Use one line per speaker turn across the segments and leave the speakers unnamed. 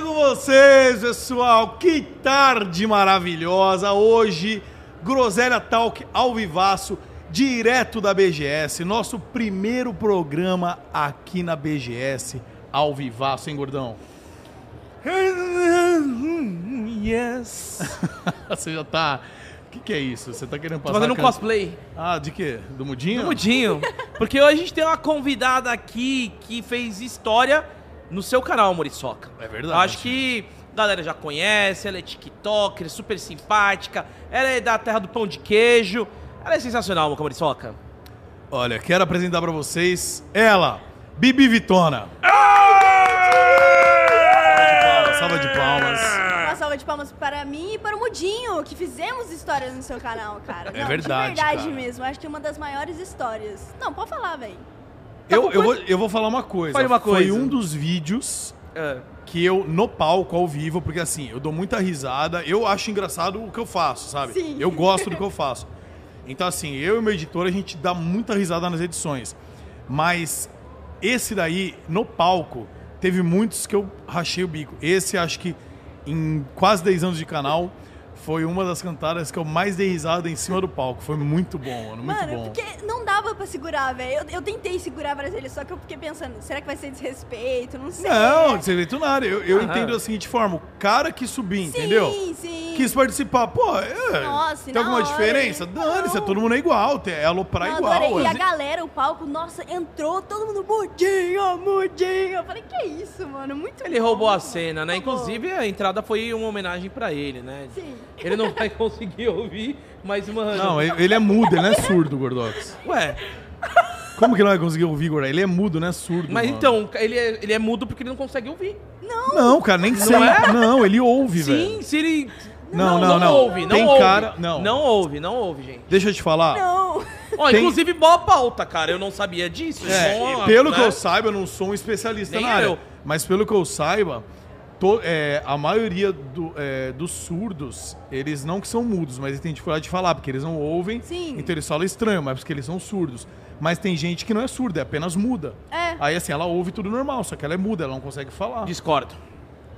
vocês, pessoal? Que tarde maravilhosa hoje. Groselha Talk ao vivaço, direto da BGS. Nosso primeiro programa aqui na BGS, ao vivaço, hein, gordão?
Yes.
Você já tá... O que, que é isso? Você tá querendo
Tô
passar...
fazendo um
a can-
cosplay.
Ah, de quê? Do Mudinho?
Do Mudinho. Porque hoje a gente tem uma convidada aqui que fez história no seu canal, Muriçoca.
É
Eu
verdade.
Acho que a galera já conhece, ela é tiktoker, super simpática, ela é da terra do pão de queijo. Ela é sensacional, Moca Muriçoca.
Olha, quero apresentar pra vocês ela, Bibi Vitona. Salva de palmas.
Uma salva de palmas para mim e para o Mudinho, que fizemos histórias no seu canal, cara.
É
Não,
verdade,
De verdade
cara.
mesmo. Acho que é uma das maiores histórias. Não, pode falar, velho.
Eu, eu, vou, eu vou falar uma coisa.
Fale uma
Foi
coisa.
um dos vídeos
É.
que eu, no palco, ao vivo, porque assim, eu dou muita risada, eu acho engraçado o que eu faço, sabe?
Sim.
Eu gosto do que eu faço. Então, assim, eu e meu editor, a gente dá muita risada nas edições. Mas esse daí, no palco, teve muitos que eu rachei o bico. Esse, acho que em quase 10 anos de canal, foi uma das cantadas que eu mais dei risada em cima do palco. Foi muito bom, mano, muito
Mano,
bom.
porque não dava pra segurar, velho. Eu, eu tentei segurar várias vezes, só que eu fiquei pensando, será que vai ser desrespeito? Não sei.
Não, de jeito nada. Eu, eu
Aham.
entendo da seguinte forma: o cara que subir,
Sim,
entendeu?
sim.
quis participar. Pô, é,
Nossa,
tem
na
alguma
hora,
diferença?
hein?
Dane-se,
Não.
todo mundo é igual, tem- é aloprar
Não,
igual.
adorei. E a
é.
galera, o palco, nossa, entrou, todo mundo, mudinho, mudinho. Eu falei, que isso, mano, muito
Ele
bom.
roubou a cena, né?
Roubou.
Inclusive, a entrada foi uma homenagem pra ele, né?
Sim.
Ele não vai conseguir ouvir, mas, mano...
Não, ele ele é mudo, ele não é surdo, Gordox.
Ué,
Como que não vai conseguir ouvir, Gordox? Ele é mudo, não é surdo.
mas
mano.
então, ele é, ele é mudo porque ele não consegue ouvir.
Não, cara, nem sei.
é?
Não, ele ouve, velho.
Sim, se ele...
Não, não, não.
ouve, não
Tem
ouve.
cara- não.
Não ouve, não ouve, gente.
Deixa eu te falar.
Não.
Ó,
Tem-
inclusive, boa pauta, cara. Eu não sabia disso.
É,
Bom,
pelo
né?
que eu saiba, eu não sou um especialista
Nem
na área.
eu.
Mas pelo que eu saiba, to- é, a maioria do- é, dos surdos, eles não que são mudos, mas eles têm dificuldade de falar, porque eles não ouvem.
Sim.
Então eles falam estranho, mas porque eles são surdos. Mas tem gente que não é surda, é apenas muda.
É.
Aí assim, ela ouve tudo normal, só que ela é muda, ela não consegue falar.
Discordo.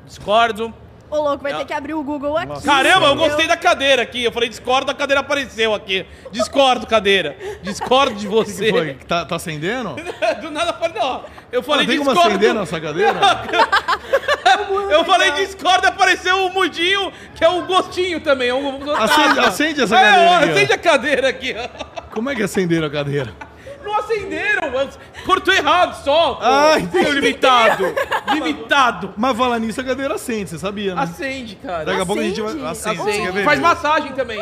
Discordo.
Ô, louco, vai
Não.
ter que abrir o Google aqui.
Nossa.
Caramba, eu
entendeu?
gostei da cadeira aqui. Eu falei discordo, a cadeira apareceu aqui. Discordo, cadeira. Discordo de
O que que foi?
você.
Tá, tá acendendo?
Do nada eu falei, não. Eu
Não
falei
tem como
discordo.
acender nessa cadeira?
Eu falei discordo, apareceu o mudinho, que é o gostinho também. É um...
Acende- acende essa
É,
cadeira
ó,
aqui, ó.
acende a cadeira aqui. ó.
Como é que acenderam a cadeira?
Não acenderam. eu- Cortou errado só. pô.
Ah, entendi.
Seu limitado. limitado.
Mas falar nisso, a cadeira acende, você sabia, né?
Acende, cara.
Daqui a pouco a gente vai...
Acende.
Acende,
Acende.
você quer ver?
Faz massagem também.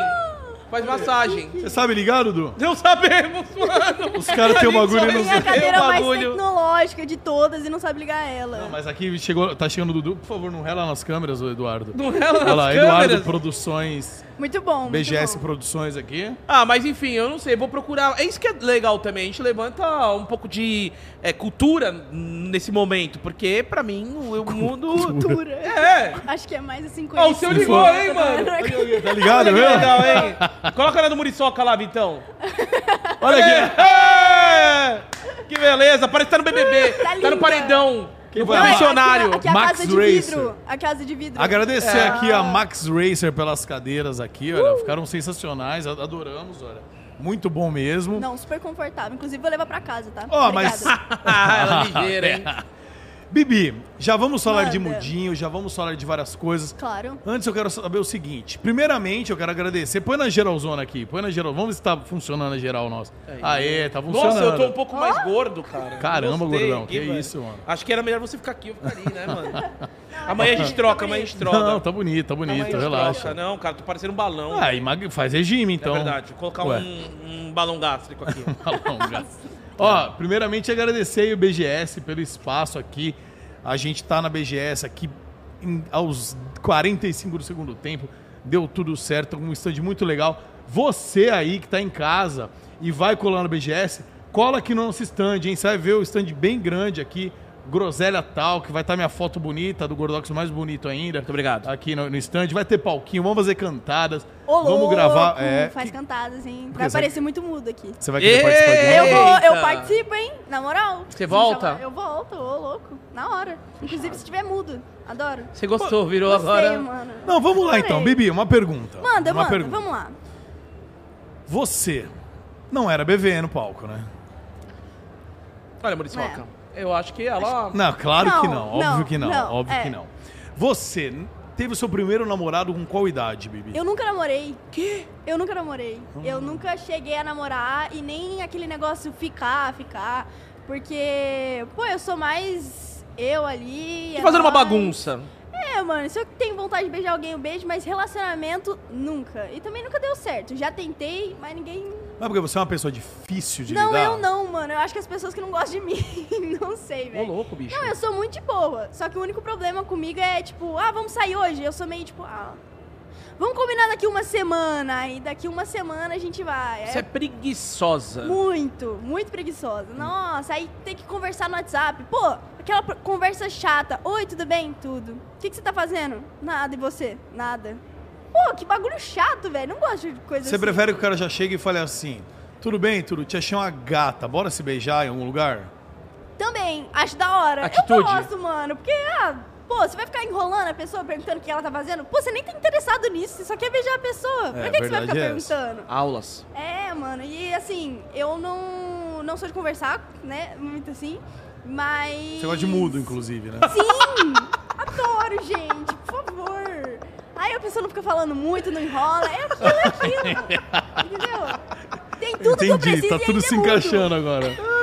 Faz massagem.
Você sabe ligar, Dudu?
Não sabemos, mano.
Os caras têm um
A gente
bagulho e
só
não
Tem a
tem
cadeira
o
mais
bagulho.
tecnológica de todas e não sabe ligar ela.
Não, mas aqui chegou, tá chegando o Dudu. Por favor, não rela nas câmeras, ô Eduardo.
Não é lá
Olha
nas
lá, Eduardo
câmeras. Tá
Produções,
Muito bom. muito
BGS
bom.
Produções aqui.
Ah, mas enfim, eu não sei, vou procurar. É isso que é legal também, a gente levanta um pouco de é, cultura nesse momento, porque pra mim o, o mundo...
Cultura.
É,
Acho que é mais assim
Ó, o seu
conhecido.
ligou, hein, mano?
Tá ligado,
Olha que
viu?
legal, hein? Coloca na do Muriçoca lá, Vitão.
Olha aqui.
É, é. Que beleza, parece que tá no BBB,
Tá
tá, no
linda.
paredão,
Quem
no
foi?
Não, é
confessionário.
Aqui, aqui a
Max
casa de
Racer.
vidro. é A casa de vidro. Ah,
Agradecer
É.
aqui a Max Racer pelas cadeiras aqui,
Uh!
olha. Ficaram sensacionais, ad- adoramos, olha. Muito bom mesmo.
Não, super confortável. Inclusive, vou levar pra casa, tá?
Ó, mas-
Obrigada.
Ah, ela é ligeira, hein?
Bibi, já vamos falar de
Manda.
mudinho, já vamos falar de várias coisas.
Claro.
Antes eu quero saber o seguinte. Primeiramente, eu quero agradecer. Põe na geralzona aqui. Põe na geral. Vamos ver se tá funcionando a geral nossa. Aê, tá funcionando.
É Nossa, eu tô um pouco mais gordo, cara.
Caramba,
Não gostei
gordão, que
velho.
isso, mano.
Acho que era melhor você ficar aqui, eu ficar ali, né, mano? amanhã a gente troca, amanhã a gente troca.
Não, tá bonito, tá
Amanhã a
bonito,
gente
relaxa.
troca. Não, cara, tô parecendo um balão.
Ah, emag- faz regime, então.
É verdade, vou colocar
Ué.
um, um balão gástrico aqui.
Alonga. Ó, primeiramente agradecer aí o BGS pelo espaço aqui. A gente tá na BGS aqui em- aos 45 do segundo tempo. Deu tudo certo, um stand muito legal. Você aí que tá em casa e vai colar no BGS, cola aqui no nosso stand, hein? Você vai ver o stand bem grande aqui, groselha tal, que vai estar minha foto bonita, do Gordox mais bonito ainda. Muito
obrigado.
Aqui no, no stand. Vai ter palquinho, vamos fazer cantadas.
Ô,
vamos
louco,
gravar. É,
Faz
que-
cantadas, hein?
Porque
Vai
você-
parecer muito mudo aqui.
Você vai querer participar de
Eu,
novo?
vou,
Eita!
eu participo, hein? Na moral.
Você
Me
volta?
chama- Eu volto, ô louco. Na hora. Inclusive, se tiver mudo. Adoro.
Você gostou, virou
Gostei,
agora.
mano.
Não, vamos lá
Adorei.
então, Bibi, uma pergunta.
Manda,
uma
manda.
pergunta.
Vamos lá.
Você não era BV no palco, né?
Olha, Maurício
É.
Roca. Eu acho que ela. tá
Não, claro
Não,
que não. Óbvio
não,
que não.
não,
óbvio
é.
que não. Você n- teve o seu primeiro namorado com qual idade, Bibi?
Eu nunca namorei.
Que?
Eu nunca namorei. Eu nunca cheguei a namorar e nem aquele negócio ficar, ficar. Porque, pô, eu sou mais eu ali. é
Fazendo uma
nóis.
bagunça.
É, mano, se eu tenho vontade de beijar alguém, eu beijo, mas relacionamento nunca. E também nunca deu certo. Já tentei, mas ninguém.
Não é porque você é uma pessoa difícil de
não,
lidar?
eu não, mano. Eu acho que as pessoas que não gostam de mim, não sei,
Ô,
velho.
louco, bicho.
é. Não, eu sou muito de boa. Só que o único problema comigo é, tipo, ah, vamos sair hoje. Eu sou meio tipo, ah. Vamos combinar daqui uma semana. E daqui uma semana a gente vai.
Você é preguiçosa.
Muito, muito preguiçosa. Nossa, aí tem que conversar no WhatsApp. Pô, aquela pro- conversa chata. Oi, tudo bem? Tudo. O que, que você tá fazendo? Nada. E você? Nada. Pô, que bagulho chato, velho. Não gosto de coisa
Você
assim.
prefere que o cara já chegue e fale assim: tudo bem, tudo, te achei uma gata, bora se beijar em algum lugar?
Também, acho da hora. Eu
Atitude?
gosto, mano. Porque, ah, pô, você vai ficar enrolando a pessoa, perguntando o que ela tá fazendo? Pô, você nem tá interessado nisso. Você só quer beijar a pessoa.
É,
Por que, que você vai
verdade
ficar
é essa.
perguntando?
Aulas.
É, mano, e assim, eu não, não sou de conversar, né? Muito assim, mas.
Você gosta de mudo, inclusive, né?
Sim! Adoro, gente, por favor. Aí a pessoa não fica falando muito, não enrola. É aquilo, é aquilo. Entendeu? Tem tudo que eu preciso.
Entendi, tá
e
tudo
ainda
se
é mudo.
encaixando agora.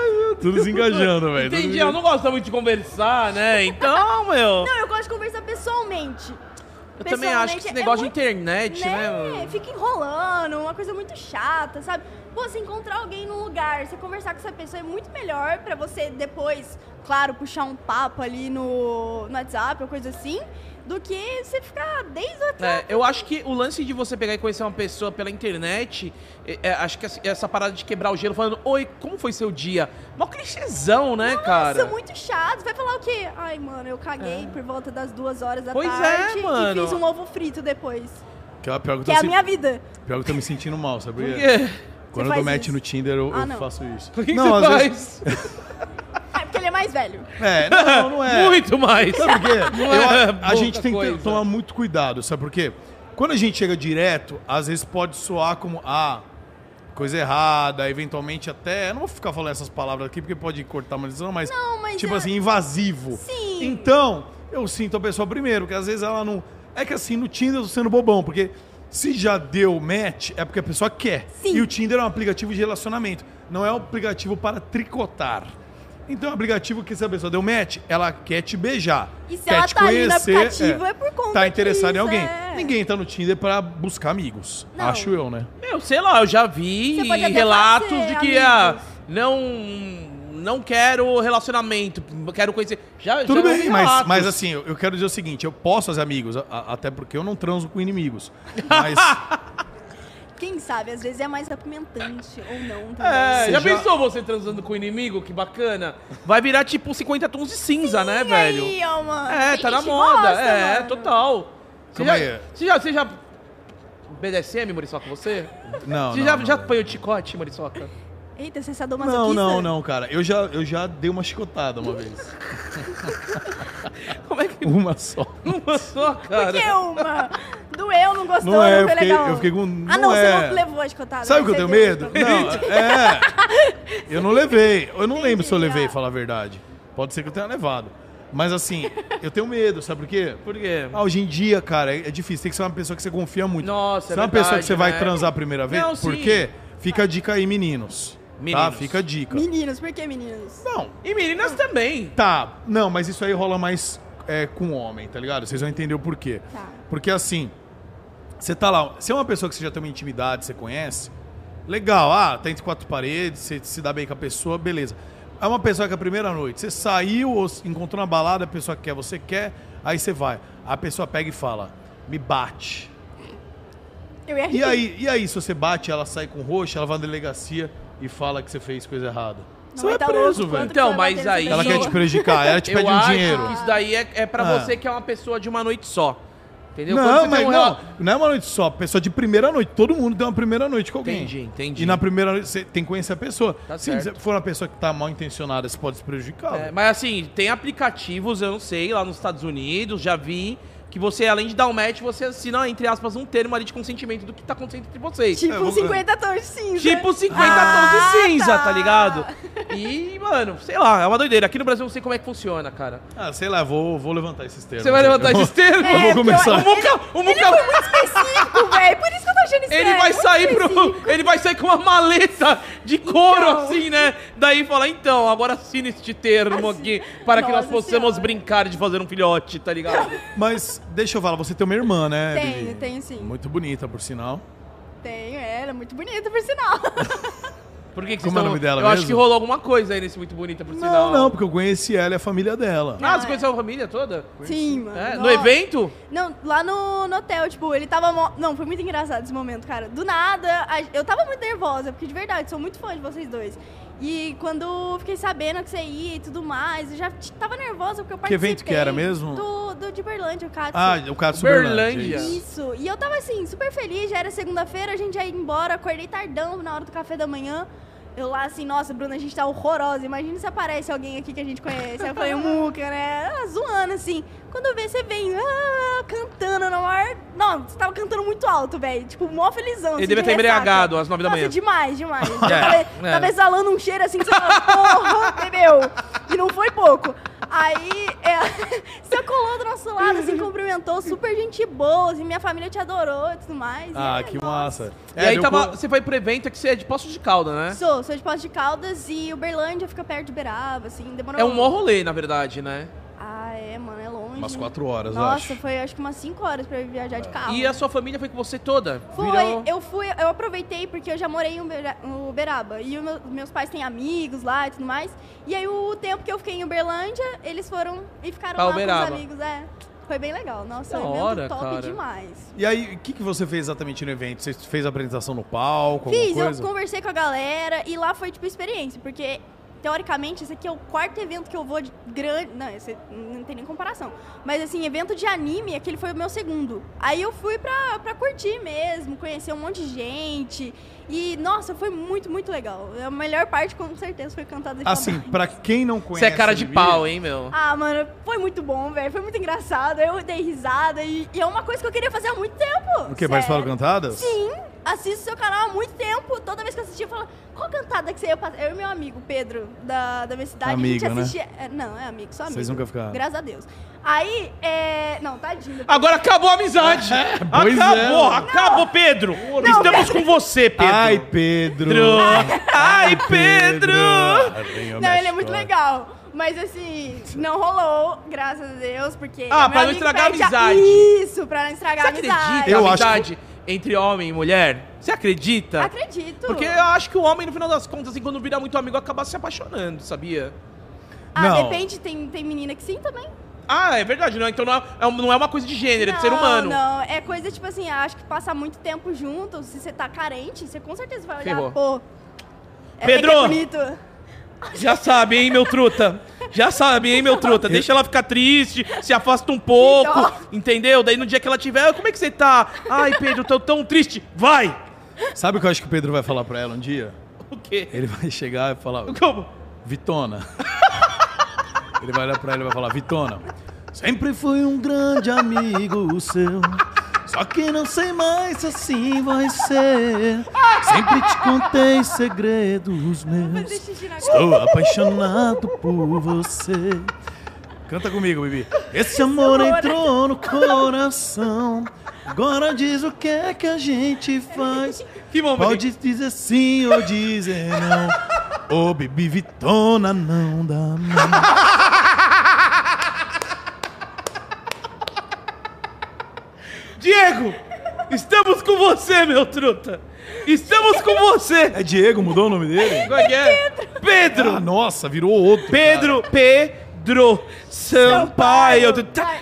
Tudo se encaixando, velho.
Entendi,
Tudo-
ela não gosta muito de conversar, né? Então, meu.
Não, eu gosto de conversar pessoalmente.
Eu também acho que esse negócio de internet, né?
é né? Fica enrolando, uma coisa muito chata, sabe? Pô, você encontrar alguém num lugar, você conversar com essa pessoa é muito melhor pra você depois, claro, puxar um papo ali no, no WhatsApp ou coisa assim, do que você ficar desde o
É,
WhatsApp.
eu acho que o lance de você pegar e conhecer uma pessoa pela internet, é, é, acho que essa- essa parada de quebrar o gelo falando, oi, como foi seu dia? Mó clichêzão, né, cara? É.
Nossa, é muito chato. Vai falar o quê? Ai, mano, eu caguei por volta das duas horas da
Pois é,
tarde
mano.
e fiz um ovo frito depois.
Que é pior que eu
Que
tô
é a
se-
minha vida.
Pior que eu tô me sentindo mal, sabe?
Por quê?
Quando eu
Você
dou
faz
match
isso?
no Tinder, eu,
Ah,
eu
não.
faço isso.
Por que
não,
você
às vezes-
faz?
É porque ele é mais velho.
É, não, não é.
Muito mais.
Sabe por quê?
Não é
Eu- a
pouca
gente tem
coisa.
que tomar muito cuidado, sabe por quê? Quando a gente chega direto, às vezes pode soar como, ah, coisa errada, eventualmente até. Eu não vou ficar falando essas palavras aqui porque pode cortar uma lição, mas.
Não, mas
tipo
eu-
assim, invasivo.
Sim.
Então, eu sinto a pessoa primeiro, porque às vezes ela não. É que assim, no Tinder eu tô sendo bobão, porque se já deu match, é porque a pessoa quer.
Sim.
E o Tinder é um aplicativo de relacionamento, não é um aplicativo para tricotar. Então é um aplicativo que se a pessoa deu match, ela quer te beijar.
E se
quer
ela
te
tá ali no
conhecer,
aplicativo, é por conta
Tá interessado em
disso,
alguém.
é.
Ninguém tá no Tinder pra buscar amigos.
Não.
Acho eu, né?
Meu, sei lá, eu já vi
Você pode até
relatos
fazer,
de que
amigos.
ah, não não quero relacionamento, quero conhecer. Já,
Tudo
já
bem,
ouvi
mas,
relatos.
mas assim, eu eu quero dizer o seguinte: eu posso fazer amigos, a- a- até porque eu não transo com inimigos. Mas.
Quem sabe, às vezes é mais apimentante ou não também.
É, já,
Você já-
pensou você transando com o inimigo? Que bacana. Vai virar tipo 50 tons de cinza, né,
E
velho?
aí, ó, mano?
É,
Tem
tá na
gente que
moda.
gosta,
é,
mano.
total. Você
Calma
já,
aí.
você já. Você já. BDSM, Muriçoca, você?
Não,
você
não,
já,
não,
já
não.
apanhou chicote, Muriçoca?
Eita, você é
Não,
sadomasoquista?
não, não, cara. Eu já, eu já dei uma chicotada uma vez.
Como é que.
Uma só.
Não passou, cara?
Por que uma? Doeu, não gostou,
Não
não,
é, eu
foi
fiquei-
legal.
eu fiquei com-
Ah,
não
não,
é.
você não levou a escotada.
Sabe o que eu tenho medo? Não, é. Eu não levei. Eu não lembro se eu
Entendi,
levei,
ah.
falar a verdade. Pode ser que eu tenha levado. Mas assim, eu tenho medo, sabe por quê?
Por quê?
Ah, hoje em dia, cara, é é difícil. Tem que ser uma pessoa que você confia muito.
Nossa,
Se
é
é uma pessoa que
verdade,
você vai
né?
transar a primeira vez,
Não,
por
sim.
quê? Fica a dica aí, meninos. Tá?
Meninos.
Fica a dica.
Meninos, por que meninos?
Não,
E meninas também.
Tá, não, mas isso aí rola mais é, com homem, tá ligado? Vocês vão entender o porquê.
Tá.
Porque assim, você tá lá, se é uma pessoa que você já tem uma intimidade, você conhece, legal, ah, tá entre quatro paredes, você se dá bem com a pessoa, beleza. É uma pessoa que a primeira noite, você saiu ou se encontrou na balada, a pessoa quer, você quer, aí você vai. A pessoa pega e fala, me bate.
Eu ia rir.
E aí, e aí, se você bate, ela sai com roxo, ela vai na delegacia e fala que você fez coisa errada. Você vai
vai tá
preso,
louco,
velho.
quanto que
Então,
você vai
mas
bater
aí-
nessa
Ela quer
pessoa?
te prejudicar, ela te
eu
pede um
acho
dinheiro.
que isso daí é, é pra
Ah.
você que é uma pessoa de uma noite só. Entendeu? Quando
Não,
você
mas
tem um
não,
rela-
não é uma noite só. Pessoa de primeira noite. Todo mundo tem uma primeira noite com alguém.
Entendi, entendi.
E na primeira noite você tem que conhecer a pessoa.
Tá
se
certo.
você for uma pessoa que tá mal intencionada, você pode se prejudicar. né?
É,
velho.
mas assim, tem aplicativos, eu não sei, lá nos Estados Unidos, já vi, que você, além de dar um match, você assina, entre aspas, um termo ali de consentimento do que tá acontecendo entre vocês.
É,
Tipo né?
vou-
50 tons de cinza.
Tipo 50
Ah,
tons de cinza,
tá.
tá ligado? E, mano, sei lá, é uma doideira. Aqui no Brasil eu não sei como é que funciona, cara.
Ah, sei lá, vou, vou levantar esses termos.
Você vai levantar esses termos?
Eu vou
É,
começar.
O Muca, o
Ele
Muca,
foi muito específico, velho. Por isso que eu tô achando estranho.
ele vai
muito
sair pro,
específico.
ele vai sair com uma maleta de couro
Então.
assim, né? Daí fala, então, agora assina este termo
Assim.
aqui para que nós
Nossa
possamos
Senhora.
brincar de fazer um filhote, tá ligado?
Mas deixa eu falar, você tem uma irmã, né?
Tenho,
Vivi?
tenho sim.
Muito bonita, por sinal.
Tenho, é, ela é muito bonita, por sinal.
Por que, que
Como
vocês
é o
tão-
nome dela
Eu acho
mesmo?
que rolou alguma coisa aí nesse muito bonita, por sinal.
Não, não, porque eu conheci ela e a família dela.
Ah, você conheceu a família toda?
Sim, mano.
É, no
nossa.
evento?
Não, lá no, no hotel, tipo, ele tava. mó- Não, foi muito engraçado esse momento, cara. Do nada, a- eu tava muito nervosa, porque de verdade, sou muito fã de vocês dois. E quando eu fiquei sabendo que você ia e tudo mais, eu já t- tava nervosa porque eu
Que
participei.
evento que era mesmo?
Do, do de Berlândia, o Cátia.
Ah, o caso Berlândia.
Berlândia.
é isso.
Isso. E eu tava assim, super feliz, já era segunda-feira, a gente ia embora, acordei tardão na hora do café da manhã. Eu lá assim, nossa, Bruna, a gente tá horrorosa. Imagina se aparece alguém aqui que a gente conhece. Aí foi o Muca, né? Ela zoando assim. Quando vê, você vem ah, cantando na maior. Não, você tava cantando muito alto, velho. Tipo, mó felizão.
Ele
assim,
devia
de
ter
ressaca.
embriagado às nove da manhã.
Nossa, demais, demais. Eu
É,
tava,
é.
tava exalando um cheiro assim que você fala, porra, entendeu? E não foi pouco. Aí, é, você colou do nosso lado, assim, cumprimentou, super gente boa, assim, minha família te adorou e tudo mais.
Ah,
É,
que
nossa.
massa. É, um
e aí
eu
tava,
co-
você foi pro evento que você é de Poços de Calda, né?
Sou, sou de Poços de Caldas e Uberlândia fica perto de Uberaba, assim, demorou...
É um mó rolê, na verdade, né?
Ah, é, mano, é longe.
Umas quatro horas, eu
Nossa,
acho. É.
foi acho que umas cinco horas pra eu viajar de carro.
E a sua família foi com você toda?
Ah, Foi,
Virou-
eu fui, eu aproveitei porque eu já morei em Ubera- Uberaba e o meu- meus pais têm amigos lá e tudo mais. E aí o tempo que eu fiquei em Uberlândia, eles foram e ficaram
Pra
lá
Uberaba.
com os amigos, é. Foi bem legal. Nossa,
Da
um evento
hora,
top
cara.
demais.
E aí, o que, que você fez exatamente no evento? Você fez a apresentação no palco,
Fiz,
alguma
eu
coisa?
conversei com a galera e lá foi tipo experiência, porque teoricamente esse aqui é o quarto evento que eu vou de grande, não, esse não tem nem comparação. Mas assim, evento de anime, aquele foi o meu segundo. Aí eu fui pra, pra curtir mesmo, conhecer um monte de gente. E nossa, foi muito, muito legal. A melhor parte com certeza foi cantada de
Assim, pra quem não conhece...
Você é cara de
Vivi,
pau, hein, meu?
Ah, mano, foi muito bom, velho. Foi muito engraçado. Eu dei risada e, e é uma coisa que eu queria fazer há muito tempo.
O que?
sério.
Participaram cantadas?
é. Sim, assisto seu canal há muito tempo. Toda vez que eu assistia, eu falo, qual cantada que você ia passar? Eu e meu amigo, Pedro, da, da minha cidade, a
Amigo,
gente
né?
assistia. é, não, é amigo, só amigo.
Vocês nunca ficaram. Ah,
Graças a Deus. Aí, é. Não, tadinho.
Agora acabou a amizade!
pois é,
acabou,
mano.
acabou, Pedro! Estamos com você, Pedro!
Ai, Pedro!
Ai, Pedro!
Não, ele é muito legal. Mas assim, não rolou, graças a Deus, porque.
Ah, pra
meu
não
amigo
estragar a
perde
amizade.
Isso, pra não estragar
Você
a amizida.
acredita
Eu
na
acho que-
amizade entre homem e mulher? Você acredita?
Acredito.
Porque eu acho que o homem, no final das contas, assim, quando vira muito amigo, acaba se apaixonando, sabia?
Ah,
Não.
depende, tem, tem menina que sim também.
Ah, é verdade, não. Então não é, é um- não é uma coisa de gênero, é de ser
Não,
humano.
Não, é coisa tipo assim, acho que passar muito tempo junto, se você tá carente, você com certeza vai olhar,
Ferrou.
pô. essa
Pedro!
aqui É bonito.
Já sabe, hein, meu truta? Já sabe, hein, meu truta? Deixa ela ficar triste, se afasta um pouco,
Dó.
entendeu? Daí no dia que ela tiver, "Ah, como é que você tá? Ai, Pedro, tô tão triste. Vai!
Sabe o que eu acho que o Pedro vai falar pra ela um dia?
O quê?
Ele vai chegar e falar,
Como?
Vitona. ele vai olhar pra ela e vai falar, Vitona, sempre fui um grande amigo seu. Só que não sei mais se assim vai ser. Sempre te contei segredos
Vou
meus.
fazer xixi na cara.
Estou apaixonado por você. Canta comigo, Bibi. Esse amor
amor-
entrou no coração. Agora diz o que é que a gente faz.
Que momento?
Pode dizer sim ou dizer não. Ô, Bibi Vitona, não dá não.
Diego! Estamos com você, meu truta! Estamos com você!
É Diego, mudou o nome dele?
Como é que é? Pedro!
Ah, nossa, virou outro.
Pedro! Pedro! Sampaio! tá-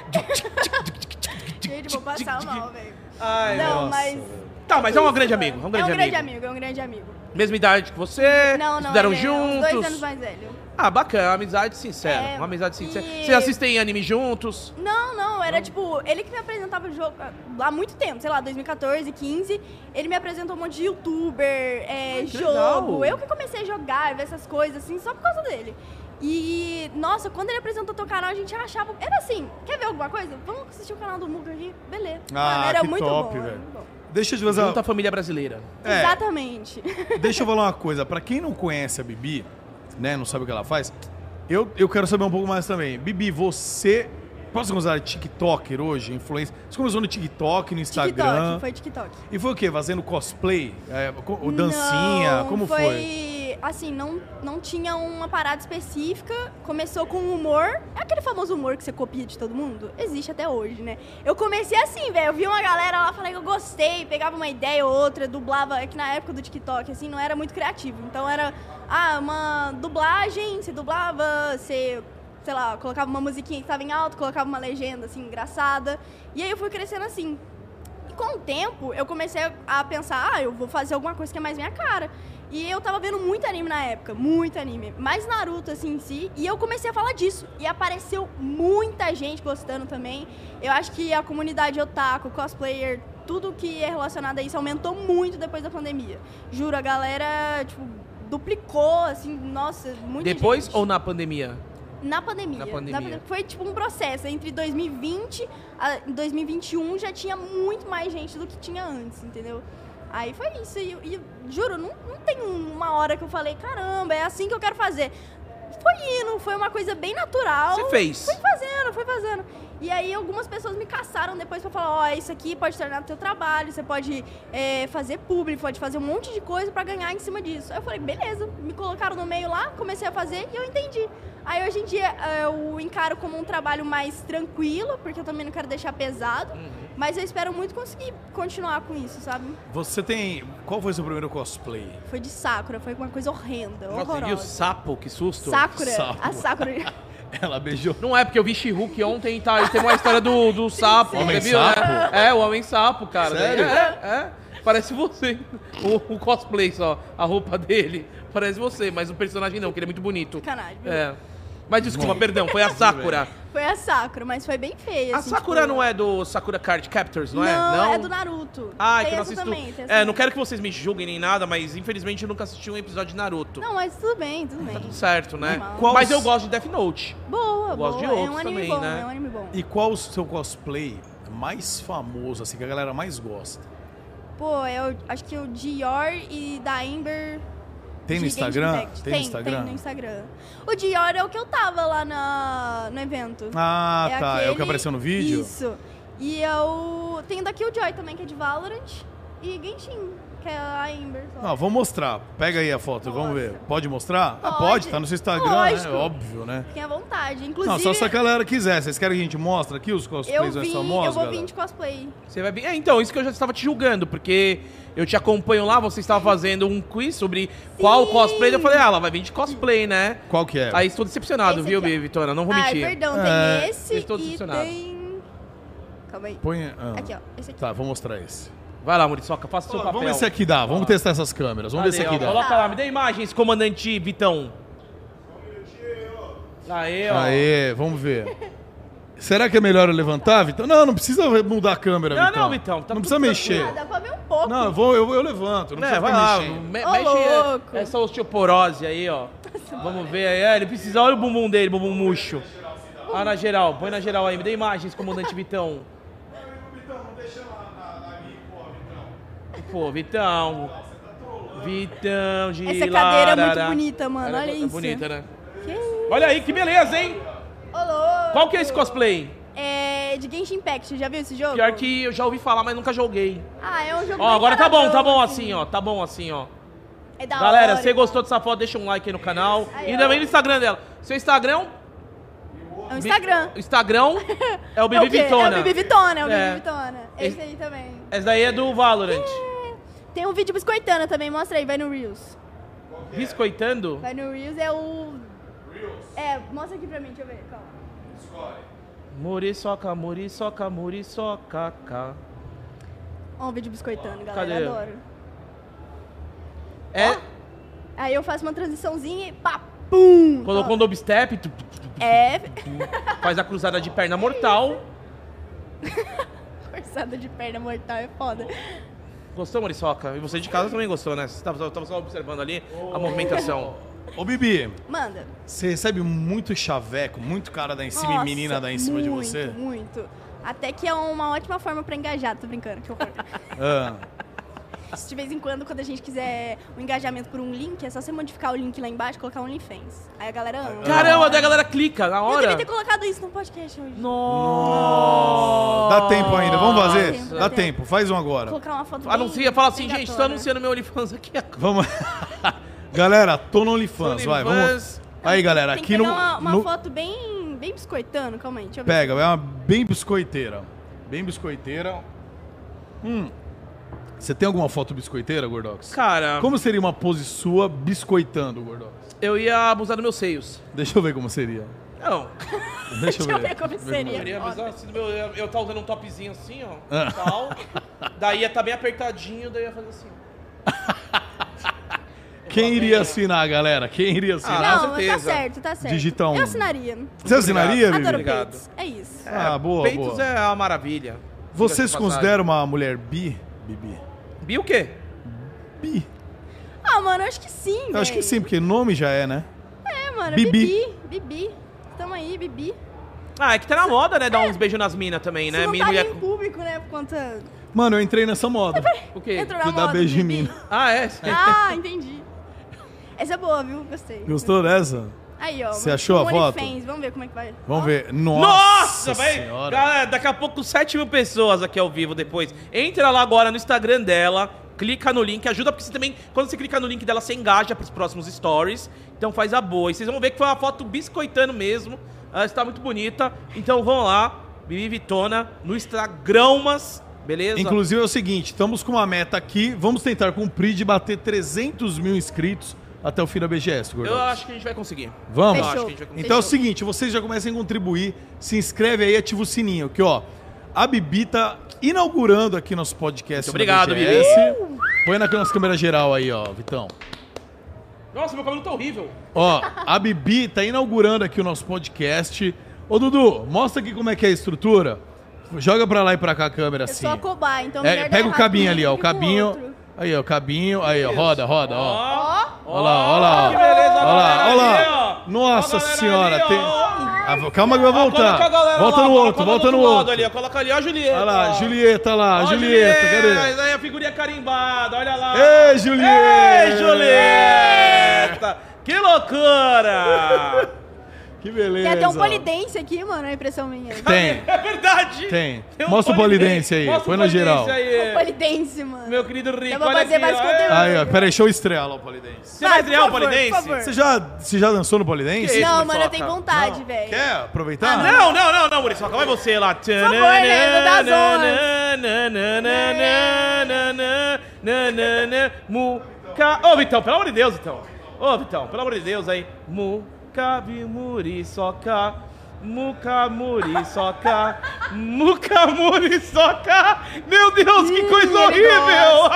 Gente, vou passar mal, velho.
Ai,
Não,
nossa.
mas
Tá, mas é um
isso,
grande
mano.
amigo, é um grande
é um grande
amigo.
amigo, é um grande amigo.
Mesma idade que você,
Não, não,
estudaram
ele é uns
juntos.
dois anos mais velho.
Ah, bacana, uma amizade sincera.
É,
uma amizade sincera.
e-
Vocês assistem anime juntos?
Não, não, era tipo, ele que me apresentava o jogo ah, há muito tempo, sei lá, 2014, 15. Ele me apresentou um monte de youtuber, é,
Ah, que
jogo.
legal.
Eu que comecei a jogar, ver essas coisas, assim, só por causa dele. E, nossa, quando ele apresentou teu canal, a gente achava. Era assim, quer ver alguma coisa? Vamos assistir o canal do Muga aqui? Beleza.
Ah,
Mano, era
que
muito
top,
bom. era
velho.
muito bom.
Deixa eu te fazer
Junto à
uma...
família brasileira.
É.
Exatamente.
Deixa eu falar uma coisa. Pra quem não conhece a Bibi, né, não sabe o que ela faz, eu, eu quero saber um pouco mais também. Bibi, você... Posso considerar TikToker hoje, influencer? Você começou no TikTok, no Instagram.
TikTok, foi TikTok.
E foi o quê? Fazendo cosplay? É, co- ou dancinha?
Não,
Como foi?
Foi assim, não, não tinha uma parada específica. Começou com humor. É aquele famoso humor que você copia de todo mundo? Existe até hoje, né? Eu comecei assim, velho. Eu vi uma galera lá falei que eu gostei, pegava uma ideia ou outra, dublava. É que na época do TikTok, assim, não era muito criativo. Então era, ah, uma dublagem, você dublava, você. Sei lá, colocava uma musiquinha que estava em alto, colocava uma legenda assim engraçada. E aí eu fui crescendo assim. E com o tempo, eu comecei a pensar, ah, eu vou fazer alguma coisa que é mais minha cara. E eu tava vendo muito anime na época, muito anime. Mais Naruto, assim, em si. E eu comecei a falar disso. E apareceu muita gente gostando também. Eu acho que a comunidade otaku, cosplayer, tudo que é relacionado a isso aumentou muito depois da pandemia. Juro, a galera, tipo, duplicou, assim, nossa, muita
Depois
gente.
ou na pandemia?
Na pandemia.
Na pandemia.
pande- Foi tipo um processo. Entre 2020 a 2021 já tinha muito mais gente do que tinha antes, entendeu? Aí foi isso. E, e juro, não, não tem um- uma hora que eu falei, caramba, é assim que eu quero fazer. Foi indo, foi uma coisa bem natural.
Você fez.
Fui fazendo, fui fazendo. E aí algumas pessoas me caçaram depois pra falar, ó, isso aqui pode tornar teu trabalho, você pode é, fazer público, pode fazer um monte de coisa pra ganhar em cima disso. Aí eu falei, beleza, me colocaram no meio lá, comecei a fazer e eu entendi. Aí hoje em dia é, eu encaro como um trabalho mais tranquilo, porque eu também não quero deixar pesado.
Uhum.
Mas eu espero muito conseguir continuar com isso, sabe?
Você tem... Qual foi seu primeiro cosplay?
Foi de Sakura, foi uma coisa horrenda,
Nossa, e o
horrorosa.
sapo? Que susto.
Sakura,
Sakura.
a Sakura.
Ela beijou...
Não é, porque eu vi She-Hulk ontem e tá, e tem uma história do, do sapo.
Homem
você viu,
sapo?
né? É, o Homem-Sapo, cara.
Sério?
É, é. Parece você. O, o cosplay só, a roupa dele. Parece você, mas o personagem não, que ele é muito bonito.
Sacanagem, viu?
É. Mas desculpa, perdão, foi a Sakura.
Foi a Sakura, mas foi bem assim, feia.
A Sakura não é do Sakura Card Captors, não, é?
tipo Não, é do Naruto.
Ah, é
tem
que eu não
essa
assisto.
também, tem essa
é, não
também.
quero que vocês me julguem nem nada, mas infelizmente eu nunca assisti um episódio de Naruto.
Não, mas tudo bem, tudo bem.
Tá tudo certo, né?
Normal.
Qual-
Mas eu gosto de Death Note.
Boa,
Eu
boa.
gosto de
é um
outros
anime
também,
bom,
né?
é um anime bom.
E qual o seu cosplay mais famoso, assim, que a galera mais gosta?
Pô, eu acho que o Dior e da Amber.
Tem no
Gigante
Instagram?
Impact.
Tem no Instagram?
Tem no Instagram. O Dior é o que eu tava lá na, no evento.
Ah,
É
tá. É o que
aquele-
apareceu no vídeo?
Isso. E eu. Tem da Killjoy também, que é de Valorant. E Genshin, que é a Amber. só.
Não, vou mostrar. Pega aí a foto, vamos
Nossa.
ver. Pode mostrar? Ah,
Pode.
pode, tá no seu Instagram, né?
Lógico.
Óbvio, né?
Fiquem à vontade. Inclusive.
Não, só se a galera quiser. Vocês querem que a gente mostre aqui os
eu
cosplays mais
vim,
famosos?
eu vou
galera?
vir de cosplay.
Você vai vir. É, então, isso que eu já estava te julgando, porque eu te acompanho lá, você estava fazendo um quiz sobre qual cosplay. Eu falei, ah, ela vai vir de cosplay, né?
Qual que é?
Aí estou decepcionado,
Esse
viu,
aqui, ó. Ah,
Vitória? Não vou
Ai,
mentir.
perdão,
É,
tem esse
estou
e
decepcionado.
tem. Calma aí.
Põe... ah.
Aqui, ó. Esse aqui.
Tá, vou mostrar esse.
Vai lá, Muriçoca, faça o seu
Ó,
papel.
vamos ver se é aqui dá. Vamos testar essas câmeras. Vamos ver se é
Cadê,
aqui
ó?
dá.
Coloca lá, me dê imagens, comandante Vitão. Aê, ó.
Aê, vamos ver. Será que é melhor eu levantar, Vitão? Não, não precisa mudar a câmera,
Não,
Vitão.
não, Vitão, tá
não
tudo
precisa mexer.
Ah, dá pra ver um pouco.
Não, eu, vou, eu, eu levanto. Não
É,
precisa
vai
ficar
lá,
mexendo.
me,
Ô,
mexe é,
louco.
essa osteoporose aí, ó. Vamos ver aí. É, ele precisa, olha o bumbum dele, bumbum murcho. Ah, na geral, põe na geral aí, me dê imagens, comandante Vitão. Pô, Vitão. Vitão, de
Essa cadeira é muito
larará.
bonita, mano,
Ela é
olha
bo-
isso.
bonita, né?
Que isso?
Olha aí, que beleza, hein?
Ô, louco.
Qual que é esse cosplay?
É de Genshin Impact, já viu esse jogo?
Pior que eu já ouvi falar, mas nunca joguei.
Ah, é um jogo.
Ó,
bem
agora tá bom,
paradão,
tá bom assim, ó. Tá bom assim, ó.
É da
Galera,
hora.
se gostou dessa foto, deixa um like aí no canal.
Aí,
e
ó.
também no Instagram dela. Seu Instagram é um
É o Instagram.
O Instagram é o
É
Bibi
o quê?
Vitona.
É o Bibi Vitona, é o
É.
Bibi Vitona.
Esse-
Esse aí também.
Essa daí é do Valorant.
Tem um vídeo biscoitando também, mostra aí, vai no Reels.
Biscoitando?
Vai no Reels, é o... É, mostra aqui pra mim, deixa eu ver, calma.
Muriçoca, muriçoca, muriçoca. cá.
Ó, um vídeo biscoitando, galera.
Cadê?
Adoro.
É,
Aí eu faço uma transiçãozinha e pá, pum!
colocou um dubstep, tu- tu- tu- tu-
É,
faz a cruzada de perna mortal.
forçada de perna mortal é foda.
Gostou, Muriçoca? E você de casa também gostou, né? Você tava, tava só observando ali
Oh.
a movimentação.
Ô, Bibi,
Manda.
você recebe muito chaveco, muito cara da em cima
Nossa,
e menina da em cima de
muito,
você?
Muito. Até que é uma ótima forma pra engajar, tô brincando, que horror.
Ah,
De vez em quando, quando a gente quiser um engajamento por um link, é só você modificar o link lá embaixo e colocar um OnlyFans. Aí a galera
Ah.
ama.
Caramba, daí a galera clica na
Eu
hora.
devia ter colocado isso no podcast hoje.
Nossa!
Dá tempo ainda, vamos fazer?
Dá tempo,
Dá,
dá
tempo. faz um agora.
Colocar uma foto bem
Anuncia, fala assim, gente, tô
pegadora.
anunciando meu OnlyFans aqui agora.
Vamos. galera, tô no OnlyFans, vai, vamos.
OnlyFans.
Aí, galera,
Tem que
aqui
pegar
no.
uma, uma
no-
foto bem, bem biscoitando, calma aí, deixa eu ver.
Pega, é uma bem biscoiteira. Bem biscoiteira. Hum. Você tem alguma foto biscoiteira, Gordox?
Cara,
Como seria uma pose sua biscoitando, Gordox?
eu ia abusar dos meus seios.
Deixa eu ver como seria.
Não.
Deixa eu ver.
como
Eu
seria.
ia
Ó,
abusar assim do meu. Eu, eu tava usando um topzinho assim, ó.
Ah.
Tal. Daí ia estar bem apertadinho, daí ia fazer assim. É, ó.
Quem iria assim? assinar, galera? Quem iria assinar?
Ah,
Não,
com
tá
certeza.
certo, tá certo.
Digita um.
Eu assinaria.
Você assinaria,
Ah. Adoro
Bibi?
Obrigado.
peitos. É isso.
Ah, boa,
Peitos
boa.
é a maravilha.
Você
Diga-se
se
de
considera uma mulher bi, Bibi?
passagem. Bi o quê?
Bi.
Ah, mano, eu acho que sim,
Eu acho que
véi.
sim, porque nome já é, né?
É, mano,
Bibi.
Bibi. Bibi. Tamo aí, Bibi.
Ah, é que tá na moda, né? Dar uns beijos nas minas também, né?
Se não
Mina
tá
e mulher
ali em público, né, por conta...
Mano, eu entrei nessa moda.
O quê?
Entrou na
Tu dá
moda,
beijo em
Bibi.
mim.
Ah, é? Sim.
Ah, entendi. Essa é boa, viu? Gostei.
Gostou dessa?
Aí, ó.
Você achou a
um
foto?
OnlyFans, Vamos ver como é que vai.
Vamos
Ó.
ver.
Nossa,
Nossa,
vai.
senhora.
Galera, daqui a pouco 7 mil pessoas aqui ao vivo depois. Entra lá agora no Instagram dela, clica no link, ajuda, porque você também, quando você clica no link dela, você engaja pros próximos stories. Então faz a boa. E vocês vão ver que foi uma foto biscoitando mesmo. Ela está muito bonita. Então vão lá, Bibi Vitona, no Instagram, mas, beleza?
Inclusive é o seguinte, estamos com uma meta aqui, vamos tentar cumprir de bater 300 mil inscritos até o fim da BGS, Gordão.
Eu acho que a gente vai conseguir.
Vamos?
acho que a
Fechou.
gente vai conseguir.
Então é o
Fechou.
seguinte, vocês já comecem a contribuir, se inscreve aí, ativa o sininho, que ó, a Bibi tá inaugurando aqui nosso podcast
Muito obrigado,
da BGS. Põe na nossa câmera geral aí, ó, Vitão.
Nossa, meu cabelo tá horrível.
Ó, a Bibi tá inaugurando aqui o nosso podcast. Ô, Dudu, mostra aqui como é que é a estrutura. Joga pra lá e pra cá a câmera,
Eu
assim.
sou a cobaia, então
É,
melhor dar
pega o
errado
cabinho
com
ali,
um
ó. O
que com
cabinho.
outro.
Aí, ó, o cabinho. Aí, ó. Roda, roda, ó.
Ó.
Ó lá, ó lá, ó.
Que beleza,
Ó
a
lá,
galera
ó
ali,
lá.
ó. Ó
Nossa
a galera ali,
senhora,
ó.
tem. Ah, calma que vai
Coloca a
voltar.
galera
Volta
lá,
no
coloca
outro,
lá
volta
do
no
lado
outro.
Ali, ó. coloca ali, ó, a Julieta.
Olha lá,
ó.
Julieta lá,
Ó,
Julieta, cadê?
Aí a figurinha carimbada, olha lá.
Ei, Julieta!
Ei, Julieta! Que loucura!
Que
Tem
beleza.
até um polidense aqui, mano, é a impressão minha.
Tem.
É verdade.
Tem.
um
Mostra o polidense aí,
Mostra o
põe na geral.
polidense
É um
aí.
polidense, mano.
Meu querido Rico,
Dá pra
olha
fazer
aqui.
mais
ó.
conteúdo.
Aí, ó, peraí, deixa eu estrear lá o Polidense.
Você vai
Vai,
estrear o
por favor, por
polidense?
favor.
Você já, você já dançou no
Que
Polidense?
isso,
Não, mano,
Muriçoca?
eu tenho vontade, velho.
Quer aproveitar?
Ah, Não, não, não, não, Muriçoca, vai você lá. Por
favor, né? Não dá
Muca... Ô, Vitão, pelo amor de Deus, Vitão. Ô, Vitão, pelo amor de Deus aí. Mucabi Muriçoca. Muca Muriçoca. Muca Muriçoca. Meu Deus, que
Hum,
coisa
ele
horrível.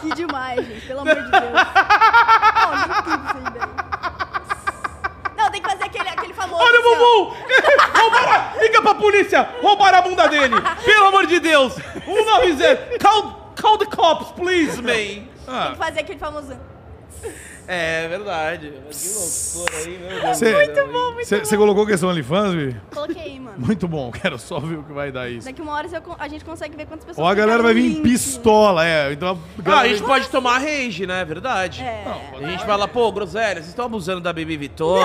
Que demais, gente. Pelo amor de Deus. Não, não tem isso aí, velho. Não, tem que fazer aquele, aquele famoso.
Olha o
assim, ó.
bumbum. Roubaram. a- Liga pra polícia. Roubaram a bunda dele. Pelo amor de Deus. 190. Call, call the cops, please, man.
Tem que fazer aquele famoso.
É verdade. Que loucura aí, meu Deus.
Cê-
do céu, hein?
Você você colocou questão OnlyFans, Bi?
Coloquei, mano.
Muito bom, quero só ver o que vai dar isso.
Daqui uma hora você- a tá gente consegue ver quantas pessoas.
Ó, a galera vai vir em
clicaram no link.
pistola, é. Então a
Ah,
galera
a gente pode tomar rage, né? É verdade.
É.
A gente fala, pô, groselha, vocês estão abusando da Baby Vitória,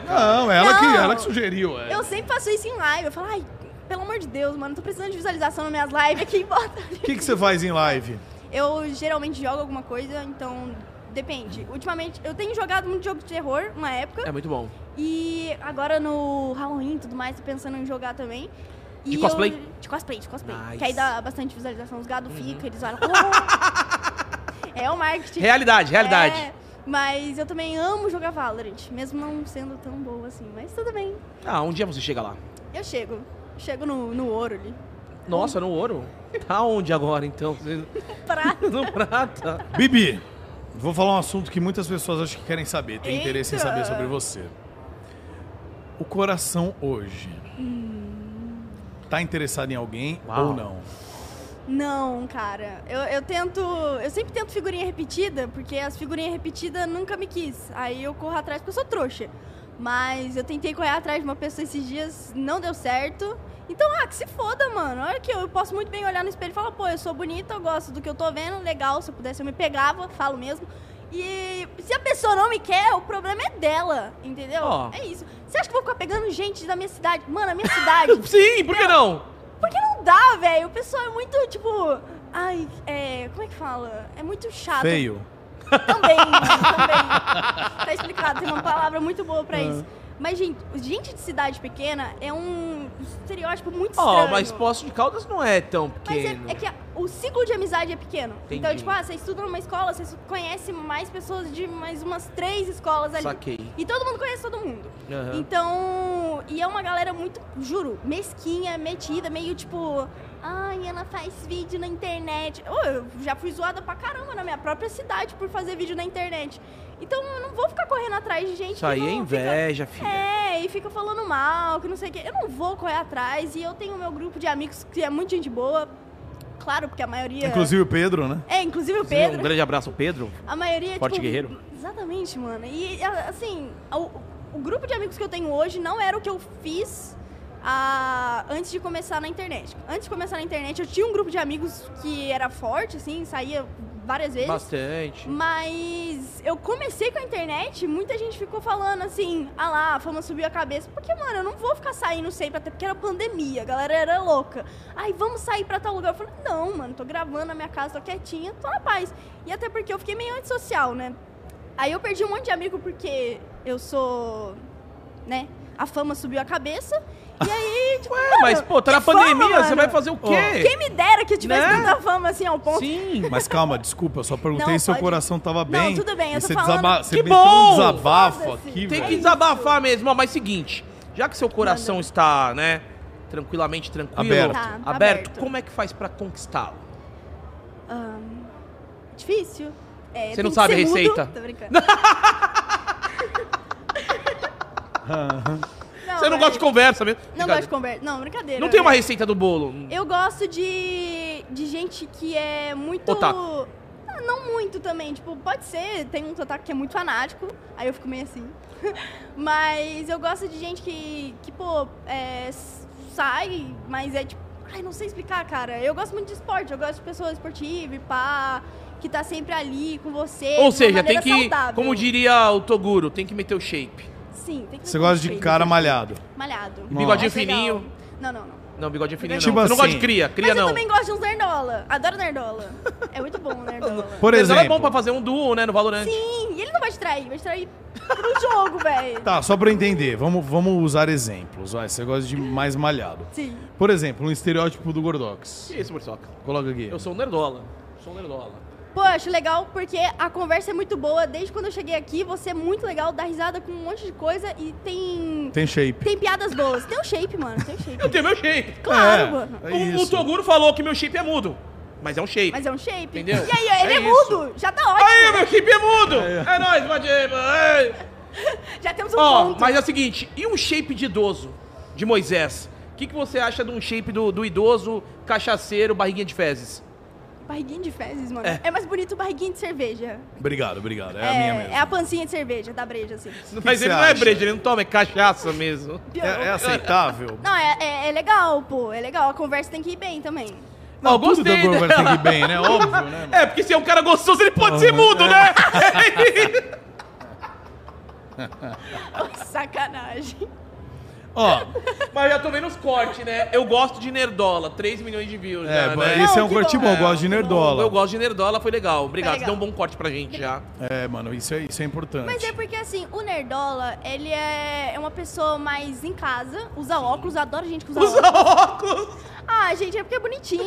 Cara,
cara?
não, é ela, Que,
Não.
ela que sugeriu. É.
Eu sempre faço isso em live. Eu falo, ai, pelo amor de Deus, mano, tô precisando de visualização nas minhas lives aqui, bota.
O que, que você faz em live?
Eu geralmente jogo alguma coisa, então depende. Ultimamente, eu tenho jogado muito jogo de terror, uma época,
É muito bom.
e agora no Halloween e tudo mais, tô pensando em jogar também. E
De cosplay?
eu- de cosplay, de cosplay.
Nice. Uhum.
Que aí dá bastante visualização, os gados ficam, eles olham. "Oh!" é o marketing.
Realidade, realidade.
É, mas eu também amo jogar Valorant, mesmo não sendo tão boa assim, mas tudo bem.
Ah, um dia você chega lá.
Eu chego. Chego no, no ouro ali.
Nossa, no ouro? Tá onde agora, então?
Pra...
No prata.
Bibi, vou falar um assunto que muitas pessoas acho que querem saber, tem interesse em
Eita.
saber sobre você. O coração hoje. Tá interessado em alguém
Uau.
ou não?
Não, cara. Eu, eu tento. Eu sempre tento figurinha repetida, porque as figurinhas repetidas nunca me quis. Aí eu corro atrás porque eu sou trouxa. Mas eu tentei correr atrás de uma pessoa esses dias, não deu certo. Então, ah, que se foda, mano. Olha que eu, eu posso muito bem olhar no espelho e falar, pô, eu sou bonita, eu gosto do que eu tô vendo, legal, se eu pudesse eu me pegava, falo mesmo. E se a pessoa não me quer, o problema é dela, entendeu?
Ó.
É isso. Você acha que eu vou ficar pegando gente da minha cidade? Mano, a minha cidade.
Sim, por que não?
Porque não dá, velho. O pessoal é muito, tipo. Ai, é. Como é que fala? É muito chato.
Feio.
Também, também. Tá explicado, tem uma palavra muito boa pra
Ah.
isso. Mas, gente, gente de cidade pequena é um estereótipo muito
Ó,
estranho.
mas Poço de Caldas não é tão
Mas é,
pequeno.
é que a- o ciclo de amizade é pequeno. Então,
Entendi.
tipo, ah, você estuda numa escola, você conhece mais pessoas de mais umas três escolas ali.
Saquei.
E todo mundo conhece todo mundo.
Aham.
Então, e é uma galera muito, juro, mesquinha, metida, meio tipo, ai, ela faz vídeo na internet. Ô, eu já fui zoada pra caramba na minha própria cidade por fazer vídeo na internet. Então, eu não vou ficar correndo atrás de gente
Isso aí
que
é
não fica-
inveja, filha.
é, e fica falando mal, que não sei o quê. Eu não vou correr atrás e eu tenho meu grupo de amigos que é muito gente boa. Claro, porque a maioria.
Inclusive o Pedro, né?
É, inclusive o
Um
Pedro.
grande abraço ao Pedro.
A maioria é
Forte
tipo,
guerreiro.
Exatamente, mano. E a- assim, o, o grupo de amigos que eu tenho hoje não era o que eu fiz ah, antes de começar na internet. Antes de começar na internet, eu tinha um grupo de amigos que era forte, assim, saía várias vezes.
Bastante.
Mas eu comecei com a internet, muita gente ficou falando assim, ah lá, a fama subiu a cabeça. Porque, mano, eu não vou ficar saindo sempre, até porque era pandemia, a galera era louca. Aí, vamos sair pra tal lugar. Eu falei, não, mano, tô gravando na minha casa, tô quietinha, tô na paz. E até porque eu fiquei meio antissocial, né? Aí eu perdi um monte de amigo porque eu sou, né, a fama subiu a cabeça. E aí, tipo,
Ué, mas, pô, tá na
que fama,
pandemia, você
mano.
vai fazer o quê?
quem me dera que eu tivesse
Né?
tanta fama assim ao ponto
Sim.
Mas calma, desculpa, eu só perguntei
Não,
se o
pode-
coração tava bem.
tudo bem, eu
e
tô
você
falando-
desaba- Você
Que
meteu
bom!
um desabafo
Foda-se.
aqui,
Tem
velho.
que desabafar mesmo, ó, mas seguinte, já que seu coração está, né, tranquilamente tranquilo,
Aberto.
Tá, tá aberto.
como é que faz pra conquistá-lo?
Ahn, difícil. É,
Você
tem
não
que
sabe a
ser mudo.
receita?
Tô brincando.
Você não
mas-
gosta de conversa mesmo?
Não
Brincadeira.
gosto de conversa. Não, brincadeira.
Não tem uma
né?
receita do bolo.
Eu gosto de, de gente que é muito...
Otaku.
Ah, Não muito também, tipo, pode ser, tem um otaku que é muito fanático, aí eu fico meio assim. mas eu gosto de gente que, que pô, é, s- sai, mas é tipo, ai, não sei explicar, cara. Eu gosto muito de esporte, eu gosto de pessoa esportiva e pá, que tá sempre ali com você.
Ou
de uma
seja, tem
maneira
que,
saudável.
como diria o Toguro, tem que meter o shape.
Sim, tem que
Você gosta de cara
malhado.
malhado.
assim, Malhado.
E bigodinho
Mas legal.
fininho?
Não, não, não.
Não, bigode é fininho
Tipo
não. Você não gosta
assim.
de cria, cria
Mas
não.
eu também gosto de uns nerdola. Adoro nerdola. É muito bom o nerdola.
Por
Mas ela é
exemplo.
bom pra fazer um duo, né, no Valorant.
Sim, e ele não vai te trair, vai te trair pro jogo, velho.
Tá, só pra eu entender, vamos, vamos usar exemplos. Vai, você gosta de mais malhado.
Sim.
Por exemplo, um estereótipo do Gordox.
Que isso, Mursoca?
Coloca aqui.
Eu sou um nerdola. Sou um nerdola.
Pô, eu acho legal porque a conversa é muito boa. Desde quando eu cheguei aqui, você é muito legal, dá risada com um monte de coisa e tem.
Tem shape.
Tem piadas boas. Tem um shape, mano. Tem um shape.
Eu tenho meu shape.
Claro,
É,
mano.
é
O- o
isso.
Toguro falou que meu shape é mudo. Mas é um shape.
Mas é um shape.
Entendeu?
E aí, ele
É
é,
isso.
mudo. Já tá ótimo.
Aí, meu shape é mudo! É, nóis, Madiba! é.
Já temos um
Ó,
ponto.
mas é o seguinte, e um shape de idoso, de Moisés? O que, que você acha de um shape do, do idoso, cachaceiro, barriguinha de fezes?
Barriguinha de fezes, mano.
É.
É, mais bonito barriguinha de cerveja.
Obrigado, obrigado. É, a minha mesmo.
é a pancinha de cerveja, da breja, assim.
mas
você
ele não é
acha?
breja, ele não toma, é cachaça mesmo.
Piorou.
É, é aceitável?
Não, é, é, é legal, pô. É legal. A conversa tem que ir bem também.
Ó,
tudo da conversa
dela.
aqui bem, né? Óbvio, né?
É, porque se é um cara gostoso, ele pode ser mudo, né?
Ô, sacanagem.
Ó,
mas já tô vendo os cortes, né? Eu gosto de nerdola, 3 milhões de views
é,
já,
mas
né?
esse é
Não,
um
que
corte
bom.
bom, eu gosto de
É,
Eu
nerdola.
gosto de nerdola, foi legal. Obrigado,
Foi
você
legal.
deu um bom corte pra gente já.
É, mano, isso é, isso é importante.
Mas é porque, assim, o Nerdola, ele é é uma pessoa mais em casa, usa óculos, adoro gente que usa,
Usa
óculos.
óculos!
Ah, gente, é porque é bonitinho.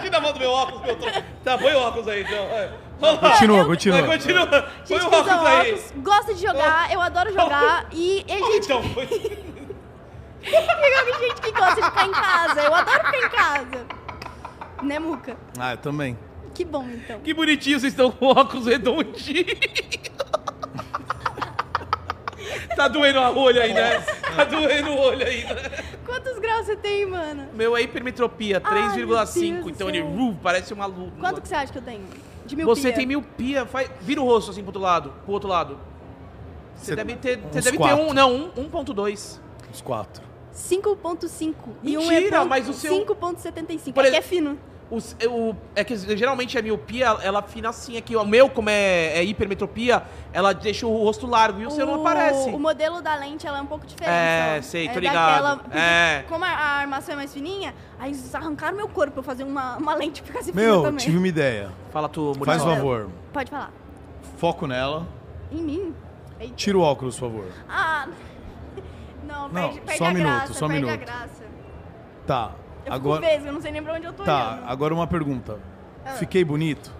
Tira a mão do meu óculos, meu tom. Tá, põe o óculos aí, então. vai. Vamos lá.
Continua,
eu-
continua.
Vai, continua. Põe
Gente
o um
que usa
óculos aí.
óculos, gosta de jogar, eu adoro jogar. E ele,
Então, põe.
Tem gente que gosta de ficar em casa. Eu adoro ficar em casa. Né, Muca?
Ah, eu também.
Que bom, então.
Que bonitinho, vocês estão com óculos redondinhos. tá doendo a olho aí, né? Tá doendo o olho aí, né?
Quantos graus você tem, mano?
Meu é hipermetropia,
meu
3,5.
Deus
Então
do
ele
céu.
uh, parece um aluno.
Quanto que você acha que eu tenho? De mil
Você tem miopia, faz... vira o rosto assim pro outro lado. Pro outro lado. Você
Cê-
deve ter. Você
uns
deve ter
quatro.
um. Não, um, 1.2.
Os quatro.
5.5. E um
Mentira,
é ponto-
mas o seu-
5.75.
Por
É que
ex-
é fino.
Os- eu- é que geralmente a miopia, ela afina assim. Aqui, o meu, como é, é hipermetropia, ela deixa o rosto largo e o, seu não aparece.
O modelo da lente ela é um pouco diferente.
É,
ó.
sei, tô
é
ligado.
daquela-
É.
Como a, a armação é mais fininha, aí eles arrancaram meu corpo pra eu fazer uma, uma lente que ficasse fina
Meu,
também.
tive uma ideia.
Fala tu, Murilo.
Faz um favor.
Pode falar.
Foco nela.
Em mim? Eita.
Tira o óculos, por favor.
Ah. Não, perde, perde
só
a
um minuto,
graça,
só um
perde a
minuto.
graça.
Tá.
Eu
Agora.
fico vesga, eu não sei nem pra onde eu tô
Tá,
olhando.
agora uma pergunta.
Ah.
Fiquei bonito?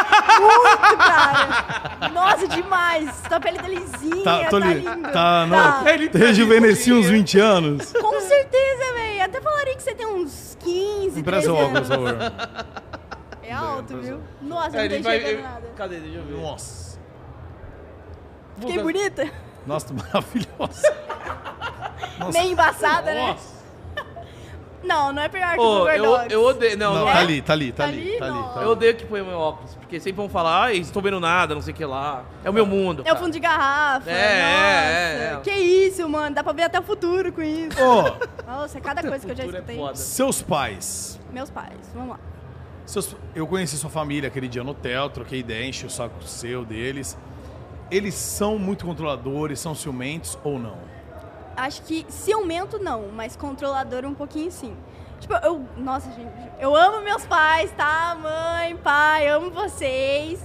Muito, cara. Nossa, demais. Tua pele tá lisinha, tá,
tô li-
lindo.
Tá, não.
Tá.
Ele tá
Rejuvenesci uns
lisinho.
20 anos.
Com certeza, velvéi. Até falaria que você tem uns 15,
Me presta
13
o óculos,
anos.
por favor.
É alto, viu? Nossa,
um É,
eu não
ele
tô
vai-
enxergando
eu-
nada.
Cadê? Deixa eu ver.
Nossa.
Fiquei
Muca-
bonita?
Nossa, maravilhosa. Nossa.
Meio embaçada, né?
Nossa.
Não, não é pior que o
Ô, eu,
Overdogs.
eu odeio. Não,
Não,
não
tá
é.
ali, tá ali, tá
Tá
ali,
ali?
tá ali.
Não.
tá ali.
Eu odeio que põe meu óculos, porque sempre vão falar, ai, estou vendo nada, não sei o que lá. É o meu mundo.
É o
cara.
fundo de garrafa.
É, é,
nossa.
é.
Que isso, mano. Dá pra ver até o futuro com isso.
Ô,
Nossa, é cada coisa que eu já
Cultura é
escutei.
foda.
seus pais.
Meus pais, vamos lá.
Seus- eu conheci sua família aquele dia no hotel, troquei ideia, enchi o saco seu deles. Eles são muito controladores, são ciumentos ou não?
Acho que ciumento não, mas controlador um pouquinho sim. Tipo, eu. Nossa, gente, eu amo meus pais, tá? Mãe, pai, amo vocês.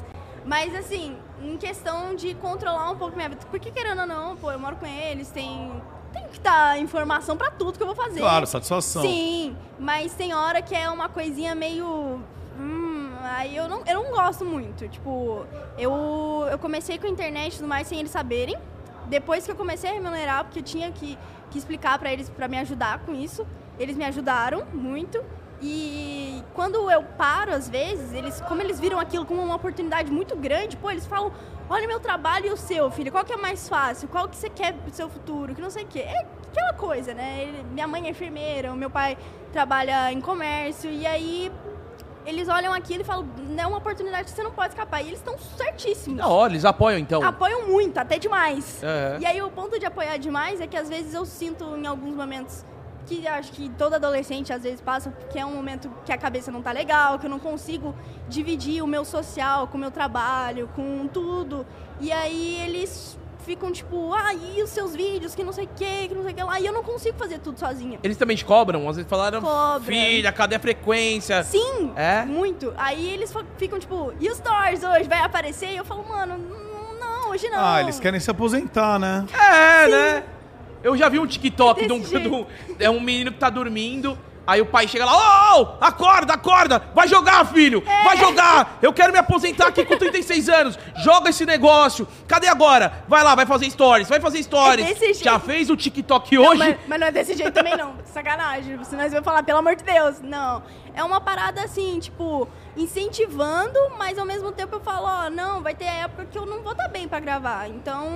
Mas assim, em questão de controlar um pouco minha vida. Porque querendo ou não, pô, eu moro com eles, tem. Tem que dar informação pra tudo que eu vou fazer.
Claro, satisfação.
Sim, mas tem hora que é uma coisinha meio. Hum, aí eu não, eu não gosto muito. Tipo, eu, eu comecei com a internet e tudo mais sem eles saberem. Depois que eu comecei a remunerar, porque eu tinha que, que explicar pra eles pra me ajudar com isso, eles me ajudaram muito. E quando eu paro, às vezes, eles, como eles viram aquilo como uma oportunidade muito grande, pô, eles falam: olha o meu trabalho e o seu, filho, qual que é mais fácil? Qual que você quer pro seu futuro? Que não sei o quê. É aquela coisa, né? Ele- minha mãe é enfermeira, o meu pai trabalha em comércio, e aí eles olham aquilo e falam: não é uma oportunidade que você não pode escapar. E eles estão certíssimos.
Não, Ah, olha, eles apoiam então.
Apoiam muito, até demais.
É.
E aí o ponto de apoiar demais é que às vezes eu sinto em alguns momentos que acho que todo adolescente às vezes passa porque é um momento que a cabeça não tá legal, que eu não consigo dividir o meu social com o meu trabalho, com tudo. E aí eles ficam tipo, ah, e os seus vídeos, que não sei o que, que não sei o que lá. E eu não consigo fazer tudo sozinha.
Eles também te cobram, às vezes falaram,
Cobra.
filha, cadê a frequência?
Sim,
É?
muito. Aí eles fa- ficam tipo, e os stories hoje? Vai aparecer? E eu falo, mano, n- não, hoje não.
Ah, eles querem se aposentar, né?
É, né? Eu já vi um TikTok
É
de um,
desse
de um- é um menino que tá dormindo. Aí o pai chega lá, ô, ô, acorda, acorda, vai jogar, filho,
É.
vai jogar, eu quero me aposentar aqui com 36 anos, joga esse negócio, cadê agora? Vai lá, vai fazer stories, vai fazer stories,
É desse
já
jeito.
fez o TikTok
Não,
hoje?
mas, mas não é desse jeito também, não. Sacanagem. Você nós vai falar, pelo amor de Deus. Não. É uma parada assim, tipo, incentivando, mas ao mesmo tempo eu falo, ó, não, vai ter época que eu não vou estar bem pra gravar. Então.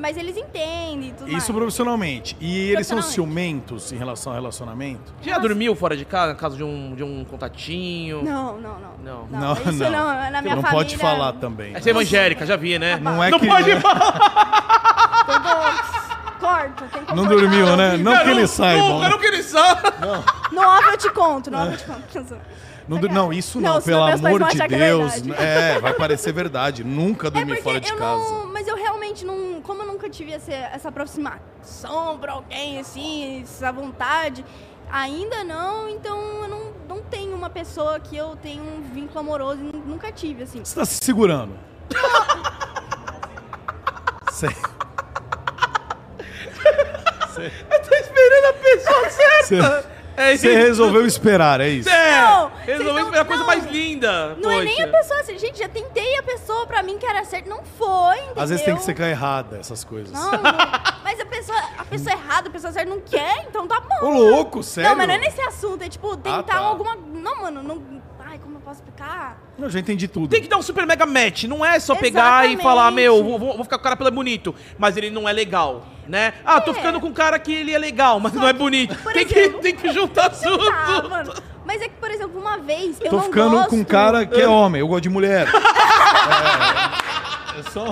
Mas eles entendem e tudo
Isso
mais.
profissionalmente. E eles são
Profissionalmente.
ciumentos em relação ao relacionamento?
Já dormiu fora de casa, na casa de um, de um contatinho?
Não, não,
Não.
não.
Não,
isso
não.
não. Na minha
não
família.
pode falar também. né?
Essa é evangélica, já vi, né?
Não é que-
pode falar.
Todo- Corta, tem que
Não dormiu, né?
cortar.
Não que ele saibam.
Nunca,
né?
não que ele saiba.
No off eu te conto, no off eu te conto.
Não, du- não, isso
Não,
não,
senão
pelo
meus pais vão
amor de
achar que é
Deus.
verdade. É
É, vai parecer verdade. Nunca dormi fora de
eu
casa.
não. Mas eu realmente não. Como eu nunca tive essa, essa aproximação pra alguém, assim, essa vontade, ainda não, então eu não, não tenho uma pessoa que eu tenho um vínculo amoroso e nu- nunca tive, assim.
Você tá se segurando. Você
Eu tô esperando a pessoa certa.
Cê-
É
você resolveu esperar, é isso?
É,
Não, vocês
resolveu
não-
esperar a coisa
não.
mais linda.
Não é nem a
poxa.
pessoa assim, gente, já tentei a pessoa pra mim que era certo, não foi, entendeu?
Às vezes tem que ser errada, essas coisas.
Não, não. mas mas a pessoa, a pessoa é errada, a pessoa certa não quer, então tá bom.
Ô, louco, Hum, sério?
Não, mas não é nesse assunto, é tipo, tentar
tá.
alguma. Não, mano, não. Ai, como eu posso explicar?
Eu já entendi tudo.
Tem que dar um super mega match, não é só pegar e
Exatamente.
falar, meu, vou, vou- vou ficar com o cara pelo bonito, mas ele não é legal, né? Ah, tô
É.
ficando com um cara que ele é legal, mas não é bonito.
por
Tem que,
exemplo,
tem que juntar tudo.
Tá, mano. Mas é que, por exemplo, uma vez eu
Tô
não
ficando
gosto...
com um cara que é homem, eu gosto de mulher. é, é só...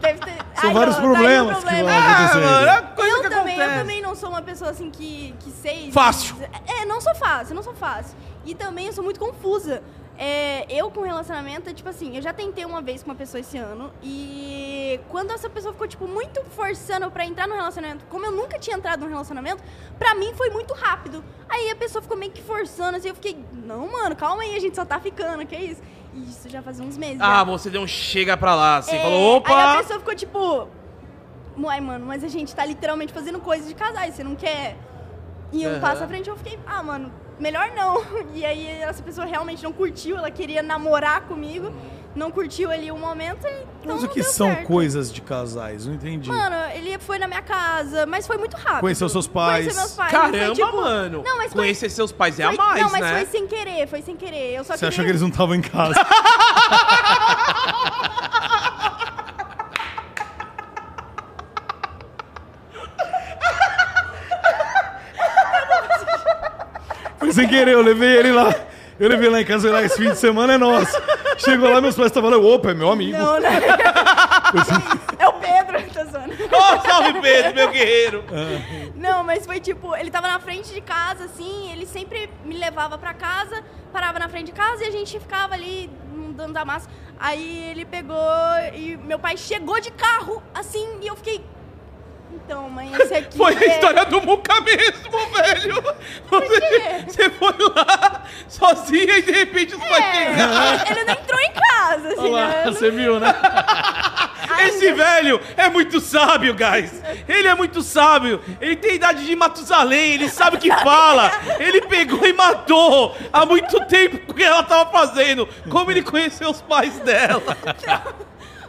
Deve ter...
São
Ai,
vários
não, tá aí um
problemas que
problema.
vão né?
Ah,
acontecer.
mano, é uma coisa
eu
que
também, eu
acontece.
também não sou uma pessoa assim que, que sei.
Fácil.
É, não sou fácil, não sou fácil. E também eu sou muito confusa. É, eu com relacionamento, é tipo assim, eu já tentei uma vez com uma pessoa esse ano e quando essa pessoa ficou, tipo, muito forçando pra entrar no relacionamento, como eu nunca tinha entrado num relacionamento, pra mim foi muito rápido. Aí a pessoa ficou meio que forçando, assim, eu fiquei, não, mano, calma aí, a gente só tá ficando, que isso? Isso já faz uns meses. já.
Ah, você deu um chega pra lá, assim,
É,
falou,
Aí a
opa,
pessoa ficou tipo. Uai, mano, mas a gente tá literalmente fazendo coisas de casais, você não quer ir um
Aham.
passo à frente? Eu fiquei, ah, mano, melhor não. E aí essa pessoa realmente não curtiu, ela queria namorar comigo, não curtiu ali o momento e. Então
Mas o
não
que
deu
são
certo.
coisas de casais? Não entendi.
Mano, ele foi na minha casa, mas foi muito rápido.
Conheceu seus pais.
Conheceu meus pais.
caramba,
foi, tipo,
mano.
Não, mas foi-
Conhecer seus pais é
foi-
a mais,
Não, mas
né?
foi sem querer, foi sem querer. Eu só
Você achou que
queria-
eles não estavam em casa? Foi sem querer, eu levei ele lá. Eu levei lá em casa, eu falei, esse fim de semana é nosso. Chegou lá, meus pais estavam lá, opa, é meu amigo.
Não, né? é o Pedro, tá zoando.
Oh, salve Pedro, meu guerreiro.
Não, mas foi tipo, ele tava na frente de casa, assim, ele sempre me levava pra casa, parava na frente de casa e a gente ficava ali hum, dando da massa. Aí ele pegou e meu pai chegou de carro, assim, e eu fiquei. Então, mãe, esse aqui.
Foi a
é-
história do Muca mesmo, velho. Você,
quê?
você foi lá sozinha e de repente os pais chegaram.
É, ele não entrou em casa, assim,
Olha lá,
né? Eu não-
você viu, né?
Esse velho é muito sábio, guys. Ele é muito sábio. Ele tem idade de Matusalém, ele sabe o que fala. Ele pegou e matou há muito tempo o que ela tava fazendo. Como ele conheceu os pais dela.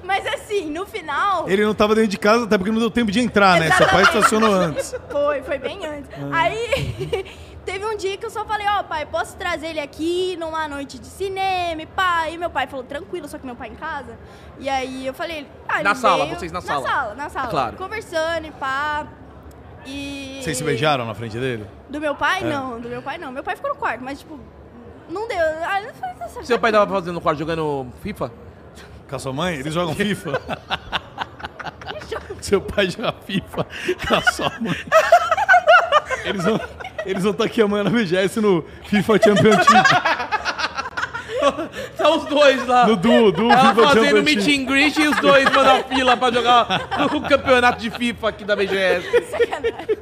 Mas assim, no final.
Ele não estava dentro de casa, até porque não deu tempo de entrar, né? Seu pai
Exatamente.
estacionou antes.
Foi, foi bem antes.
Ah.
Aí teve um dia que eu só falei, ó, pai, posso trazer ele aqui numa noite de cinema, e pai. E meu pai falou, tranquilo, só que meu pai em casa. E aí eu falei, ah, ele
Na sala,
veio-
vocês na
Na
sala.
sala, na sala.
Claro.
Conversando e pá. E.
Vocês se beijaram na frente dele?
Do meu pai?
É.
Não, do meu pai não. Meu pai ficou no quarto, mas tipo, não deu. Ah, não foi-
Seu pai tava fazendo no quarto jogando FIFA?
Com a sua mãe? Eles jogam FIFA? Seu pai joga FIFA com a sua mãe. Eles vão eles vão estar aqui amanhã na VGS no FIFA Championship.
Tá os dois lá.
No duo, duo
Ela
FIFA assim.
fazendo meet
Championship.
and greet e os dois mano, na fila pra jogar o campeonato de FIFA aqui da BGS.
Sacanagem.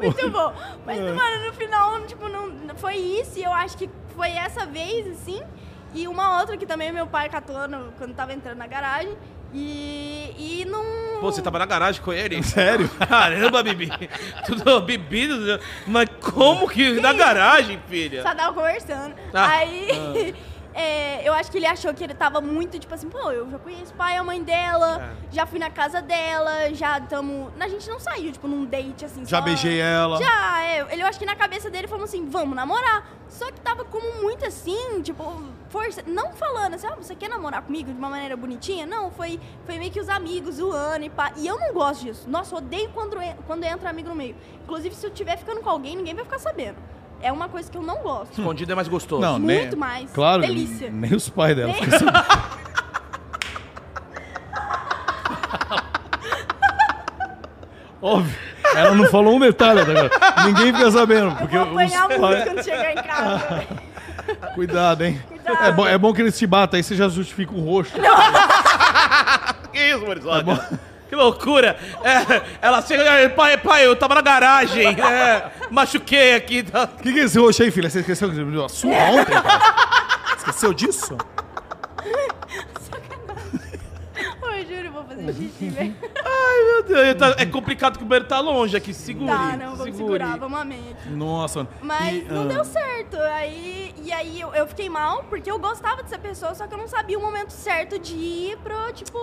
Muito bom. Mas,
É.
mano, no final, tipo, não, foi isso. E eu acho que foi essa vez, assim. E uma outra que também meu pai catou no- quando tava entrando na garagem. E, e não...
Pô, você tá tava na garagem com ele?
Sério?
Caramba, Bibi. Tudo bebido. Mas como que na garagem, filha?
Só tava conversando.
Ah.
Aí... é, eu acho que ele achou que ele tava muito, tipo assim, pô, eu já conheço o pai e a mãe dela,
É.
já fui na casa dela, já tamo... A gente não saiu, tipo, num date, assim,
Já
só-
beijei ela.
Já, é, ele, eu acho que na cabeça dele falou assim, vamos namorar. Só que tava como muito assim, tipo, força, não falando assim, ah, você quer namorar comigo de uma maneira bonitinha? Não, foi, foi meio que os amigos, o ano e pá. E eu não gosto disso. Nossa, eu odeio quando, en- quando entra amigo no meio. Inclusive, se eu tiver ficando com alguém, ninguém vai ficar sabendo. É uma coisa que eu não gosto.
Escondido é mais gostoso.
Não,
Muito
nem-
mais.
Claro,
Delícia.
nem os pais dela.
Nem-
ficam sabendo. Óbvio. Ela não falou um detalhe até agora. Ninguém fica sabendo. Porque
eu vou apanhar
os
muito
pais-
quando chegar em casa.
Cuidado, hein?
Cuidado.
É, bom, é bom que eles te batam, aí você já justifica o rosto.
Que isso, Marisola? que loucura. É, ela chega e pai, pai, eu tava na garagem. é, machuquei aqui. tá?"
O que, que é esse roxo aí, filha? Você esqueceu que você me deu uma surra ontem, cara? Esqueceu disso?
Eu juro, eu vou fazer xixi, velho.
Ai, meu Deus, tá- É complicado que o Berto tá longe aqui. Segure.
Tá, não, vamos
segure.
segurar, vamos amém aqui.
Nossa, mano.
Mas
E,
não
ah,
deu certo. Aí, e aí eu, eu fiquei mal, porque eu gostava dessa pessoa, só que eu não sabia o momento certo de ir pro, tipo...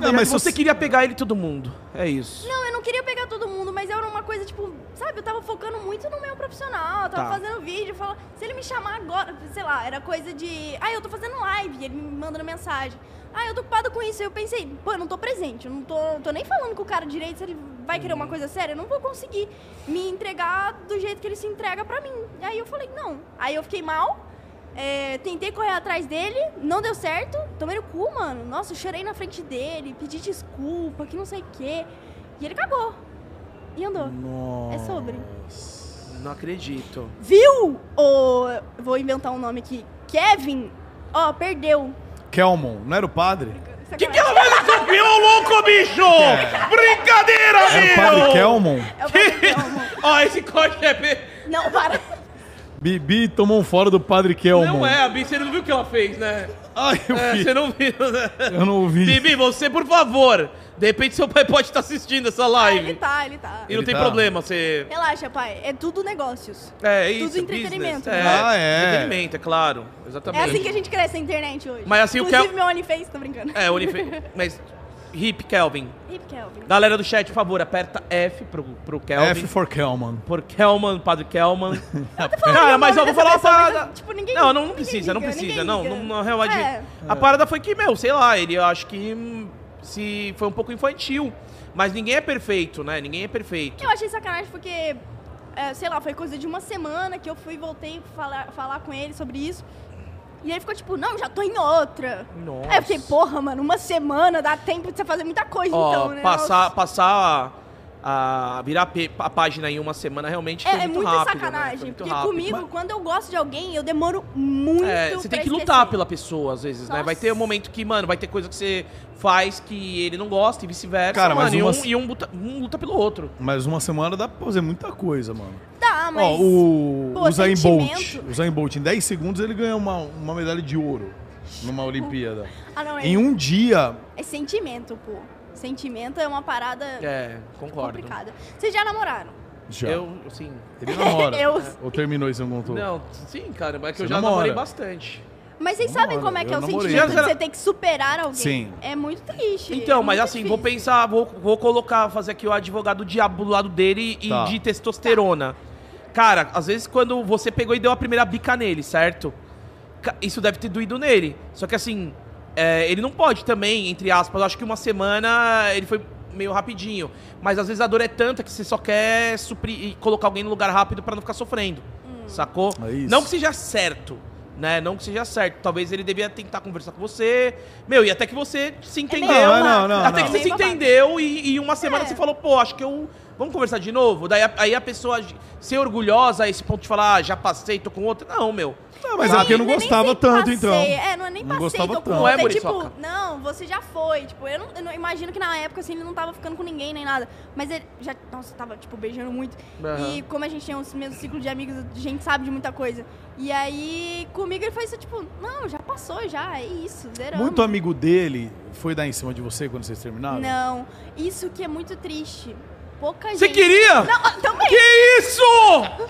Não,
verdade,
mas
você
se-
queria pegar ele e todo mundo. É isso.
Não, eu não queria pegar todo mundo, mas era uma coisa, tipo, sabe, eu tava focando muito no meu profissional, eu tava
Tá.
fazendo vídeo, fala, se ele me chamar agora, sei lá, era coisa de, ah, eu tô fazendo live, e ele me mandando mensagem. Ah, eu tô ocupado com isso. Eu pensei, pô, eu não tô presente, eu não tô, não tô nem falando com o cara direito, se ele vai querer uma coisa séria, eu não vou conseguir me entregar do jeito que ele se entrega pra mim. Aí eu falei, não. Aí eu fiquei mal, é, tentei correr atrás dele, não deu certo, tomei no cu, mano. Nossa, eu chorei na frente dele, pedi desculpa, que não sei o quê. E ele cagou. E andou.
Nossa.
É sobre.
Não acredito.
Viu? O. Vou inventar um nome aqui. Kevin, ó, perdeu.
Kelmon, não era o padre?
Que que ela vai Viu, louco, bicho?
É.
Brincadeira,
Era o
meu!
padre Kelmon?
É o Padre Kelmon.
Ó, esse corte é... pe-
Não, para.
Bibi tomou um fora do padre Kelmon.
Não é, a Bi, você não viu o que ela fez, né?
Ai, eu,
É,
vi.
você não viu, né?
eu não ouvi.
Bibi, você, por favor. De repente, seu pai pode estar assistindo essa
Ah,
live.
ele tá, ele tá.
E não
Ele
tem
tá?
problema, você...
Relaxa, pai. É tudo negócios.
É
Tudo
isso,
entretenimento,
business.
né? Ah,
é.
é.
Entretenimento, é claro. Exatamente.
É assim que a gente cresce na internet hoje.
Mas assim, o
Inclusive,
Kel-
meu OnlyFans, tô brincando.
É, Unife... Mas, Hip Kelvin.
Hip Kelvin.
Galera do chat, por favor, aperta F pro, pro Kelvin.
F for Kelmon.
Por Kelman, Padre Kelman.
falando
Cara,
o
mas
nome
eu vou falar uma
dessa pessoa, mas,
parada.
tipo, ninguém-
não, não, não
ninguém
precisa, não
liga,
precisa.
ninguém
Não,
liga.
não, não, realmente.
É.
A parada foi que, meu, sei lá, ele eu acho que hum, se foi um pouco infantil. Mas ninguém é perfeito, né? Ninguém é perfeito.
Eu achei sacanagem porque, é, sei lá, foi coisa de uma semana que eu fui e voltei falar, falar com ele sobre isso. E ele ficou tipo, não, já tô em outra.
Nossa.
Aí eu fiquei, porra, mano, uma semana dá tempo de você fazer muita coisa,
Ó,
então, né?
passar,
Nossa.
passar a, a virar pe- a página em uma semana realmente foi
É, é
muito
muita
rápido, né? Foi
sacanagem,
muito
porque
rápido.
comigo, quando eu gosto de alguém, eu demoro muito
É, você tem
pra
que lutar
esquecer.
pela pessoa, às vezes, né?
Nossa.
Vai ter um momento que, mano, vai ter coisa que você faz que ele não gosta e vice-versa.
Cara,
mano,
mas
e, um,
umas-
e um luta, um luta pelo outro.
Mas uma semana dá pra fazer muita coisa, mano.
Tá, mas...
Ó, o
pô,
o Usain Bolt.
sentimento.
O Usain Bolt, em 10 segundos, ele ganha uma, uma medalha de ouro numa Olimpíada.
Ah, não, é,
Em um dia,
é sentimento, pô. Sentimento é uma parada
É, concordo.
complicada. Vocês já namoraram?
já.
Eu, assim.
Ele namora. Né?
Eu-
Ou terminou isso, não contou?
Não, sim, cara, mas é que
Você
eu já
namora.
namorei bastante.
Mas vocês
Namora,
sabem como é que é
eu
o
namorei.
sentimento de
Já-
você ter que superar alguém?
Sim.
É muito triste.
Então,
é
mas
muito
assim, vou
difícil.
pensar, vou, vou colocar, fazer aqui o advogado do diabo do lado dele e
Tá.
de testosterona. Cara, às vezes quando você pegou e deu a primeira bica nele, certo? Ca- Isso deve ter doído nele. Só que assim, é, ele não pode também, entre aspas, eu acho que uma semana ele foi meio rapidinho. Mas às vezes a dor é tanta que você só quer suprir e colocar alguém no lugar rápido pra não ficar sofrendo.
Hum.
Sacou?
É isso.
Não que seja certo. Né? Não que seja certo. Talvez ele devia tentar conversar com você. Meu, e até que você se
É meio
entendeu.
Não,
babaca,
não, não,
Até
é
não.
que você
meio
se
babaca.
entendeu e, e uma semana
É.
você falou, pô, acho que eu. Vamos conversar de novo? Daí a- aí a pessoa ag- ser orgulhosa a esse ponto de falar, ah, já passei, tô com outro. Não, meu.
Ah, mas é porque eu não
é nem
gostava
sempre
tanto,
passei.
então.
É, não é nem
Não
passei,
gostava
tô com
tanto.
Não é
outra,
muriçoca.
tipo, não, você já foi. Tipo, eu não, eu não imagino que na época, assim, ele não tava ficando com ninguém nem nada. Mas ele já, nossa, tava, tipo, beijando muito.
Aham.
E como a gente tem o mesmo ciclo de amigos, a gente sabe de muita coisa. E aí, comigo ele foi isso, tipo, não, já passou, já, é isso, zeramos.
Muito amigo dele foi dar em cima de você quando vocês terminaram?
Não, isso que é muito triste. Pouca
Você
gente...
queria?
Não, ah, também,
Que isso?
eu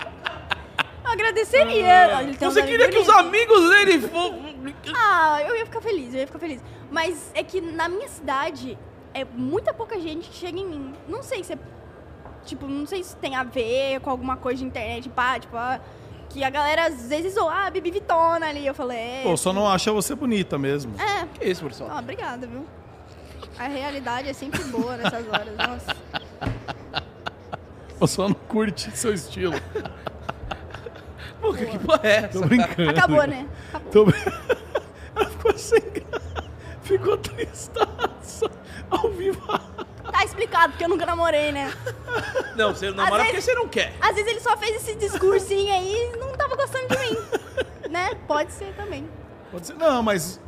agradeceria. Olha, ele tá tem um uns
Você queria
amigos
que os
bonitos.
amigos dele. fo- hum,
Ah, eu ia ficar feliz, eu ia ficar feliz. Mas é que na minha cidade é muita pouca gente que chega em mim. Não sei se é. Tipo, não sei se tem a ver com alguma coisa de internet, pá, tipo, ah, que a galera às vezes zoa, ah, Bibi Vitona ali. Eu falei, é.
Pô, só não acha você bonita mesmo.
É,
Que isso, pessoal?
ó, obrigada, viu? A realidade é sempre boa nessas horas, nossa.
Ou só não curte seu estilo.
Pô, que porra é essa?
Tô brincando.
Acabou, né? Acabou.
Tô... Ela ficou sem graça. Ficou tristaça. Ao vivo.
Tá explicado, porque eu nunca namorei, né?
Não, você não namora
Às
porque
vezes-
você não quer.
Às vezes ele só fez esse discursinho aí e não tava gostando de mim. Né? Pode ser também.
Pode ser. Não, mas.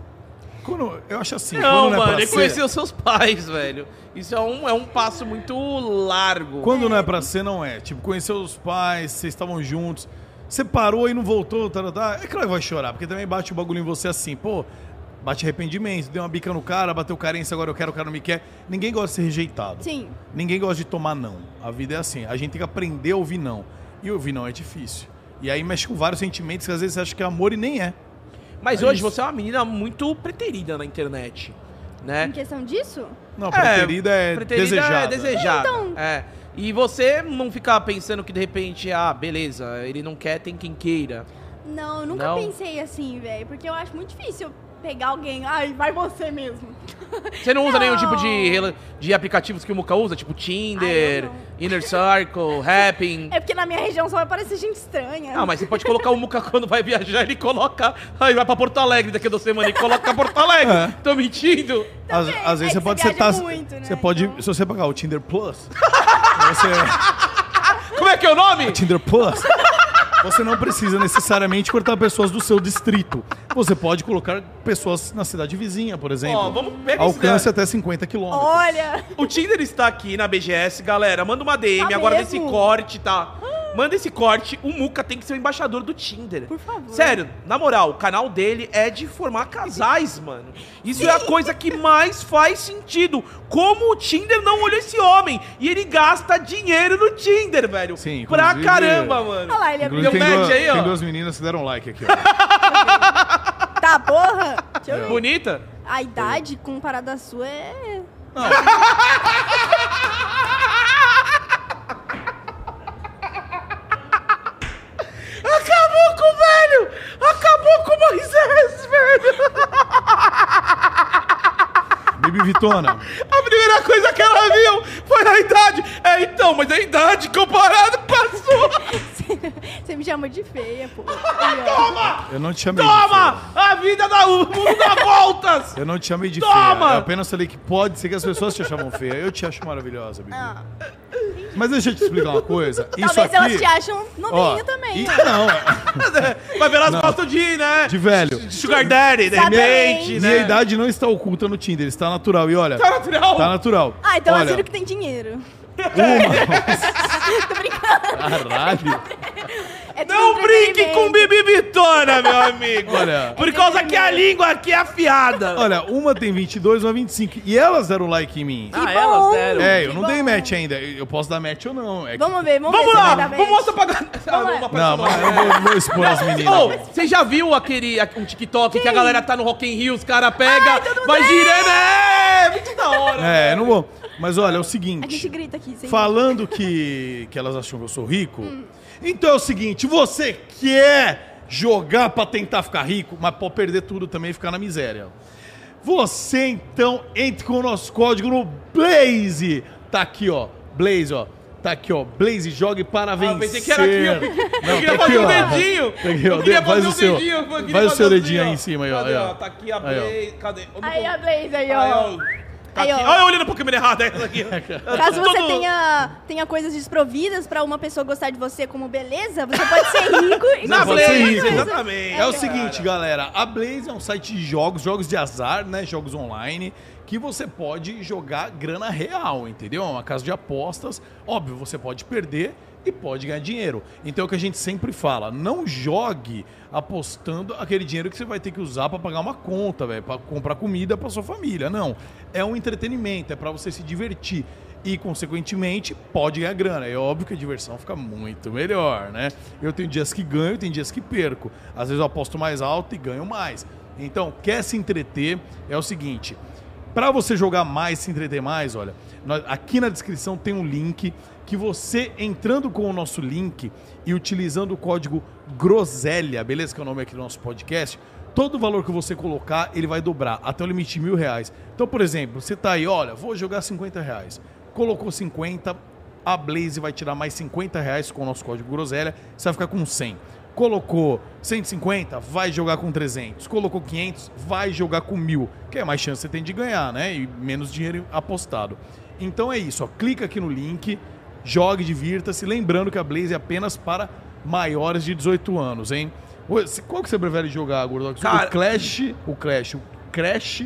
quando- Eu acho assim.
Não,
quando não é
mano,
pra
ele
ser-
conheceu seus pais, velho. Isso é um, é um passo muito largo.
Quando não é pra ser, não é. Tipo, conheceu os pais, vocês estavam juntos, separou e não voltou, tá, tá, tá. É claro que vai chorar, porque também bate o bagulho em você assim, pô, Bate arrependimento, deu uma bica no cara, bateu carência, agora eu quero, o cara não me quer. Ninguém gosta de ser rejeitado.
Sim.
Ninguém gosta de tomar não. A vida é assim. A gente tem que aprender a ouvir não. E ouvir não é difícil. E aí mexe com vários sentimentos que às vezes você acha que é amor e nem é.
Mas
É
hoje
isso.
você é uma menina muito preterida na internet,
Em
É.
né?
questão disso?
Não, preterida é,
preterida
desejada.
é desejada.
Então-
é. E você não ficar pensando que de repente, ah, beleza, ele não quer, tem quem queira.
Não, eu nunca
Não?
pensei assim, velho. Porque eu acho muito difícil eu pegar alguém. Ai, vai você mesmo.
Você não usa nenhum
Não.
tipo de, rela- de aplicativos que o Muka usa, tipo Tinder,
Ah, eu não.
Inner Circle, Happn.
É porque na minha região só vai aparecer gente estranha.
Não, mas você pode colocar o Muca quando vai viajar, ele coloca. Aí vai pra Porto Alegre daqui a duas semanas e coloca Porto Alegre.
É.
Tô mentindo?
Às,
Também,
às
é
vezes
que
você pode
você
setar.
viaja muito, né?
Você pode.
Então-
Se você pagar o Tinder Plus, você,
Como é que é o nome?
Tinder Plus, você não precisa necessariamente cortar pessoas do seu distrito. Você pode colocar pessoas na cidade vizinha, por exemplo.
Ó, vamos pegar esse
Alcance
dado.
até 50 quilômetros.
Olha,
O Tinder está aqui na BGS, galera. Manda uma DM
Tá
agora
mesmo? Ah.
desse corte, tá? Manda esse corte. O Muca tem que ser o embaixador do Tinder.
por favor.
Sério, na moral, o canal dele é de formar casais, mano. Isso é a coisa que mais faz sentido. Como o Tinder não olhou esse homem? E ele gasta dinheiro no Tinder, velho.
Sim,
pra
inclusive-
caramba, mano.
Olha lá, ele é
Inclusive,
Deu
abriu.
tem,
match
duas,
aí, ó.
tem duas meninas que deram like aqui. ó.
Tá, porra! Deixa
É.
eu ver.
Bonita?
A idade comparada à sua é.
Acabou com o velho! Acabou com o Moisés, velho!
Bibi Vitona,
A primeira coisa que ela viu foi a idade. É, então, mas a idade comparado com a sua.
Você me chama de feia, pô.
Toma!
eu não te chamei. de feio.
Toma! A vida dá, o mundo dá voltas!
Eu não te chamei de
Toma!
feia. Eu apenas falei que pode ser que as pessoas te chamam feia. Eu te acho maravilhosa, Bibi.
Ah,
Mas deixa eu te explicar uma coisa. Isso
Talvez elas te
aqui,
acham
ó,
novinho também.
e-
né?
não,
Vai ver elas
Não.
gostam de, né?
de velho.
De Sugar Daddy, de
Exatamente.
repente,
Minha
né?
idade não está oculta no Tinder, está natural. E olha,
Tá natural.
tá natural.
Ah, então eu
olha,
juro que tem dinheiro.
Caralho.
É tudo
Não brinque
entretenimento.
com Bibi Bitona, meu amigo.
Olha.
Por causa que a língua aqui é afiada.
Olha, uma tem 22, uma 25. E elas deram like em mim.
Ah,
Que
elas
bom.
deram.
é, eu não
que
dei
bom.
match ainda. Eu posso dar match ou não. É que-
Vamos ver, vamos,
Vamos
ver.
lá,
se vai dar
vamos
match.
mostrar pra galera. Ah,
Vamos
não,
lá.
Não,
personagem.
mas é, eu vou, eu vou expor as meninas.
Ô, você já viu aquele a- um TikTok que a galera tá no Rock in Rio, os caras pega, vai girando, é, muito da hora.
É, eu não vou. Mas olha, é o
A gente
seguinte.
grita aqui, sem
Falando que, que elas acham que eu sou rico. Então é o seguinte, você quer jogar pra tentar ficar rico, mas pode perder tudo também e ficar na miséria. Você então entre com o nosso código no Blaze. Tá aqui, ó. Blaze, ó. Tá aqui, ó. Blaze, jogue para vencer.
eu Ah, pensei que era aqui, eu- eu queria
tá aqui,
fazer um
ó.
dedinho.
Tá aqui, ó.
Eu queria
Faz
fazer
o
um
seu,
dedinho, eu queria
Faz o seu
fazer
dedinho
assim,
aí
ó.
em cima, aí, ó.
Cadê,
aí,
Tá aqui a
Aí, ó.
Blaze, cadê? Ô,
Aí a
Mucão.
Blaze
Aí,
aí,
ó.
ó.
Tá
Aí,
aqui.
ó.
Olha eu olhando pra câmera errada, essa aqui.
Caso você
Todo-
tenha, tenha coisas desprovidas pra uma pessoa gostar de você como beleza, você pode ser rico e
Na
não
pode ser
Blaze,
rico.
exatamente.
É o seguinte, galera, a Blaze é um site de jogos, jogos de azar, né? Jogos online, que você pode jogar grana real, entendeu? É uma casa de apostas. Óbvio, você pode perder e pode ganhar dinheiro. Então é o que a gente sempre fala: não jogue apostando aquele dinheiro que você vai ter que usar pra pagar uma conta, velho, pra comprar comida pra sua família. Não. É um entretenimento, é pra você se divertir. E, consequentemente, pode ganhar grana. É óbvio que a diversão fica muito melhor, né? Eu tenho dias que ganho, tem dias que perco. Às vezes eu aposto mais alto e ganho mais. Então, quer se entreter? É o seguinte. Para você jogar mais, se entreter mais, olha, nós- aqui na descrição tem um link que você entrando com o nosso link e utilizando o código Groselha, beleza? Que é o nome aqui do nosso podcast. Todo o valor que você colocar, ele vai dobrar até o limite de mil reais. Então, por exemplo, você tá aí, olha, vou jogar 50 reais. Colocou 50, a Blaze vai tirar mais 50 reais com o nosso código Groselha, você vai ficar com 100. Colocou 150, vai jogar com 300. Colocou 500, vai jogar com 1.000. Que é mais chance você tem de ganhar, né? E menos dinheiro apostado. Então é isso, ó. clica aqui no link, jogue, divirta-se. Lembrando que a Blaze é apenas para maiores de 18 anos, hein? Ô, se- Qual que você prefere jogar, Gordox?
Cara-
O Clash, o Clash, o Crash,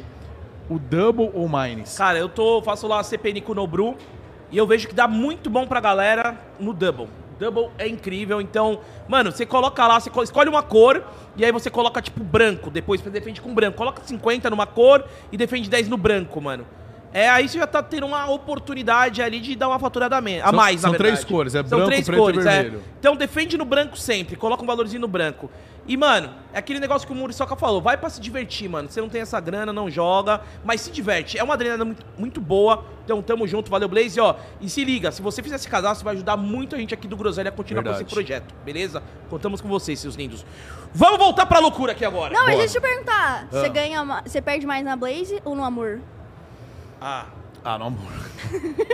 o Double ou Mines?
Cara, eu tô, faço lá a CPN com o Nobru e eu vejo que dá muito bom pra galera no Double. Double é incrível, então, mano, você coloca lá, você co- escolhe uma cor e aí você coloca tipo branco, depois você defende com branco. Coloca 50 numa cor e defende 10 no branco, mano. É, aí você já tá tendo uma oportunidade ali de dar uma faturada a, men- a
São-
mais, na
são três
verdade.
cores, é branco, preto e vermelho.
Então defende no branco sempre, coloca um valorzinho no branco. E, mano, é aquele negócio que o Muriçoca falou, vai pra se divertir, mano. Você não tem essa grana, não joga, mas se diverte. É uma adrenalina muito, muito boa, então tamo junto, valeu, Blaze. E, ó, e se liga, se você fizer esse cadastro, vai ajudar muito a gente aqui do Groselha a continuar com
Verdade.
esse projeto, beleza? Contamos com vocês, seus lindos. Vamos voltar pra loucura aqui agora.
Não, mas
Boa.
deixa eu te perguntar.
Ah.
Você ganha, ma- você perde mais na Blaze ou no amor?
Ah,
Ah, não, amor.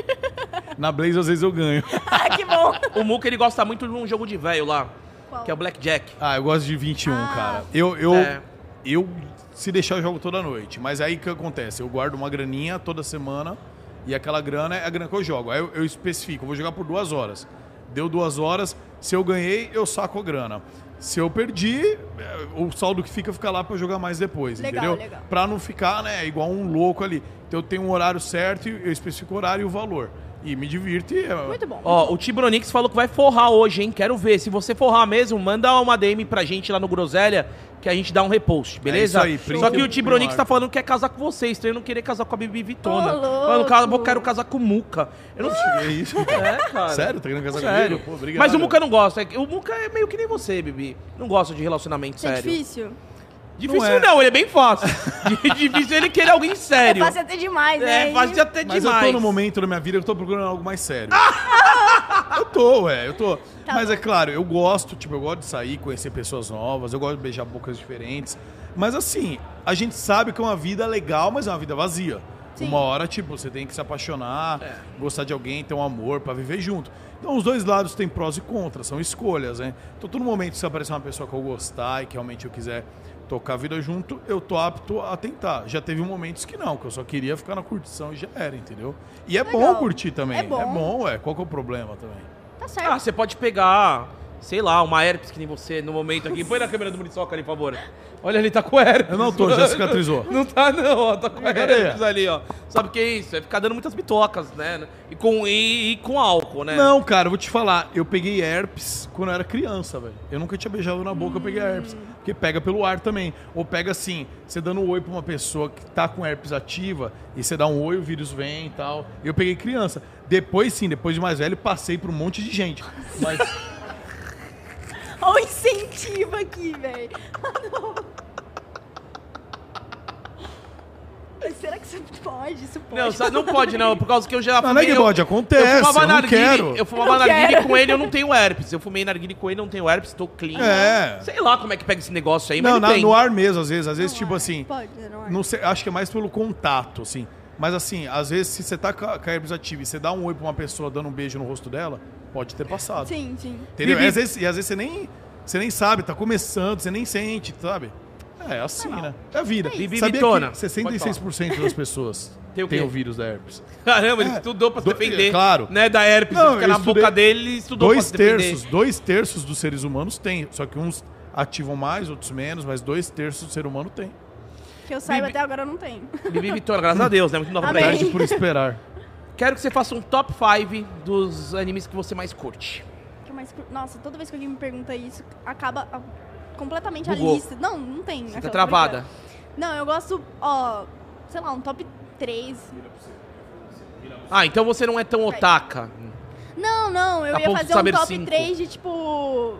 Na Blaze, às vezes eu ganho.
ah, que bom.
o Muca, ele gosta muito de um jogo de velho lá,
Qual?
que é o Blackjack.
Ah, eu gosto de 21,
Ah.
cara. Eu, eu,
É.
eu, se deixar, eu jogo toda noite. Mas aí o que acontece? Eu guardo uma graninha toda semana e aquela grana é a grana que eu jogo. Aí eu, eu especifico, eu vou jogar por duas horas. Deu duas horas, se eu ganhei, eu saco a grana. Se eu perdi, é, o saldo que fica fica lá pra eu jogar mais depois,
Legal,
entendeu?
legal.
Pra não ficar, né, igual um louco ali. Então eu tenho um horário certo, e eu especifico o horário e o valor. E me divirto e... é-
Muito bom.
Ó, o Tibronix falou que vai forrar hoje, hein? Quero ver. Se você forrar mesmo, manda uma DM pra gente lá no Groselha, que a gente dá um repost, beleza?
É isso aí,
Só
print
que o
no
Tibronix
ar.
tá falando que quer casar com vocês, então eu não queria casar com a Bibi Vitona.
Ô,
Mano, cara, eu
louco.
quero casar com o Muca. Eu não
É isso.
É, cara.
Sério? Tá querendo casar
Sério.
comigo? Pô, obrigado.
Mas o Muca não gosta. O Muca é meio que nem você, Bibi. Não gosta de relacionamento
Isso é
sério.
difícil.
Difícil
Não é.
não, ele é bem fácil. Di- difícil ele querer alguém
É
sério.
fácil até demais, né?
É, fácil até
Mas
demais.
eu tô num momento da minha vida que eu tô procurando algo mais sério. eu tô, ué, eu tô.
Tá
mas
bom.
é claro, eu gosto, tipo, eu gosto de sair, conhecer pessoas novas, eu gosto de beijar bocas diferentes. Mas assim, a gente sabe que é uma vida legal, mas é uma vida vazia.
Sim.
Uma hora, tipo, você tem que se apaixonar, gostar de alguém, ter um amor pra viver junto. Então, os dois lados têm prós e contras, são escolhas, né? Então, todo momento, se aparecer uma pessoa que eu gostar e que realmente eu quiser tocar a vida junto, eu tô apto a tentar. Já teve momentos que não, que eu só queria ficar na curtição e já era, entendeu? E é
Legal.
bom curtir também.
É bom.
é bom, ué. Qual que é o problema também?
Tá
Ah,
certo.
você pode pegar, sei lá, uma herpes que nem você no momento aqui. Põe na câmera do Muriçoca ali, por favor. Olha, ele tá com herpes.
Eu não tô, já cicatrizou.
Não tá, não, ó. Tá com
Cadê?
herpes ali, ó. Sabe o que é isso? É ficar dando muitas bitocas, né? E com, e, e com álcool, né?
Não, cara, eu vou te falar. Eu peguei herpes quando eu era criança, velho. Eu nunca tinha beijado na boca, eu
Hum.
peguei herpes. Porque pega pelo ar também. Ou pega assim, você dando um oi pra uma pessoa que tá com herpes ativa, e você dá um oi, o vírus vem e tal. Eu peguei criança. Depois sim, depois de mais velho, passei por um monte de gente. Mas
Ah.
Olha o incentivo aqui, velho. Ah, Mas será que isso pode? Isso pode.
Não, sabe, não pode, não, por causa que eu já
Não, não é que
eu-
pode, acontece, eu não
narguile,
quero.
Eu fumava
Eu não
narguile
quero.
com ele, eu não tenho herpes. Eu fumei narguile com ele, não tenho herpes, tô clean.
É.
Sei lá como é que pega esse negócio aí, mas
não,
não,
na-
tem.
no ar mesmo, às vezes. Às vezes,
Não
tipo
é.
assim.
Pode, não é.
Não sei, acho que é mais pelo contato, assim. Mas assim, às vezes, se você tá com a com a herpes ativa e você dá um oi pra uma pessoa dando um beijo no rosto dela, pode ter passado.
Sim, sim.
Entendeu?
Bibi.
E às, vezes, e às vezes você nem, você nem sabe, tá começando, você nem sente, sabe? É assim, né? É a vida.
Bibi
Sabia
Vitona,
que 66% das pessoas
Tem o
tem,
quê?
o vírus da herpes.
Caramba, ele
É.
estudou pra se
Do-
defender.
claro.
Né, da herpes,
Não,
fica
eu
na
estudei-
boca dele, ele estudou
Dois
pra se defender.
terços, dois terços dos seres humanos tem. Só que uns ativam mais, outros menos, mas dois terços do ser humano tem.
Que eu saiba
Bibi-
até agora não tem.
Bibi Vitória, graças a Deus, né? Muito nova pra
Amém.
ele.
Perde por esperar.
Quero que você faça um top 5 dos animes que você mais curte.
O que mais cur- Nossa, toda vez que alguém me pergunta isso, acaba ah, completamente
Bugou.
a lista. Não, não tem.
Você tá
aquela-
travada.
Não, eu gosto, ó, sei lá, um top 3.
Ah, então você não é tão otaka.
Não, não, eu
A
ia
ponto de
fazer
Tá saber
um top
cinco.
3 de tipo.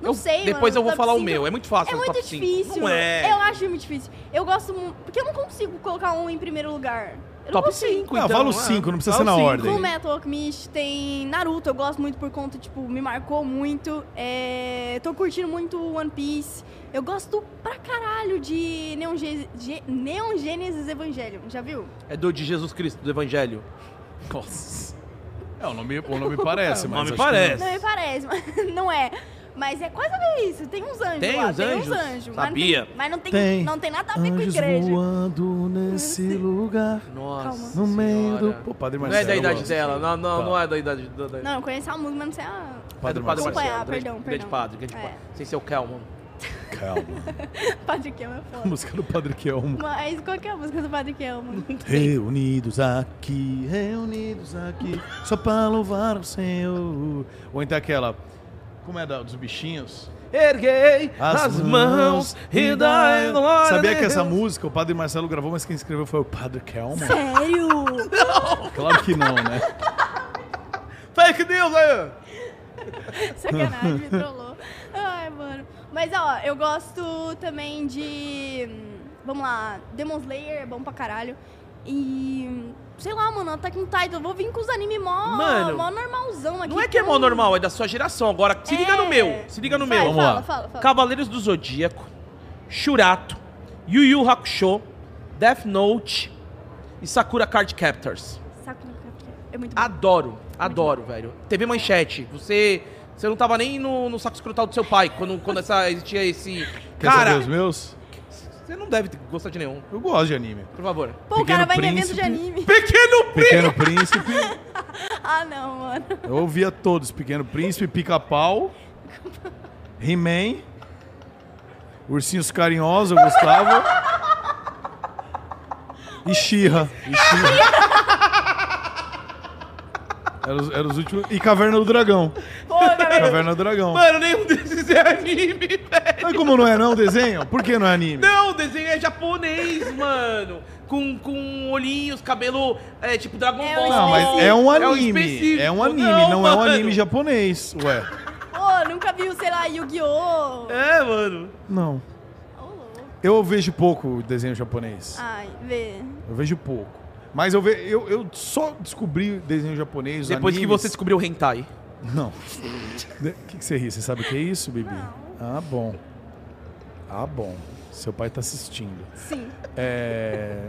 Não sei,
Depois
mano,
eu vou
top
falar o
cinco.
meu. É muito fácil
É
no
muito
top cinco.
difícil.
Não é.
Eu acho muito difícil. Eu gosto. mu- Porque eu não consigo colocar um em primeiro lugar. Eu não
Top
consigo.
5,
Ah,
então.
fala os
é.
cinco, não precisa ser
Fala
na
os cinco.
ordem.
Full Metal Alchemist tem Naruto, eu gosto muito por conta, tipo, me marcou muito. É, tô curtindo muito One Piece. Eu gosto pra caralho de Neon, Ge- Ge- Neon Genesis Evangelion, já viu?
É do de Jesus Cristo, do Evangelho.
Nossa. É, o nome, o nome parece,
O
mas.
nome
acho que
parece.
Não me parece, mas não é. Mas é quase a ver isso. Tem uns anjos
Tem
lá,
uns
tem uns
anjos?
anjos.
Sabia.
Mas não tem, mas não tem,
Tem
não tem nada a
não.
ver tá com
Anjos
igreja.
voando nesse lugar.
Nossa.
No meio do.
senhora.
Pô, Padre
Não
Marcelo.
é da
eu
idade
gosto.
dela, não, não,
Tá.
não é da idade. Da, da-
Não, eu conheço a música, mas não sei a...
É
Padre
do Padre
Marcelo.
Marcelo.
Acompanhar,
é grande-
perdão,
Grande
perdão.
padre, grande
É.
padre. Sem ser o Kelman.
Calma.
Padre Kelmo é foda.
Música do Padre Kelmo.
Mas qual que é a música do Padre Kelmo?
Reunidos aqui, reunidos aqui, só pra louvar o Senhor. Ou então aquela, como é da, dos bichinhos?
Erguei as, mãos e dai glória.
Sabia
a
que essa
Deus.
música o Padre Marcelo gravou, mas quem escreveu foi o Padre Kelmo?
Sério?
Claro que não, né?
Fake news aí!
Sacanagem, me trollou. Ai, mano. Mas, ó, eu gosto também de... hum, Vamos lá, Demon Slayer é bom pra caralho. E... hum, Sei lá, mano, Attack on Titan. Eu vou vir com os anime mó,
Mano,
mó normalzão aqui. então
Não é que é mó
tão-
normal, é da sua geração. Agora, se liga
É.
no meu. Se liga no
Vai,
meu.
Vamos
fala,
lá.
Fala, fala,
Cavaleiros do Zodíaco, Shurato, Yu Yu Hakusho, Death Note e Sakura Card Captors.
Saco no capim. É muito
Ah,
bom.
Adoro, adoro, velho. TV Manchete, você você não tava nem no, no saco escrotal do seu pai quando, quando essa, existia esse...
Quer
Cara,
saber os meus?
você não deve ter- gostar de nenhum,
Eu gosto de anime.
por favor.
Pô, o
Pequeno
cara vai em evento de
Príncipe.
anime.
Pequeno Príncipe!
Pequeno Príncipe,
Ah, não, mano.
eu ouvia todos. Pequeno Príncipe, Pica-Pau, He-Man, Ursinhos Carinhosos, eu gostava. E Xirra. Eram os, era os últimos. E Caverna do Dragão.
Pô, galera.
Caverna do Dragão.
Mano, nenhum desses é anime, velho.
Mas como não é não desenho? Por que não é anime?
Não, o desenho é japonês, mano. Com, com olhinhos, cabelo, é, tipo Dragon
É
Ball.
um
Não, mas é um anime.
específico.
É um anime, não, é um
mano.
anime japonês. Ué.
Pô, nunca viu, sei lá, Yu-Gi-Oh!
É, mano.
Não.
Ô, louco.
Eu vejo pouco desenho japonês.
Ai, vê.
Eu vejo pouco. Mas eu, ve... eu, eu só descobri desenho japonês.
Depois que
animes-
você descobriu o hentai.
Não. De- O que, que você ri? Você sabe o que é isso, Bibi?
Não.
Ah, bom. Ah, bom. Seu pai tá assistindo.
Sim.
É.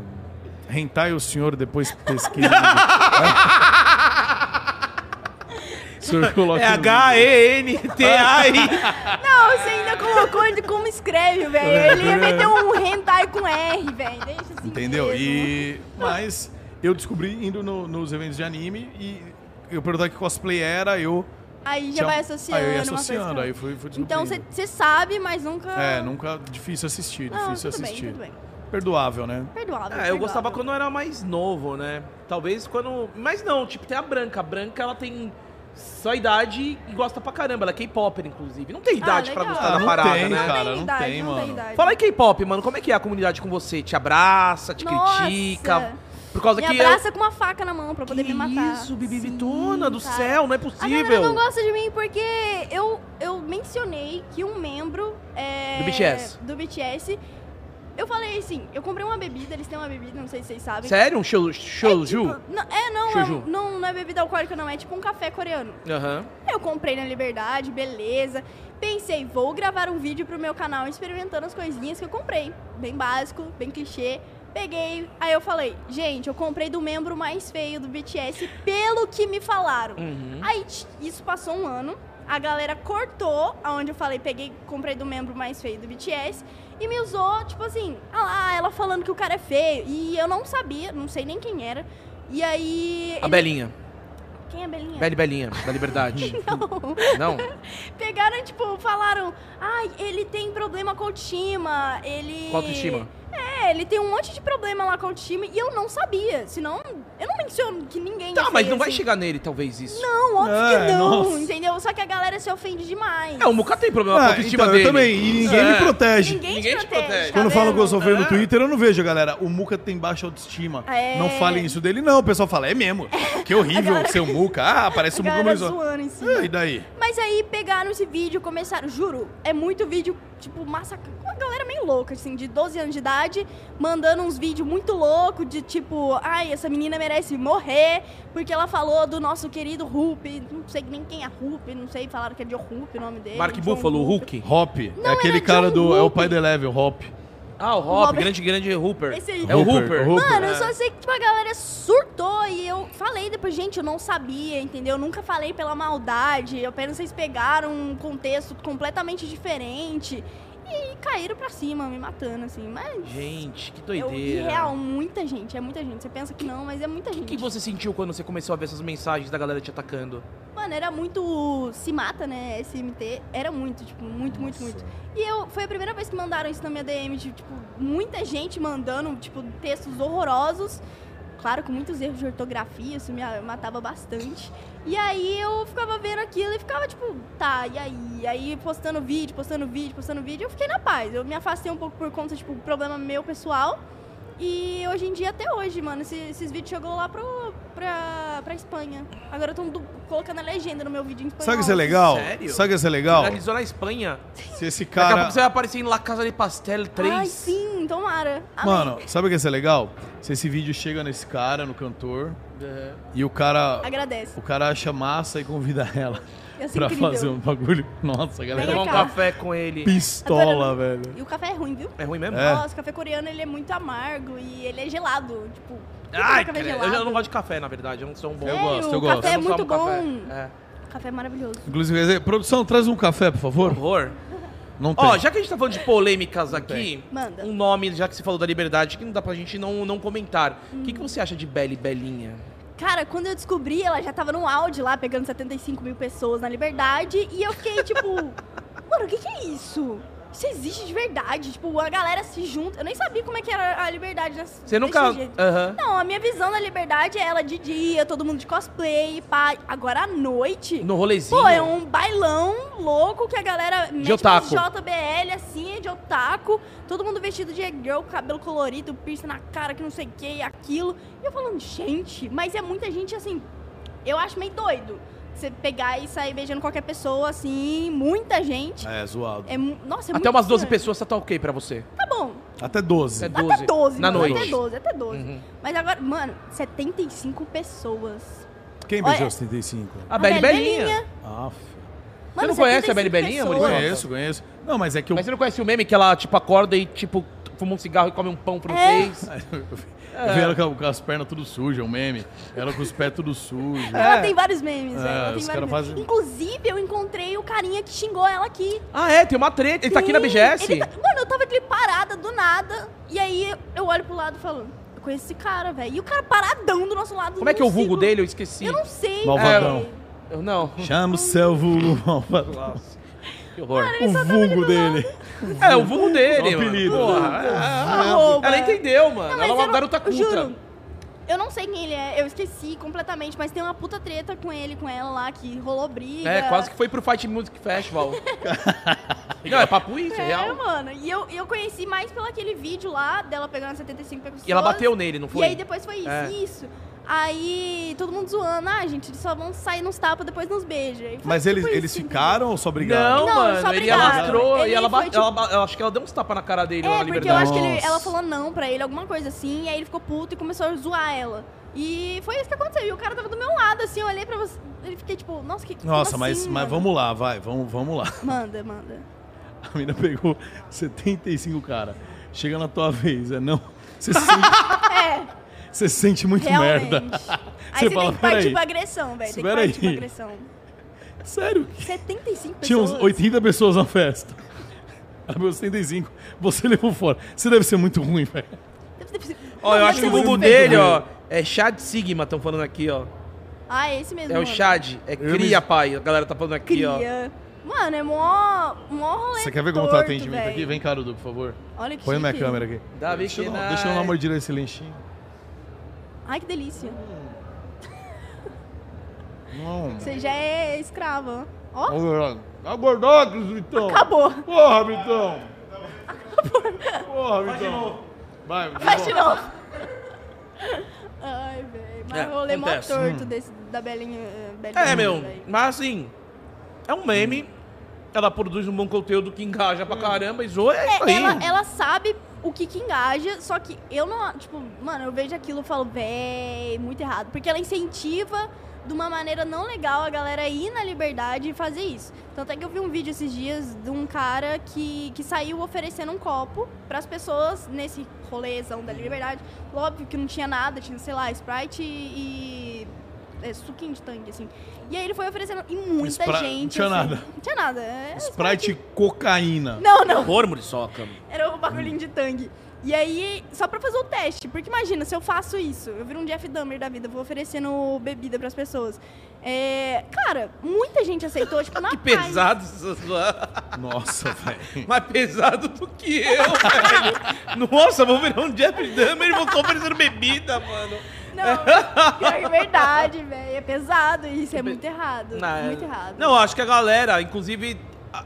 Hentai o senhor depois pesquisa. o senhor coloca.
É
no-
H-E-N-T-A-I.
Não, você ainda colocou de como escreve, velho. Ele ia meter um hentai com R, velho. Deixa assim.
Entendeu?
mesmo.
E. Mas eu descobri indo no- nos eventos de anime e eu perguntar que cosplay era, eu.
Aí já
tinha- um-
vai associando.
Aí eu ia
uma coisa com
associando,
a
aí
outra.
fui, fui descobrindo.
Então você sabe, mas nunca.
É, nunca. Difícil assistir,
Não,
difícil
tudo bem,
assistir.
tudo bem. Ah,
Perdoável, né?
Perdoável.
É, eu gostava
perdoável.
quando eu era mais novo, né? Talvez quando. Mas não, tipo, tem a branca. A branca, ela tem só idade e gosta pra caramba. Ela é K-Popper, inclusive. Não tem idade pra
legal.
gostar
Ah,
da
não
parada,
tem,
né?
cara.
tem
não
idade,
tem,
não
mano.
idade.
Fala aí, K-pop, mano. Como é que é a comunidade com você? Te abraça, te
Nossa.
critica. Por causa
Me
que.
abraça com uma faca na mão pra
eu...
poder
Que
me matar.
Isso, Bibi
Sim,
Vitona do
cara.
céu, não é
A galera
possível.
não gosta de mim porque eu, eu mencionei que um membro é,
Do BTS.
do BTS, Eu falei assim, eu comprei uma bebida, eles têm uma bebida, não sei se vocês sabem.
Sério? Um show,
É,
showju?
tipo, não, é, não, é,
Shouju.
um- não, não é bebida alcoólica, não. É tipo um café coreano.
Aham.
Eu comprei na Liberdade, beleza. Pensei, vou gravar um vídeo pro meu canal experimentando as coisinhas que eu comprei. Bem básico, bem clichê. Peguei, aí eu falei, gente, eu comprei do membro mais feio do BTS pelo que me falaram.
Uhum.
Aí t- isso passou um ano, a galera cortou aonde eu falei, peguei, comprei do membro mais feio do BTS e me usou, tipo assim, ah lá, ela falando que o cara é feio. E eu não sabia, não sei nem quem era. E aí.
A
ele-
Belinha.
Quem é a Belinha?
Belle Belinha, da Liberdade.
Não.
Não?
Pegaram, tipo, falaram, ai, ele tem problema com autoestima, ele.
Com autoestima.
É, ele tem um monte de problema lá com autoestima e eu não sabia. Senão, eu não menciono que ninguém. é
Tá, mas
feio
não vai
assim.
chegar nele, talvez, isso.
Não, óbvio que
É,
não,
nossa.
entendeu? Só que a galera se ofende demais.
É, o Muka tem problema com a
Ah,
autoestima
então,
dele.
Eu também, e ninguém
É.
me protege.
Ninguém,
Ninguém
te
te
protege.
protege.
tá
Quando falam que eu
vendo?
sou feio no
É.
Twitter, eu não vejo, galera. O Muca tem baixa autoestima.
É.
Não falem isso dele, não. O pessoal fala, é mesmo. Que horrível ser o Muca. Ah, parece
A
o Muca
galera
mesmo.
zoando em
Ah,
cima.
e daí?
Mas aí pegaram esse vídeo, começaram, juro, é muito vídeo, tipo, massacrando. Uma galera meio louca, assim, de 12 anos de idade, mandando uns vídeos muito loucos, de tipo, ai, essa menina merece morrer, porque ela falou do nosso querido Rupi, não sei nem quem é Rupi, não sei, falaram que é John Rupi o nome dele.
Mark
John
Buffalo, o
Rupp.
Hulk.
Hop.
Não,
É aquele
era
cara
John
do. É o
Whoop.
pai de level, Hop.
Ah, o
O
Hop,
Hopper.
grande, grande Hooper.
Esse aí.
É o
Hooper,
Hooper.
o Hooper.
Mano, eu
É.
só sei que tipo, a galera surtou e eu falei depois, gente, eu não sabia, entendeu? Eu nunca falei pela maldade, apenas vocês pegaram um contexto completamente diferente. E e caíram pra cima, me matando, assim. Mas.
Gente, que
eu vi
doideira.
real, muita gente, é muita gente. Você pensa que não, mas é muita
O que
gente.
você sentiu quando você começou a ver essas mensagens da galera te atacando?
Mano, era muito. Se mata, né? SMT. Era muito, tipo, muito, muito, muito. E eu. Foi a primeira vez que mandaram isso na minha DM, de, tipo, muita gente mandando, tipo, textos horrorosos. Claro, com muitos erros de ortografia, isso me a- matava bastante. E aí eu ficava vendo aquilo e ficava tipo, tá, e aí? E aí postando vídeo, postando vídeo, postando vídeo. Eu fiquei na paz. Eu me afastei um pouco por conta, tipo, problema meu pessoal. E hoje em dia, até hoje, mano, esse- esses vídeos chegou lá pro, pra, pra Espanha. Agora estão colocando a legenda no meu vídeo em espanhol.
Sabe o que isso é legal?
Sério?
Sabe o que isso é legal?
Finalizou na Espanha.
Se esse
Daqui a
cara.
pouco você vai aparecer em La Casa de Pastel 3.
Ai, sim, tomara. Amém.
Mano, sabe o que isso é legal? Se esse vídeo chega nesse cara, no cantor,
Uhum.
e o cara.
Agradece.
O cara acha massa e convida ela
Ia ser
pra
incrível.
fazer um bagulho. Nossa, a
Vai
galera. é
tomar um
cá.
café com ele.
Pistola,
Adoro.
velho.
E o café é ruim, viu?
É ruim mesmo?
É.
Nossa, o café coreano ele é muito amargo e ele é gelado. Tipo, por que
Ai,
o café é
credo. eu
gelado?
já não gosto de café, na verdade. Eu não sou um bom.
Eu
Sério?
gosto, eu
o
gosto.
café é
Eu não
muito
tomo café.
bom.
É.
Café é maravilhoso.
Inclusive, quer dizer, produção, traz um café, por favor.
Horror.
Não tem.
Ó, já que a gente tá falando de polêmicas aqui,
tem.
Manda.
um nome, já que você falou da liberdade, que não dá pra gente não, não comentar. O que, que
Hum.
você acha de Belle Belinha?
Cara, quando eu descobri, ela já tava no áudio lá, pegando 75 mil pessoas na liberdade. E eu fiquei tipo, mano, o que, que é isso? Isso existe de verdade. Tipo, a galera se junta. Eu nem sabia como é que era a liberdade. Desse,
Você nunca.
desse jeito.
Aham.
Não, a minha visão da liberdade é ela de dia, todo mundo de cosplay, pá. Agora à noite.
No rolezinho.
Pô, é um bailão louco que a galera mete umas
otaku.
JBL assim, de otaku. Todo mundo vestido de girl, com cabelo colorido, piercing na cara, que não sei o que e aquilo. E eu falando, gente, mas é muita gente assim. Eu acho meio doido você pegar e sair beijando qualquer pessoa assim, muita gente.
É, zoado.
É, mu- nossa, é
Até
muito
umas 12
estranho.
pessoas tá ok pra você.
Tá bom.
Até 12.
É
É,
12.
Até 12,
na
mano,
noite.
Até 12, até 12.
Uhum.
Mas agora, mano, 75 pessoas.
Quem beijou
Olha-
os 35?
A Belle
Belle
Belinha.
Aff.
Mano,
não conhece a Beli
75
Belinha,
pessoas.
Maurício?
Conheço, conheço. Não, mas é que eu.
Mas você não conhece o meme que ela, tipo, acorda e, tipo, fuma um cigarro e come um pão
É.
francês?
Eu vi- eu vi ela com, com as pernas tudo sujas, um meme. Ela com os pés tudo sujos.
Ela tem vários memes,
É,
velho. Ela tem
os
vários
caras
memes.
fazem-
Inclusive, eu encontrei o carinha que xingou ela aqui.
Ah, é, tem uma treta. Ele tá aqui na
Sim,
BGS?
ele tá- Mano, eu tava ali parada do nada. E aí eu olho pro lado e falo, eu conheço esse cara, velho. E o cara paradão do nosso lado.
Como é que é o
não
vulgo
sigo-
dele? é Eu esqueci.
Eu não sei,
Malvadão.
velho. Ah,
Eu não.
Chama o seu vulgo, malvado.
Nossa, que horror.
O vulgo dele.
É, o vulgo dele,
É o
mano.
apelido.
Porra,
Ah,
é, é.
rouba.
Ela entendeu, mano.
Não,
ela é
mas
uma
eu não-
garota culta.
Juro. Eu não sei quem ele é, eu esqueci completamente, mas tem uma puta treta com ele, com ela lá, que rolou briga.
É, quase que foi pro Fight Music Festival. não, é papo isso, é,
É,
real.
mano. E eu, e eu conheci mais pelo aquele vídeo lá dela pegando 75 pessoas.
E ela bateu nele, não foi?
E aí depois foi isso,
É.
isso. Aí todo mundo zoando, ah, gente, eles só vão sair nos tapas, depois nos beija. E foi
Mas eles,
tipo
eles
isso,
ficaram ou só
Não,
brigaram?
Não, só
mano, ele
brigaram.
alastrou e
Ele
ela,
foi,
ba-
tipo-
ela ba- eu acho que ela deu uns tapas na cara dele
entendeu?
lá
É,
na
porque eu
liberdade.
acho que ele- ela
Nossa.
falou não pra ele, alguma coisa assim, e aí ele ficou puto e começou a zoar ela. E foi isso que aconteceu. E o cara tava do meu lado, assim, eu olhei pra você. Ele fiquei tipo, nossa, que. como
Nossa,
assim,
mas, mas
mano?
vamos lá, vai, vamos, vamos lá.
Manda, manda.
A mina pegou 75 cara. Chega na tua vez, é não. Você sente,
É,
você sente muito
realmente.
merda.
Aí
fala,
você, tem que partir
"Peraí,
pra agressão, velho. Tem que
Pera
partir pra
aí.
agressão.
Sério?
75
Tinha
pessoas.
uns 80 pessoas na festa. Ela pegou 75. Você levou fora. Você deve ser muito ruim, velho.
Deve ter-
Ó, eu
deve
acho que
ser
o
muito
vulgo
feio.
dele, ó, é Chad Sigma, estão falando aqui, ó.
Ah, é esse mesmo.
É o
mano.
Chad, é
Eu
cria,
me-
pai. A galera tá falando aqui, ó.
Cria. Mano, é mó, mó rolê
Você quer ver como
É torto,
tá o atendimento
véi.
aqui? Vem cá, Dudu, por favor.
Olha que
Põe na minha
chique.
câmera aqui.
Dá
Deixa eu,
bem que
dar-
nice.
deixa eu dar uma mordida nesse lanchinho.
Ai, que delícia.
Não.
Você já é escrava. Ó,
Tá gordado, Vitão.
acabou.
Porra, Vitão. Porra, Vitão. Vai,
Faz de
Vitão.
novo. Ai, velho. Mas
É,
é, rolê mó
acontece.
Hum.
torto desse, da Belinha. eh, Belinha
É, meu,
véi.
mas assim, é um meme. Ela produz um bom conteúdo que engaja pra caramba e zoa, é isso aí.
Ela, ela sabe o que que engaja, só que eu não, tipo, mano, eu vejo aquilo e falo, véi, muito errado. Porque ela incentiva de uma maneira não legal a galera ir na liberdade e fazer isso. Tanto é que eu vi um vídeo esses dias de um cara que, que saiu oferecendo um copo pras pessoas nesse rolezão da liberdade. Óbvio que não tinha nada, tinha, sei lá, Sprite e, e é, suquinho de tangue, assim. E aí ele foi oferecendo, e muita
Espra-
gente.
Um não tinha
assim,
nada.
Não tinha nada. é
Sprite cocaína.
Não, não.
Horror, Muriçoca.
Era o bagulhinho de tangue. E aí, só pra fazer o teste, porque imagina, se eu faço isso, eu viro um Jeff Dahmer da vida, vou oferecendo bebida pras pessoas. É, cara, muita gente aceitou, tipo, na
Que
paz.
pesado essa sua...
Nossa, velho.
Mais pesado do que eu, velho. Nossa, vou virar um Jeff Dahmer e vou ficar oferecendo bebida, mano.
Não, pior é verdade, velho. É pesado e isso é muito errado.
Não,
muito errado.
Não, acho que a galera, inclusive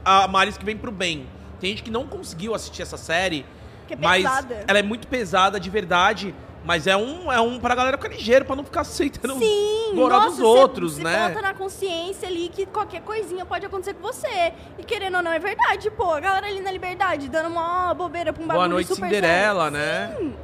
a, a Maris que vem pro bem. Tem gente que não conseguiu assistir essa série,
Que é
mas
pesada.
ela é muito pesada de verdade. Mas é um, é um pra galera ficar ligeiro, pra não ficar aceitando
Sim,
moral
nossa,
dos
cê-
outros,
cê
né?
bota na consciência ali que qualquer coisinha pode acontecer com você. E querendo ou não, é verdade, pô. A galera ali na liberdade, dando uma bobeira pra um bagulho
Boa noite,
super
Cinderela,
sério.
né?
Sim.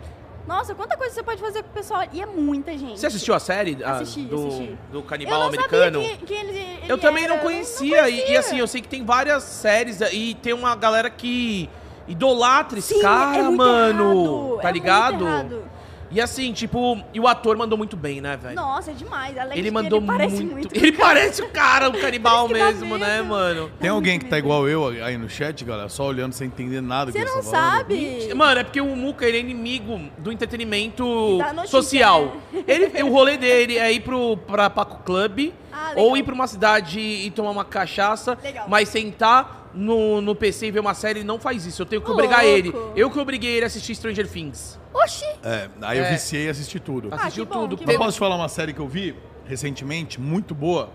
Nossa, quanta coisa você pode fazer com o pessoal. E é muita gente.
Você assistiu a série ah,
Assisti,
do,
assisti.
do
Eu
canibal
não
americano?
sabia quem, quem ele, ele
Eu também
era.
não conhecia, E, e assim, eu sei que tem várias séries e tem uma galera que idolatra esse
Sim,
cara,
é muito
mano.
errado,
Tá
é muito
ligado?
errado.
E assim, tipo, e o ator mandou muito bem, né, velho?
Nossa, é demais. Alex
ele
Kidd,
mandou
parece
muito.
muito.
Ele parece o cara, o canibal
Por isso que dá
mesmo, né,
medo.
mano?
Tem alguém que tá
medo.
igual eu aí no chat, galera, só olhando sem entender nada que
Você
eu
não
tô falando?
sabe?
Mano, é porque o Muca ele é inimigo do entretenimento
Da notícia, né?
social. Ele, o rolê dele é ir pro, pra Paco Club
Ah, legal.
ou ir pra uma cidade e tomar uma cachaça,
Legal.
mas sentar no, no PC e ver uma série ele não faz isso. Eu tenho que
Ô,
obrigar
louco.
ele. Eu que obriguei ele a assistir Stranger Things.
Oxi!
É, aí
É.
eu viciei e assisti tudo.
Ah,
Assistiu
que bom,
tudo.
que
Mas
Teve-
bom.
posso te falar uma série que eu vi recentemente, muito boa?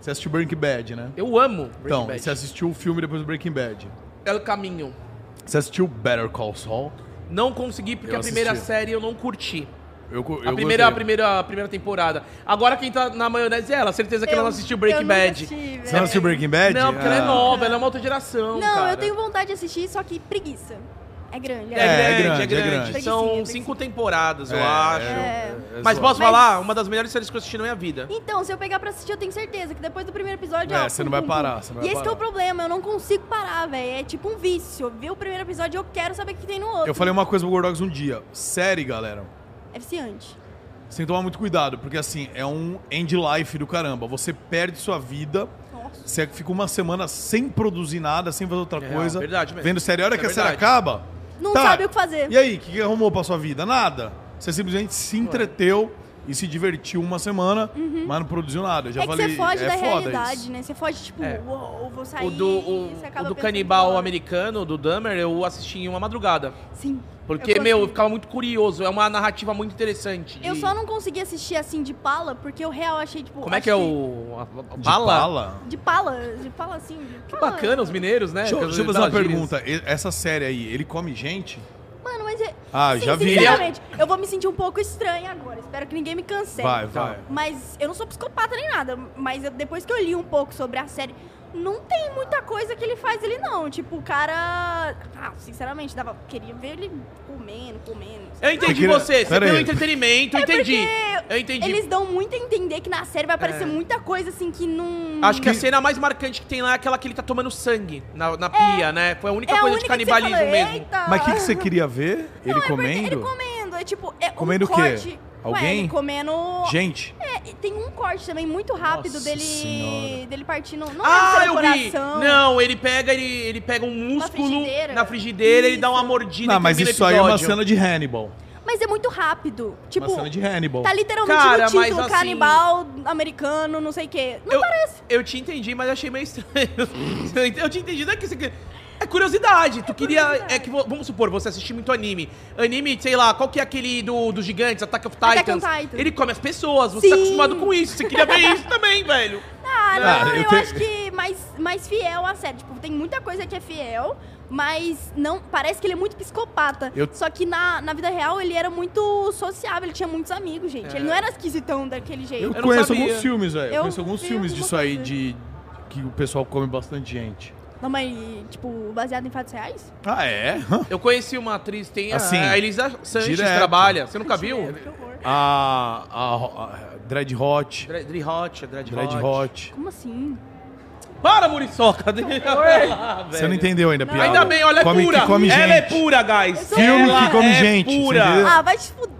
Você assistiu Breaking Bad, né?
Eu amo Breaking
então,
Bad.
você assistiu o filme depois do Breaking Bad.
É o caminho.
Você assistiu Better Call Saul?
Não consegui porque
Eu
a primeira
assisti.
série eu não curti.
Eu, cu-
A
eu
primeira, a,
gostei.
primeira, a primeira temporada. Agora quem tá na maionese é ela. Certeza que
Eu-
ela não assistiu Breaking
eu nunca né?
Bad.
assisti,
Você não assistiu Breaking Bad?
Não, porque ela é
Ah.
nova, ela é uma outra geração.
Não,
cara.
eu tenho vontade de assistir, só que preguiça. É grande.
É, grande, é grande,
grande, é grande.
São
Preguicinha,
cinco temporadas, eu acho.
é, é
Mas
zoado.
posso
Mas-
falar? Uma das melhores séries que eu assisti na minha vida.
Então, se eu pegar pra assistir, eu tenho certeza que depois do primeiro episódio...
É,
ó,
você
pum,
não vai
pum,
parar,
pum.
você não vai
E esse que é o
parar.
problema, eu não consigo parar, velho. É tipo um vício. Eu vi o primeiro episódio, eu quero saber o que tem no outro.
Eu falei uma coisa pro Gordox um dia. Série, galera.
É viciante.
Você tem que tomar muito cuidado, porque assim, é um end life do caramba. Você perde sua vida,
Nossa.
você fica uma semana sem produzir nada, sem fazer outra
É,
coisa.
verdade mesmo.
Vendo série, a hora
É
que a série
verdade.
acaba.
Não sabe o que fazer.
Tá.
É
E aí, o que que arrumou pra sua vida? Nada. Você simplesmente se entreteu e se divertiu uma semana, mas não produziu nada. Eu já
Uhum. é que
falei,
você foge
é
da
foda
realidade,
isso.
né? Você foge, tipo,
É.
uou, vou sair.
O do, o,
você
o
acaba
do
pensando
canibal
fora.
americano, do Dahmer, eu assisti em uma madrugada.
Sim.
Porque,
eu
meu, eu
consigo.
ficava muito curioso. É uma narrativa muito interessante.
Eu
de-
só não consegui assistir assim de pala, porque o real achei, tipo.
Como é
acho
que é o... A, a-
De
bala?
bala?
De pala, de pala assim. De
Que
pala.
bacana, os mineiros, né?
Deixa eu,
Porque
deixa eu
eles
fazer uma
falam gírias.
pergunta. E- Essa série aí, ele come gente?
Mano, mas. é-
Ah,
Sim,
já vi.
Sinceramente, eu vou me sentir um pouco estranha agora. Espero que ninguém me cancele.
Vai, vai.
Mas eu não sou psicopata nem nada. Mas eu- depois que eu li um pouco sobre a série, não tem muita coisa que ele faz ali, não. Tipo, o cara. Ah, sinceramente, dava... queria ver ele comendo, comendo.
É,
Eu entendi
Porque-
você, você
Pera
deu
aí.
entretenimento, eu entendi.
É porque
Eu entendi.
Eles dão muito a entender que na série vai aparecer
É.
muita coisa assim que não.
Acho que a
Que-
cena mais marcante que tem lá é aquela que ele tá tomando sangue na, na pia, né? Foi a única
é a
coisa
única
de
que você é, fala,
canibalismo mesmo.
Eita.
Mas o que, que você queria ver? Ele
Não, é porque
comendo?
Ele comendo, é tipo. É
Comendo
um
o quê?
corte. Ué,
Alguém?
ele comendo.
Gente,
É, tem um corte também muito rápido
Nossa
dele.
Senhora.
dele partindo. Não
Ah,
é
eu
o
vi!
coração.
Não, ele pega, ele, ele pega um músculo
frigideira.
na frigideira, ele dá uma
Isso.
mordida
não, mas
termina o
isso aí é uma
episódio.
cena de Hannibal.
Mas é muito rápido. Tipo,
uma cena de Hannibal.
tá literalmente
Cara,
no
mas
título
assim-
canibal americano, não sei o quê. Não
eu,
parece.
Eu te entendi, mas achei meio estranho. eu te entendi, não é que você... quer- É curiosidade, tu queria...
curiosidade.
É que, vo- vamos supor, você assistir muito anime. Anime, sei lá, qual que é aquele do, dos gigantes, Attack of Titans?
Attack on Titan.
Ele come as pessoas, você tá
Sim.
acostumado com isso. Você queria ver isso também, velho.
Ah, não,
Cara,
eu,
eu tenho-
acho que mais, mais fiel à série. Tipo, tem muita coisa que é fiel, mas não. Parece que ele é muito psicopata.
Eu-
Só que na, na vida real ele era muito sociável, ele tinha muitos amigos, gente. Ele não era esquisitão daquele
Eu,
jeito.
não
conheço
sabia.
alguns filmes, velho.
Eu
Eu conheço alguns
vi
filmes
alguma
disso aí,
coisa.
de que o pessoal come bastante gente.
Não, mas, tipo, baseado em fatos reais?
Ah, é?
Eu conheci uma atriz, tem a-
Assim,
a, Elisa Sanches
direto.
trabalha. Você nunca Ah, viu?
é, Que horror.
A, a, a Dread Hot,
Dre- Dre Hot, a Dread,
Dread
Hot.
Hot.
Como assim?
Para, Muriçoca! Deixa pra lá, velho.
Você não entendeu ainda, piada.
Ainda bem, olha, é
come,
pura.
Que come gente.
Ela é pura, guys.
Filme que
Ela
come
é
gente, você
Pura.
entendeu?
Ah, vai te fuder.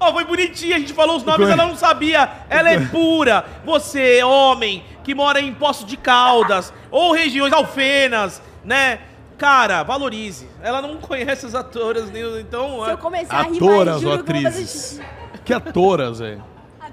Ó, foi bonitinha, a gente falou os nomes, ela não sabia. Ela é pura. Você, homem, que mora em Poço de Caldas, ou regiões alfenas, né? Cara, valorize. Ela não conhece as atoras, nem os- então...
Se
é-
eu começar a rir mais,
Atoras ou
juro que eu vou
atrizes?
fazer...
Que atoras, velho?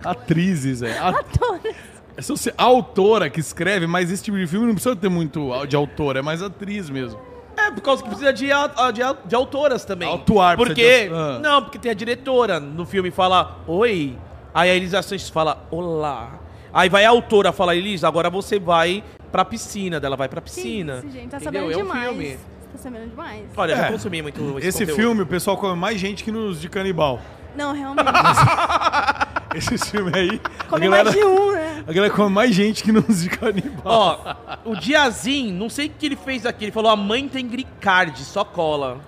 Atrizes, velho. A-
Atoras.
Se você, a autora que escreve, mas esse tipo de filme não precisa ter muito de autor, é mais atriz mesmo.
É, por causa que precisa de, au- ah, de, au- de autoras também.
Autuar,
Porque.
precisa de- ah.
Não, porque tem a diretora no filme fala oi. Aí a Elisa Sanches fala olá. Aí vai a autora fala, Elisa, agora você vai pra piscina. Dela vai pra piscina.
Isso, gente, tá
Entendeu?
sabendo
é um
demais.
filme.
Tá sabendo demais.
Olha, eu
É.
consumi muito esse
Esse
conteúdo.
filme, o pessoal come mais gente que nos de canibal.
Não, realmente.
Esse filme aí. a,
Come
galera,
mais de um, né?
a galera come mais gente que nos de canibal.
Ó, o Diazin, não sei o que ele fez aqui. Ele falou: a mãe tem gricard, só cola.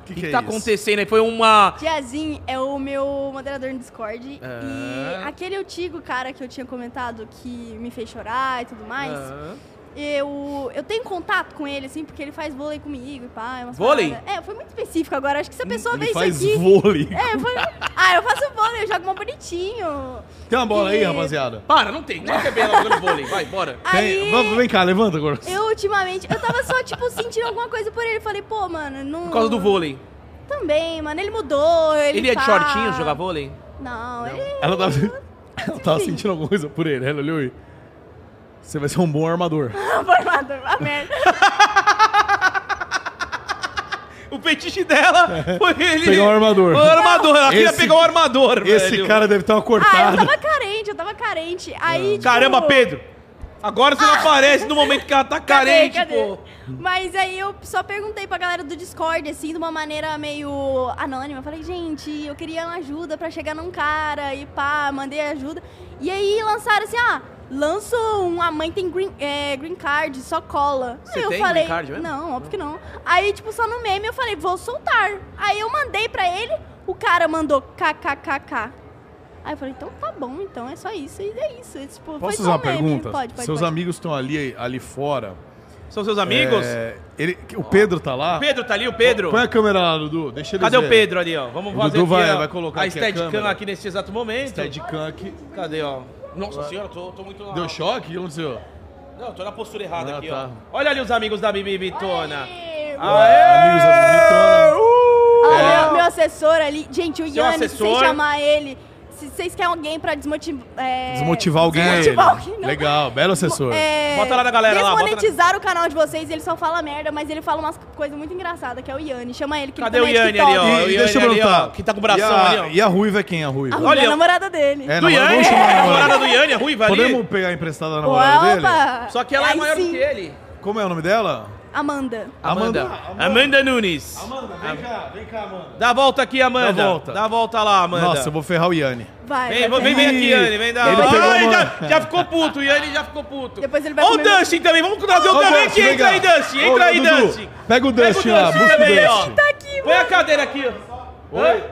O
O que, que tá acontecendo aí? Foi uma.
Diazin é o meu moderador no Discord.
Ah.
E aquele antigo cara que eu tinha comentado que me fez chorar e tudo mais.
Ah.
Eu, eu tenho contato com ele, assim, porque ele faz vôlei comigo e pá. é umas
Vôlei?
paradas. É, foi muito específico agora. Acho que se a pessoa
Ele
vê isso
faz
aqui.
vôlei.
É, eu falei, ah, eu faço vôlei, eu jogo mal bonitinho.
Tem uma bola aí,
E-
rapaziada?
Para, não tem. Tem que é ver ela jogando vôlei. Vai, bora.
Tem-
Aí,
Vamos- Vem cá, levanta agora.
eu ultimamente, eu tava só, tipo, sentindo alguma coisa por ele. Falei, pô, mano, não...
Por causa do vôlei.
tá Também, mano, ele mudou, ele
Ele é de
tá-
shortinho jogar vôlei?
Não, ele...
Ela tava, ela tava sentindo alguma coisa por ele. Ela olhou e. Você vai ser um bom armador.
Formado, a merda.
O fetiche dela foi ele.
Pegar um armador.
O armador. Ela queria
Esse-
pegar um armador,
Esse
velho.
cara deve ter uma
Ah, eu
cortada.
tava carente, eu tava carente. Aí, tipo,
Caramba, Pedro. Agora você não aparece no momento que ela tá
Ah. cadê,
carente,
cadê?
pô.
Mas aí eu só perguntei pra galera do Discord, assim, de uma maneira meio anônima. Eu falei, gente, eu queria uma ajuda pra chegar num cara e pá, mandei ajuda. E aí lançaram assim, ah, lança um, a mãe tem green, é, green card, só cola.
Você
aí eu
tem
falei,
green card mesmo?
não, óbvio que não. Aí, tipo, só no meme eu falei, vou soltar. Aí eu mandei pra ele, o cara mandou kkkk. Aí eu falei, então tá bom, então é só isso, e é isso. E, tipo, foi
Posso fazer uma
só um meme.
pergunta?
Pode, pode,
Seus
pode.
amigos estão ali, ali fora.
São seus amigos?
É, ele- o Pedro tá lá.
Pedro tá ali, o Pedro.
Põe a câmera lá, Dudu. Deixa ele
Cadê
ver.
o Pedro ali, ó? Vamos
é O
fazer
Dudu
aqui
vai-
a,
vai colocar
a
aqui a
Steadicam
câmera.
aqui nesse exato momento.
Steadicam aqui.
Cadê, ó? Nossa senhora, eu tô, tô muito... na-
Deu choque? O que aconteceu?
Não, eu tô na postura errada
Ah,
aqui,
tá.
ó. Olha ali os amigos da Bibi Bitona.
Aê!
Ah, Amigos da Bibi Bitona.
Ah,
É.
meu- meu assessor ali. Gente, o
Seu
Yannis, se vocês
assessor.
chamar ele, se vocês querem alguém pra desmotivar. É...
Desmotivar alguém. é
Desmotivar
ele.
alguém, não.
Legal, belo assessor.
É,
Bota lá na galera, lá, bota na-
Desmonetizar o canal de vocês, ele só fala merda, mas ele fala umas coisas muito engraçadas, que é o Yanni. Chama ele, que
Cadê
ele
o Yanni
também é
ali,
TikTok.
ó? o Yanni ali, ó, que tá com o bração
e a,
ali, ó.
E a Ruiva é quem? A Ruiva.
A Ruiva
Olha,
é
eu-
a namorada dele.
É,
Do
namorada-
Yanni,
vamos chamar a
a
namorada.
namorada do Yanni, a ruiva ali.
Podemos pegar emprestada a namorada dele?
Opa!
Só que ela é
Aí
maior
sim.
que ele.
Como é o nome dela?
Amanda.
Amanda. Amanda, Nunes.
vem cá, vem cá, Amanda.
Dá a volta aqui, Amanda.
Dá a volta.
Dá a volta lá, Amanda.
Nossa, eu vou ferrar o Yanni.
Vai.
Vem,
vai,
vem, vem aqui, Yanni. Vem dar.
Ele pegou
Ai,
uma-
já, já ficou puto. O Yanni já ficou puto.
Depois ele vai
Ó o
comer- um.
Dustin também. Vamos trazer o
Ô,
também
Dusty,
aqui.
vem
Entra
cá.
aí, Dustin.
Ô,
Entra aí,
Dudu,
Dustin.
Pega o
Pega o
Dustin lá,
Dustin
busca o
também, ó.
Dustin.
Tá aqui,
Põe
mano.
a cadeira aqui. Oi?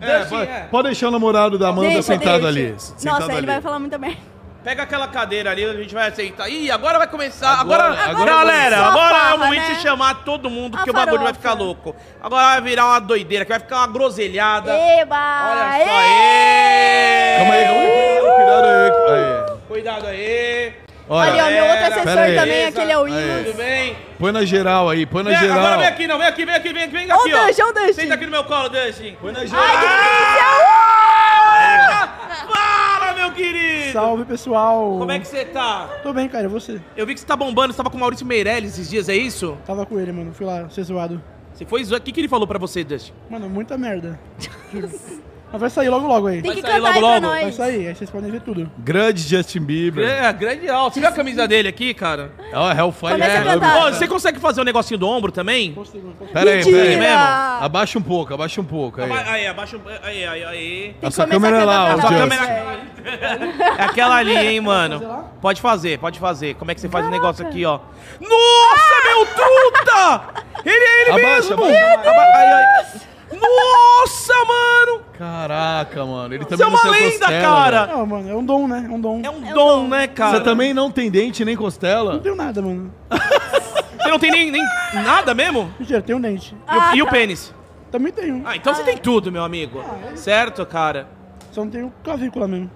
O
É,
Dustin,
pode,
é.
pode deixar o namorado da Amanda
Deixa,
sentado
deixa.
ali.
Nossa,
sentado
ele
ali.
vai falar muita merda.
Pega aquela cadeira ali, a gente vai aceitar. Ih, agora vai começar. Agora,
Agora- agora
galera,
começou a
agora é o
farra,
momento
né?
de chamar todo mundo,
A
porque o bagulho vai
farofa.
ficar louco. Agora vai virar uma doideira, que vai ficar uma groselhada.
Eba!
Olha só,
ê!
aí.
Calma aí, calma
É.
aí, cuidado aí. Aí.
Cuidado aí.
Olha, ó, meu outro
Galera,
assessor
pera aí.
também, aquele é o Tá
Aí.
Willis.
Tudo bem?
Põe na geral aí, põe na
Vem,
geral.
agora vem aqui, não. Vem aqui, vem aqui, vem aqui, vem aqui,
Ô,
ó.
Dustin, ô, Dustin.
Senta aqui no meu colo, Dustin.
Põe na
Ai,
geral.
que delícia!
Fala, meu querido.
Salve, pessoal!
Como é que você tá?
Tô bem, cara, e você?
Eu vi que você tá bombando, você tava com o Maurício Meirelles esses dias, é isso?
Tava com ele, mano, fui lá ser zoado.
Você foi zoar. O que, que ele falou pra você, Dustin?
Mano, muita merda. Juro. Mas vai sair logo logo aí.
Tem que
sair
cantar aí
logo,
pra
logo?
Vai
nós.
sair, aí vocês podem ver tudo.
Grande Justin Bieber.
É, grande alto. Você viu a camisa dele aqui, cara?
É o Hellfire.
Começa a
Club.
cantar.
Ô, você consegue fazer um negocinho do ombro também?
Consigo, consigo.
Pera aí,
Mentira!
pera aí.
mesmo?
Abaixa um pouco, abaixa um pouco. Aí.
Aí, abaixa o. Aí, aí, aí.
Tem que
Essa
começar
câmera
a
lá,
cantar
ó,
pra
sua
nós,
câmera-
velho.
É aquela ali, hein, mano.
fazer lá?
Pode fazer, pode fazer. Como é que você faz o negócio aqui, ó? Nossa, meu truta! Ele é ele
Abaixa,
mesmo!
abaixa.
Aba- aí, aí. Nossa, mano!
Caraca, mano. Ele também
Você é
não
uma
tem
lenda,
costela,
cara!
Não, mano, é um dom, né? É um dom.
Tá. É um
É um
dom,
dom.
né,
velho.
cara?
Você também não tem dente nem costela?
Não tenho nada, mano.
Você não tem nem, nem nada mesmo?
Mentira, eu tenho um dente.
E o-
Ah,
e o
tá.
pênis?
Também tenho.
Ah, então
É.
você tem tudo, meu amigo. Certo, cara?
Só não tenho clavícula mesmo.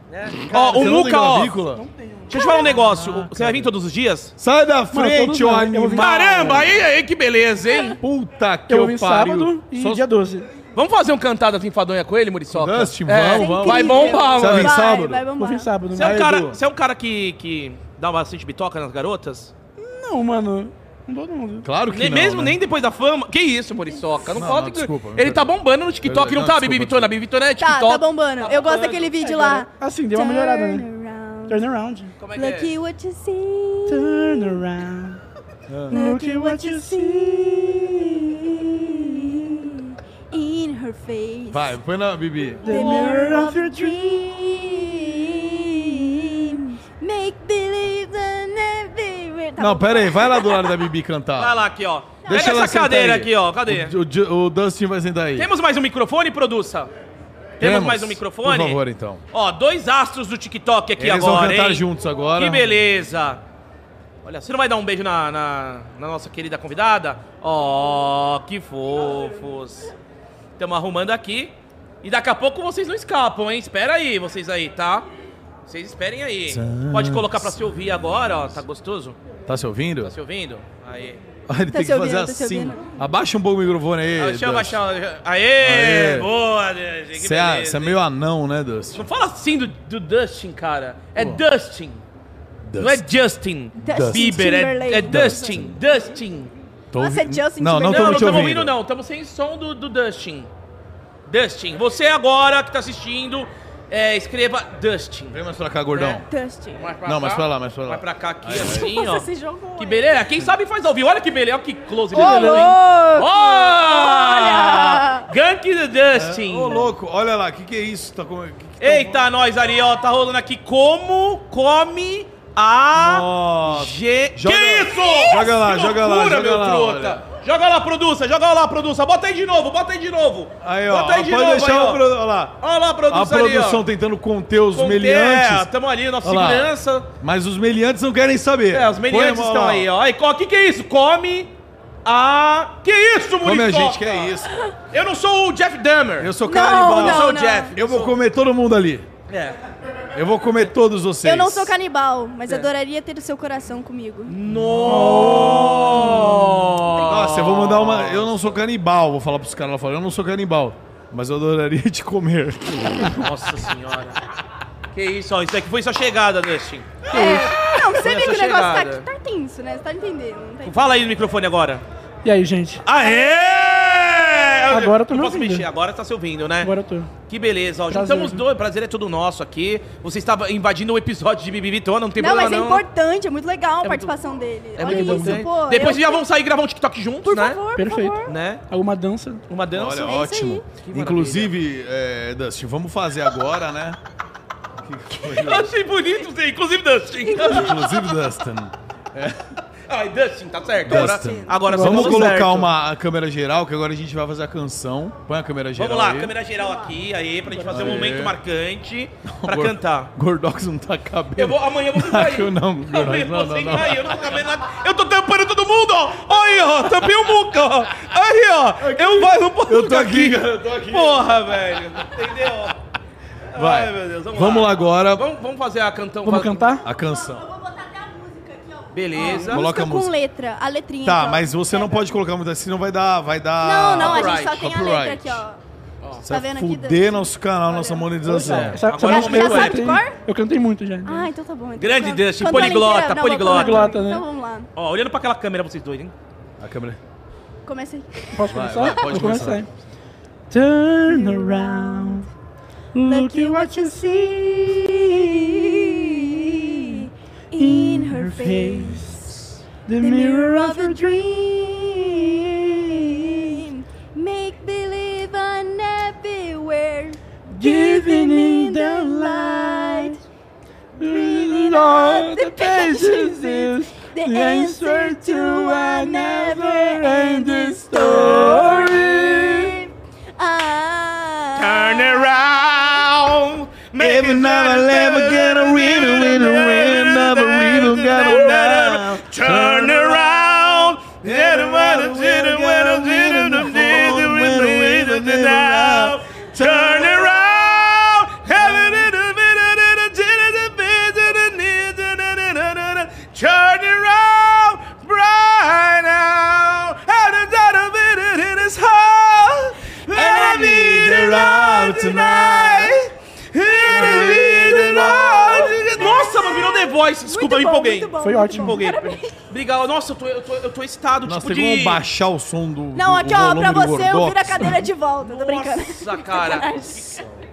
Ó, o
Você não um tem
Muca, ó.
clavícula?
Deixa eu te falar um negócio.
Ah,
O- você vai vir todos os dias?
Sai da
todos
frente, ô
não. Eu
animal.
vim-
Caramba, aí, aí, que beleza, hein?
Puta que
Eu
eu,
vim
pariu.
sábado e
Só-
dia 12.
É.
Vamos fazer um cantado assim enfadonha com ele, Muriçoca?
Dust,
é,
vamos, vamos.
Vai bombar,
Você
mano.
vem sábado?
Vai, vai bombar.
Vou vir sábado.
Você é um
Aí,
cara,
Edu.
você é um cara que, que dá bastante bitoca nas garotas?
Não, mano. Não dou não, viu?
Claro que
Nem,
não,
mesmo
né?
nem depois da fama?
Que isso, Muriçoca? Não,
Não,
fala
não,
que-
desculpa,
Ele tá bombando no TikTok,
Verdade,
não,
não,
tá,
desculpa,
Bibi Bitona?
desculpa.
Bibi Bitona é
Tá,
TikTok.
Então,
tá bombando. Eu gosto daquele vídeo lá.
Assim, deu uma melhorada, né?
Turnaround.
Turnaround.
Como é que
Look
é?
at what you see.
Turnaround.
Look at what you see. In her face.
Vai, põe na Bibi.
The mirror of your dream.
dream. Make believe the never.
Não, pera aí, vai lá do lado da Bibi cantar.
Vai lá aqui, ó.
Deixa
Pega
ela
essa
sentar
cadeira
aí.
aqui, ó. Cadê?
O, Ju- o Dustin vai sentar aí.
Temos mais um microfone, produça? Temos, mais um microfone?
Por favor, então.
Ó, dois astros do TikTok aqui
Eles
agora,
vão cantar
hein?
juntos agora.
Que beleza. Olha, você não vai dar um beijo na, na, na nossa querida convidada? Ó, que fofos. Estamos arrumando aqui. E daqui a pouco vocês não escapam, hein? Espera aí, vocês aí, tá? Vocês esperem aí. Pode colocar pra se ouvir agora, ó. Tá gostoso?
Tá se ouvindo?
Tá se ouvindo? Aí.
Ah, Ele
Tá
tem
se
que fazer
ouvindo, tá se
assim.
ouvindo.
Abaixa um pouco o microfone aí.
Ah, Deixa eu
Dustin.
baixar. Aê!
Aê.
Boa, Dustin. que
Você é,
beleza,
você é
hein?
meio anão, né, Dustin?
Não fala assim do, do Dustin, cara. É
Pô.
Dustin. Não é Justin.
Dustin
Bieber, é,
Timberlake.
é Dustin. Dustin.
Tô ouvi-
Nossa, é Justin
Não, não
Não, não
estamos te
estamos
ouvindo.
ouvindo, não. Estamos sem som do, do Dustin. Dustin, você agora que tá assistindo, é, escreva Dustin.
Vem mais pra cá, gordão.
Dusty.
Mais
Não,
cá.
mas pra lá, mas pra lá.
Vai pra cá aqui,
Aí,
assim, ó.
Nossa, se jogou.
Que
hein?
beleza. Quem sabe faz ao vivo. Olha que beleza. Olha que close.
Ô, louco!
Olha! Gank do Dustin.
Ô, louco, olha lá, o que, que é isso? Tá com... que que tá-
Eita, nós ali, ó, tá rolando aqui como come a
Nossa.
G.
Joga-
que isso?
Joga lá,
Que
joga lá,
loucura,
joga
meu
lá,
Trota. Joga lá, produça, joga lá, produça. Bota aí de novo, bota aí de novo.
Aí, ó.
bota aí de
pode
novo,
deixar
aí,
o
ó.
pro... Olha lá.
Olha lá,
A
produção ali, ó.
produção tentando conter tá. os
Conter- É,
meliantes.
tamo ali, nossa
Olha lá.
segurança.
Mas os meliantes não querem saber.
É, os meninos
Põe a mão
estão
lá.
aí, ó. E o que que é isso? Come a... Que isso, Muricoca?
Come a gente, que é isso.
Eu não sou o Jeff Dahmer.
Eu sou
Não,
canibal.
não,
eu sou
não.
Jeff. Eu vou comer todo mundo ali.
É.
Eu vou comer todos vocês.
Eu não sou canibal, mas adoraria ter o seu coração comigo.
Nossa, eu vou mandar uma. Eu não sou canibal, vou falar pros caras lá fora. Eu não sou canibal, mas eu adoraria te comer.
Nossa senhora. Que isso, ó. Isso aqui foi sua chegada, Dustin.
É. Não, você vê que
essa
o negócio tá,
chegada.
tá tenso, né? Você tá entendendo. Não tá
Fala aí no microfone agora.
E aí, gente?
Aê!
Agora eu tô
Não
me
posso
ouvindo.
mexer, agora tá se ouvindo, né?
Agora tá eu tô.
Que beleza, ó.
Prazer.
Juntamos dois, prazer é todo nosso aqui. Você estava invadindo o episódio de Bibi Vitona, não tem
Não, mas
problema
é importante, é muito legal a
É
participação dele.
É
Olha
muito
isso,
importante.
pô.
Depois
eu-
já vão sair e gravar um TikTok juntos,
Por
né?
favor,
Perfeito.
por favor.
Né?
Alguma dança?
Uma dança.
Olha,
É isso
ótimo.
aí.
Inclusive, é, Dustin, vamos fazer agora, né? Que
Eu
coisa.
achei bonito, sim. Inclusive, Dustin.
Inclusive, Dustin.
Ai, Dustin, tá certo.
Dustin.
Agora, agora você
Vamos
tá
colocar
certo.
uma câmera geral, que agora a gente vai fazer a canção. Põe a câmera geral.
Vamos lá,
aí.
câmera geral aqui, aí, pra gente fazer um
Aê.
momento marcante pra
Gor-
cantar.
Gordox não tá cabendo.
Eu vou, amanhã eu vou ficar aí.
Ah, Eu não,
amanhã eu
não,
vou
não,
sem
não.
cair, eu não vou caber nada. Eu tô tampando todo mundo, ó. Aí, ó, tampei o Muca, ó. Aí, ó. Eu um vai, não posso
Eu tô
ficar
aqui, cara, eu tô aqui.
Porra, velho. Entendeu?
Vai.
Ai, meu Deus, vamos,
Vamos
lá.
lá agora,
Vamos, vamos fazer a cantão.
Vamos
faz- um-
cantar?
a canção.
Beleza.
Coloca
Música
a música.
com letra, a letrinha.
Tá,
aqui,
então.
ó.
mas você não pode colocar muito assim, não vai dar. Vai dar.
Não, não, a gente só
Copyright,
tem a letra aqui, ó.
Você vai
Tá vendo aqui?
fuder
Dan?
nosso canal, nossa monetização.
É.
Essa, essa
Agora
música
eu
eu
vou saber
cantei,
de cor?
eu cantei muito já.
Ah, então tá bom. então
Grande
tá-
Dustin,
Cantou ela
poliglota,
inteira? Não, vou
poliglota.
cantar.
Poliglota, né?
Então vamos lá.
Ó, olhando pra aquela câmera, vocês dois, hein?
A câmera.
Começa aí.
Posso
Vai,
começar?
vai, pode
Vou começar.
começar.
Turn around.
Look
Look
at
at
what you see in her face.
The
The
mirror of
a dream. Make believe I'm everywhere.
giving in the light. Reading all the pages is the answer to a never-ending story.
Ah,
around.
Every night I never get a rhythm, rhythm, rhythm, never rhythm, got a rhythm. Turn around. Every night I did it, when I did it, I did it, when I did tonight.
Nossa, mano, virou The Voice. Desculpa, eu
Muito
me
bom,
empolguei.
muito bom,
Foi
muito
ótimo.
bom.
Empolguei.
Parabéns.
Obrigado. Nossa, eu tô, eu tô, eu tô excitado.
Nós
tipo
temos
de...
como baixar o som do.
Não,
do-
aqui,
o
ó,
volume
pra
do
você, eu
Gordox.
viro a cadeira de volta. Tô brincando.
Nossa, cara.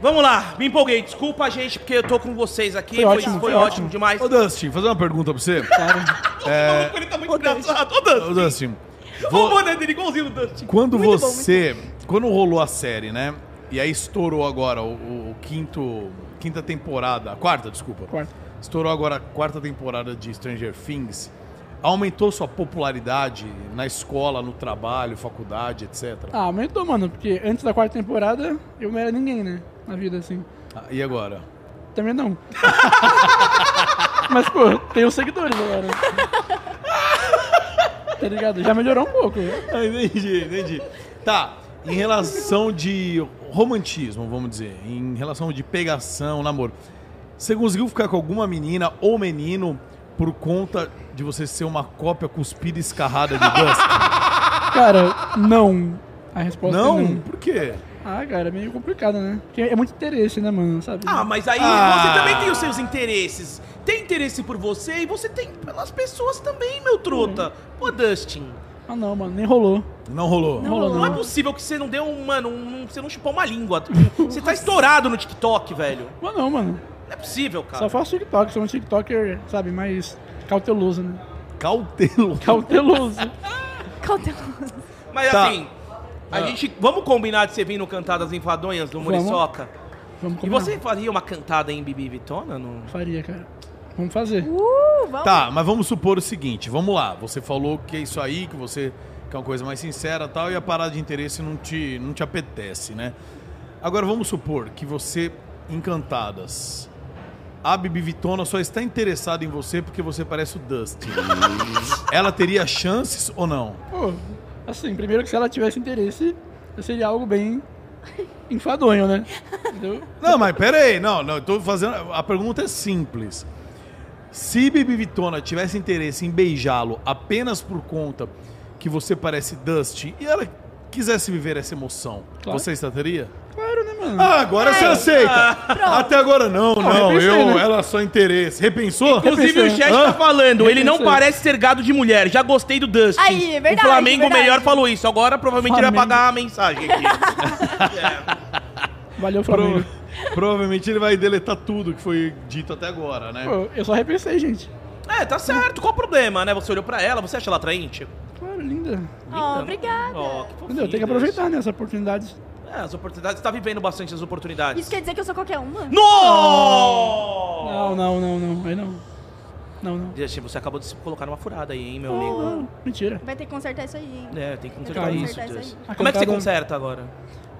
Vamos lá, me empolguei. Desculpa, gente, porque eu tô com vocês aqui. Foi,
Foi ótimo,
foi
foi
ótimo,
ótimo.
demais.
Ô, Dustin, fazer uma pergunta pra você.
Nossa, Ele tá muito engraçado. Ô,
Ô,
Dustin.
Dustin,
O boné dele é igualzinho do Dustin.
quando
Muito bom,
você. Quando rolou a série, né? E aí estourou agora o, o- o quinto. Quinta temporada. A quarta, desculpa.
Quarta.
Estourou agora a quarta temporada de Stranger Things. Aumentou sua popularidade na escola, no trabalho, faculdade, etc.
Ah, aumentou, mano, porque antes da quarta temporada eu não era ninguém, né? Na vida, assim.
Ah, e agora?
Também não. Mas, pô, tem os seguidores agora. tá ligado? Já melhorou um pouco.
Ah, entendi, entendi. Tá, em relação de romantismo, vamos dizer, em relação de pegação, namoro, você conseguiu ficar com alguma menina ou menino por conta de você ser uma cópia cuspida e escarrada de Dust?
Cara, não. A resposta é
Não?
não.
Por quê?
Ah, cara, é meio complicado, né? Porque é muito interesse, né, mano? Sabe?
Ah, mas aí
Ah.
você também tem os seus interesses. Tem interesse por você e você tem pelas pessoas também, meu trota. Pô, Dustin.
Ah, não, mano, nem rolou.
Não rolou.
Não rolou,
Não é
não.
possível que você não deu um, mano, um- você não chupou uma língua. Você tá estourado no TikTok, velho.
Mas não, mano.
Não é possível, cara.
Só faço TikTok, sou um TikToker, sabe, mais cauteloso, né?
Cautelo.
Cauteloso.
Cauteloso.
Mas
Tá.
assim, a gente. Vamos combinar de você vir no Cantadas Enfadonhas do
Ah. Vamos.
Muriçoca?
Vamos
E
combinar.
você faria uma cantada em Bibi Vitona? No...
Faria, cara. Vamos fazer.
Uh, vamos.
Tá, mas vamos supor o seguinte, vamos lá. Você falou que é isso aí, que você quer uma coisa mais sincera e tal, e a parada de interesse não te, não te apetece, né? Agora vamos supor que você, encantadas, a Bibi Vitona só está interessada em você porque você parece o Dustin. Ela teria chances ou não?
Pô, assim, primeiro que se ela tivesse interesse, seria algo bem enfadonho, né? Entendeu?
Não, mas peraí, não, não, eu tô fazendo. A pergunta é simples. Se Bibi Vitona tivesse interesse em beijá-lo apenas por conta que você parece Dusty e ela quisesse viver essa emoção,
Claro.
você estaria?
Claro, né, mano?
Ah, agora você aceita! Até agora não, não,
repensei,
eu,
né?
ela só interesse. Repensou?
Inclusive o
pensei,
chat tá falando, ele não
pensei.
parece ser gado de mulher. Já gostei do Dustin.
Aí, verdade,
O Flamengo
verdade.
melhor falou isso. Agora provavelmente ele vai
Flamengo.
apagar a mensagem aqui.
Valeu,
Pro-
Flamengo.
Provavelmente ele vai deletar tudo que foi dito até agora, né?
Pô, eu só repensei, gente.
é, tá certo. Qual o problema, né? Você olhou pra ela, você acha ela atraente?
Claro, linda.
Linda, né?
obrigada.
Ó, que fofinho,
Entendeu? Tem que
Dustin.
aproveitar, né, essa oportunidade.
É, as oportunidades. Você tá vivendo bastante as oportunidades.
Isso quer dizer que é eu sou qualquer uma?
No!
Não, não, não, não. Aí não. Não, não.
Justin, assim, você acabou de se colocar numa furada aí, hein, meu amigo?
Pô, mentira.
Vai ter que consertar isso aí, hein?
É, tem que
Tem
consertar
que
isso,
consertar isso
Justin.
aí.
A
Como é que você
cantada-
conserta agora?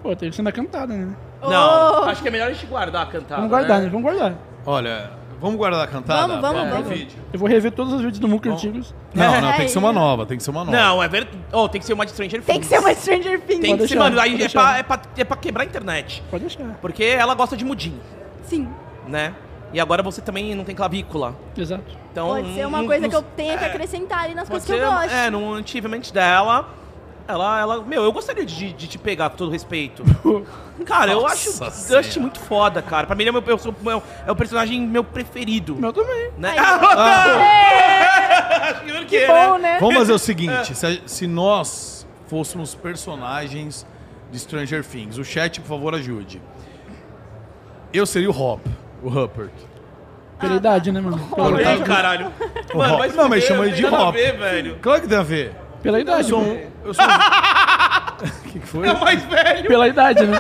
Pô, teve que ser na cantada, né?
Não,
Oh.
acho que é melhor a gente guardar a
Tá,
cantada.
Vamos guardar,
é.
né?
né? Vamos guardar.
Olha, vamos guardar a cantada?
Vamos, vamos,
pro
vamos.
vídeo?
Eu vou rever todos os vídeos do Muca
Bom.
antigos.
Não, não, tem que
Aí.
ser uma nova, tem que ser uma nova.
Não, é verdade. Oh, tem que ser uma de Stranger
Tem que ser uma Stranger Things.
Tem que
Pode
ser,
deixar,
mano. Aí
pode
é pra,
deixar.
é, pra, é pra quebrar a internet.
Pode deixar.
Porque ela gosta de mudim,
Sim.
né? E agora você também não tem clavícula.
Exato.
Então,
Pode ser uma
não-
coisa
não-
que eu tenha que acrescentar ali nas
pode
coisas que eu
ser-
gosto.
É, no achievement dela. Ela, ela. Meu, eu gostaria de, de te pegar, com todo respeito. Cara, eu acho
Nossa
o
Senhora.
Dust muito foda, cara. Pra mim, ele é, meu, eu sou- meu- é o personagem meu preferido.
Meu também.
Né?
Aí, ó.
Ah,
Ah, acho que, né?
Que bom, né?
Vamos fazer o seguinte: se, a- se nós fôssemos personagens de Stranger Things, o chat, por favor, ajude. Eu seria o Hop, o Rupert.
Pela idade, né, mano? Pela,
Ei, caralho.
O Hop.
vai se
Não, mas
fuder,
chama ele de
tem nada a
Hop.
ver, velho.
Claro que tem a ver.
pela
Eu
idade.
sou um.
né?
Eu sou um- que que foi?
É o mais velho.
Pela idade, né?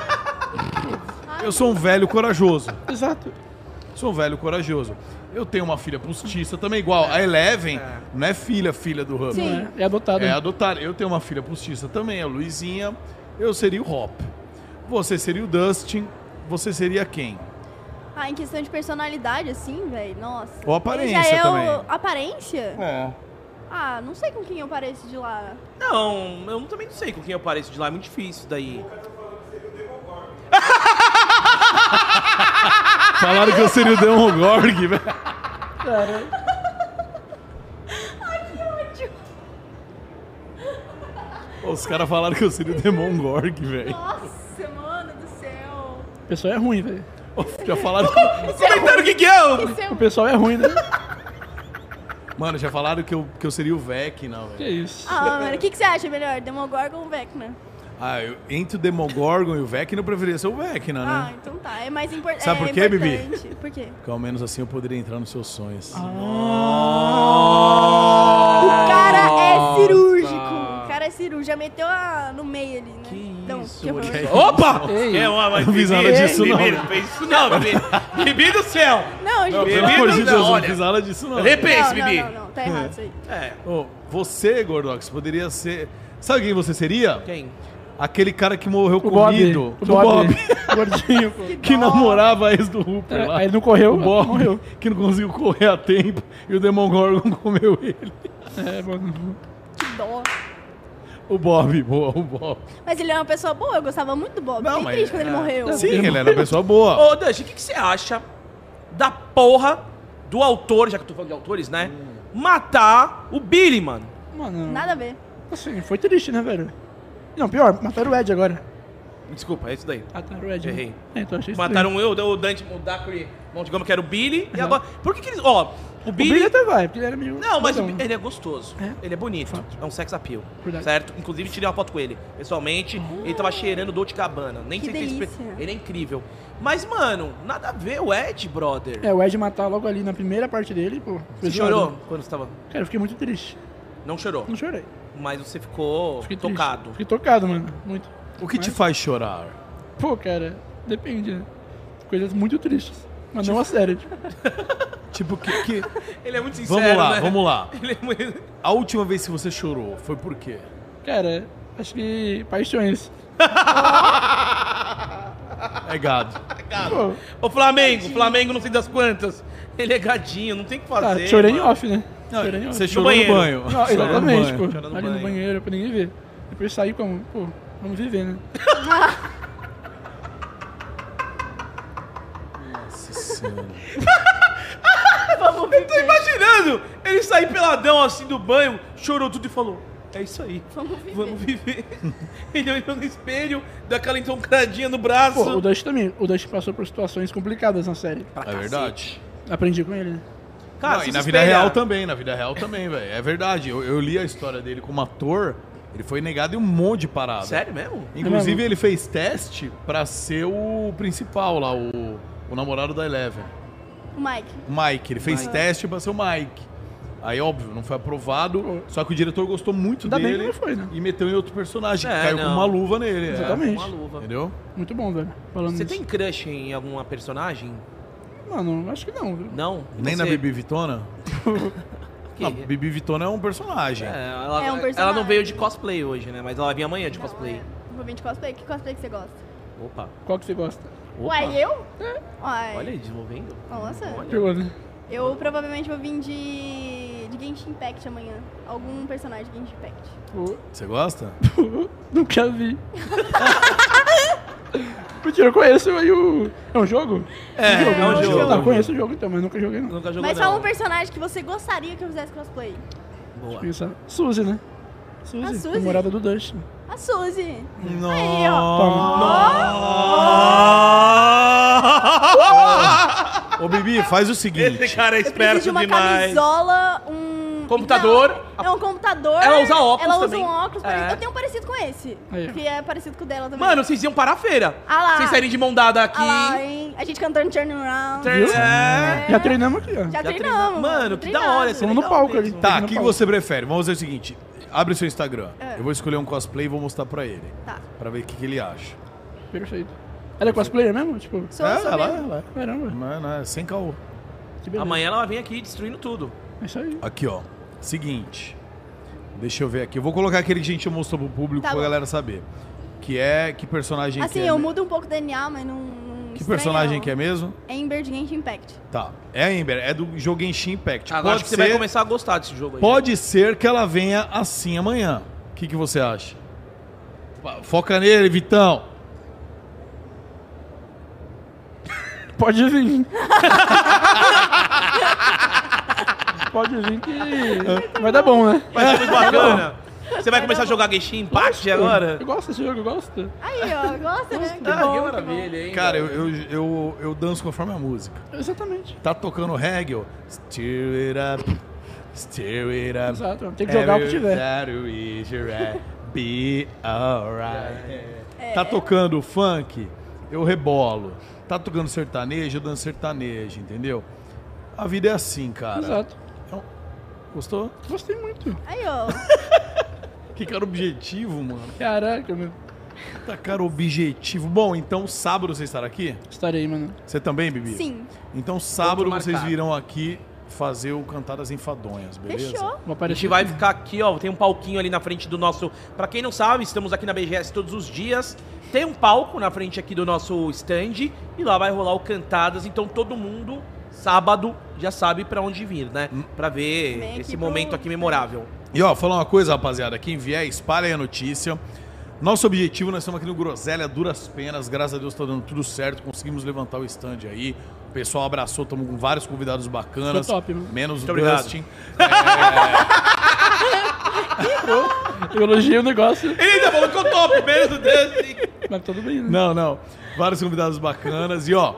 Eu sou um velho corajoso.
Exato.
Sou um velho corajoso. Eu tenho uma filha postiça também, igual. A Eleven não é filha, filha do Hub.
Sim.
É, é adotado.
É
né?
adotar. Eu tenho uma filha postiça também, a Luizinha. Eu seria o Hop. Você seria o Dustin. Você seria quem?
Ah, em questão de personalidade, assim, velho, nossa.
Ou aparência
Ele já é o-
também.
Aparência?
É.
Ah, não sei com quem eu pareço de lá.
Não, eu também não sei com quem eu pareço de lá, é muito difícil isso daí.
Falaram que eu seria o Demogorg, velho.
Cara,
Os caras falaram que eu seria o Demogorg, velho.
Nossa, mano do céu.
O pessoal é ruim, velho.
Já falaram. que-
Comentaram o que, que é? ô?
Isso é
O pessoal é ruim, né?
Mano, já falaram que eu, que eu seria o Vec, não,
Que
velho.
isso.
Ah, mano, o que, que você acha melhor? Demogorgon ou Vecna?
Ah, eu, entre o Demogorgon e o Vecna, eu preferia ser o Vecna,
Ah,
né?
então tá. É mais importante.
Sabe por quê, Bibi?
Por quê?
Porque ao menos assim eu poderia entrar nos seus sonhos.
O cara é cirúrgico. O cara é cirúrgico. Já meteu a... no meio ali, né? Que
isso,
que horror.
Muriel.
Opa!
Ei,
É uma, mas
Não fiz nada disso, não.
Bibi, não fez isso não, Bibi. Bibi do céu.
Não, gente.
Pelo
Bibi,
amor de
não,
Deus, eu não
olha.
fiz nada disso, não.
Repense,
não,
Bibi.
não, não, não. Tá errado isso aí.
É,
Ô, você, Gordox, poderia ser. Sabe quem você seria?
quem?
Aquele cara que morreu
O Bob.
comido.
O Bob.
Gordinho, que,
dó.
namorava a ex do Rupert
É,
lá.
aí ele não correu,
O Bob,
morreu.
que não conseguiu correr a tempo. E o Demogorgon comeu ele.
É, mano.
Que dó.
O Bob, boa, o Bob.
Mas ele é uma pessoa boa, eu gostava muito do Bob.
Não,
Fiquei
mas-
triste quando ele morreu.
Tá
Sim, ele era uma pessoa boa.
Ô, Dante, o que, que você acha da porra do autor, já que eu tô falando de autores, né? Matar o Billy, mano.
Mano,
Nada a ver.
assim, foi triste, né, velho? Não, pior, mataram o Ed agora.
Desculpa, é isso daí.
Mataram o Ed.
Errei.
É, então achei estranho.
Mataram eu, o Dante, o Dacry Montgomery, que era o Billy. E agora. Por que, que eles. Ó, o Billy.
O Billy até vai, porque ele era meio...
Não, mas o
Então,
Bi- ele é gostoso.
É?
Ele é bonito.
Fato.
É um sex appeal.
Verdade.
Certo? Inclusive, tirei uma foto com ele. Pessoalmente, ele tava cheirando Dolce Gabbana. Nem
Que
sei se
delícia.
ele- Ele é incrível. Mas, mano, nada a ver o Ed, brother.
É, o Ed matar logo ali na primeira parte dele, pô.
Você
pesado.
chorou quando você tava.
Cara, eu fiquei muito triste.
Não chorou.
Não chorei.
Mas você ficou
é
Fiquei triste.
tocado.
Fiquei tocado, mano. Muito.
O que te faz chorar?
Pô, cara, depende, né? Coisas muito tristes. Mas não a sério. tipo.
Tipo, que. que-
Ele é muito sincero.
Vamos lá,
né?
vamos lá.
Ele é muito.
A última vez que você chorou foi por quê?
Cara, acho que paixões.
É gado.
Pô,
Ô, Flamengo, Flamengo não sei das quantas. Ele é gadinho, não tem o que
tá,
fazer.
chorei em
mano.
off, né? chorei em off.
Você chorou no
banheiro.
banho.
Não,
Chorou no
exatamente,
banho.
pô.
Chorou no
ali
banho.
no banheiro pra ninguém ver. Depois saí como, pô, vamos viver, né?
Nossa senhora.
Eu tô imaginando ele sair peladão assim do banho, chorou tudo e falou: É isso aí.
Vamos viver.
Vamos viver. ele olhou no espelho, deu aquela entoncadinha no braço.
Pô, o Dust também. O Dust passou por situações complicadas na série.
É verdade.
Aprendi com ele, né?
Cara,
Não,
se
e na
se
vida
espelhar-
real também, na vida real também, velho. É verdade. Eu, eu li a história dele como ator, ele foi negado em um monte de parada.
Sério mesmo?
Inclusive, ele fez teste pra ser o principal lá, o, o namorado da Eleven.
O Mike.
O Mike. Ele fez teste pra ser o Mike. Aí, óbvio, não foi aprovado, só que o diretor gostou muito
Ainda bem
dele
que não foi, né?
e meteu em outro personagem,
É,
que caiu
não.
com uma luva nele. é.
Exatamente.
Uma luva.
Entendeu?
Muito bom, velho. Falando
Você
nisso.
tem crush em alguma personagem?
Mano, acho que não, viu?
Não?
Nem na
Você-
Bibi Vitona?
Que-
Não, Bibi Vitona é um personagem.
É, ela,
É um
ela
personagem.
não veio de cosplay hoje, né? Mas ela vai vir amanhã de cosplay.
Não, é. Vou vir de cosplay. Que cosplay que você gosta?
Opa.
Qual que você gosta?
Opa.
Uai, eu? Uai.
Olha aí, desenvolvendo.
Nossa.
Pegou, né?
Eu provavelmente vou vir de... de Genshin Impact amanhã. Algum personagem de Genshin Impact.
Pô,
Você gosta?
Pô, Nunca vi. Mentira, eu conheço aí o. É um jogo?
É,
é um jogo.
Não, conheço o jogo então, mas nunca joguei não.
Nunca jogou
Mas
não.
fala um personagem que você gostaria que eu fizesse cosplay.
Boa.
Isso. Suzy, né? Suzy,
A Suzy.
namorada do Dust.
A Suzy.
Ô, Bibi, faz o seguinte.
Esse cara é
Eu preciso de
esperto
uma
demais.
camisola, um...
Computador.
Não, é um computador.
Ela usa óculos
Ela usa
também.
um óculos. parecido-
É.
Eu tenho um parecido com esse.
Aí, ó.
Que é parecido com o dela também.
Mano, vocês iam parar a feira.
Ah lá.
Vocês saírem de mão dada aqui.
Ah lá, hein? A gente cantando Turn Around.
Ter- É.
Já treinamos aqui, ó.
Já,
Já
treinamos.
treinamos. Mano, que da
treinamos.
hora, esse
Fomos no
legal
palco ali.
mesmo.
Tá,
Pegando
o que
pau.
você prefere? Vamos fazer o seguinte: abre seu Instagram.
É.
Eu vou escolher um cosplay e vou mostrar pra ele.
Tá.
Pra ver o que, que ele acha.
Perfeito. Ela é cosplayer mesmo? Tipo,
Sou,
é,
sou
tá
ela,
mesmo.
ela.
caramba.
Não, é- não, é sem caô.
Que beleza.
Amanhã ela vai vir aqui destruindo tudo.
É isso aí.
Aqui, ó. Seguinte. Deixa eu ver aqui. Eu vou colocar aquele que a gente mostrou pro público
Tá
pra
bom.
galera saber. Que é. Que personagem
Assim,
que é.
eu
me-
mudo um pouco o DNA, mas não. não
Que
estranha,
personagem
não.
que é mesmo?
Ember de Genshin Impact.
Tá. É a Ember, é do jogo Genshin Impact.
Agora acho
pode,
que
ser,
você vai começar a gostar desse jogo aí.
pode ser que ela venha assim amanhã. O que, que você acha? Fa- Foca nele, Vitão.
Pode vir. Pode vir que vai dar bom, né?
Vai ser muito bacana. Você vai começar a jogar Genshin Impact agora?
Eu gosto desse jogo, eu gosto.
Aí, ó, gosta, né? Que
Ah,
bom.
que
maravilha, hein?
Cara, eu,
velho?
eu, eu, eu danço conforme a música.
Exatamente.
Tá tocando reggae, ó. Stir it up, stir it up.
Exato. Tem que jogar o que tiver.
Everybody is right, Be alright.
É.
Tá tocando funk, eu rebolo. Tá tocando sertanejo, eu danço sertanejo, entendeu? A vida é assim, cara.
Exato.
Então, Gostou?
Gostei muito.
Aí, ó.
Que cara objetivo, mano.
Caraca, meu.
Tá cara objetivo. Bom, então sábado você estará aqui?
Estarei, mano.
Você também, Bibi?
Sim.
Então sábado
Ponto
vocês
marcado.
virão aqui fazer o Cantadas Enfadonhas, beleza?
Fechou.
Vou
A
aparecer.
gente vai ficar aqui, ó. Tem um palquinho ali na frente do nosso. Pra quem não sabe, estamos aqui na BGS todos os dias. Tem um palco na frente aqui do nosso stand e lá vai rolar o Cantadas. Então todo mundo, sábado, já sabe pra onde vir, né? Pra ver
Vem aqui
esse
pro-
momento aqui memorável.
E ó, falar uma coisa, rapaziada. Quem vier, espalha aí a notícia. Nosso objetivo, nós estamos aqui no Groselha, duras penas. Graças a Deus tá dando tudo certo. Conseguimos levantar o stand aí. O pessoal abraçou, estamos com vários convidados bacanas.
Ficou top, viu?
menos o
Muito obrigado.
Dustin.
Eu elogiei o negócio,
Ele tá falando que eu topo mesmo, Dustin.
mas tudo bem, né?
Não, não. Vários convidados bacanas. E ó,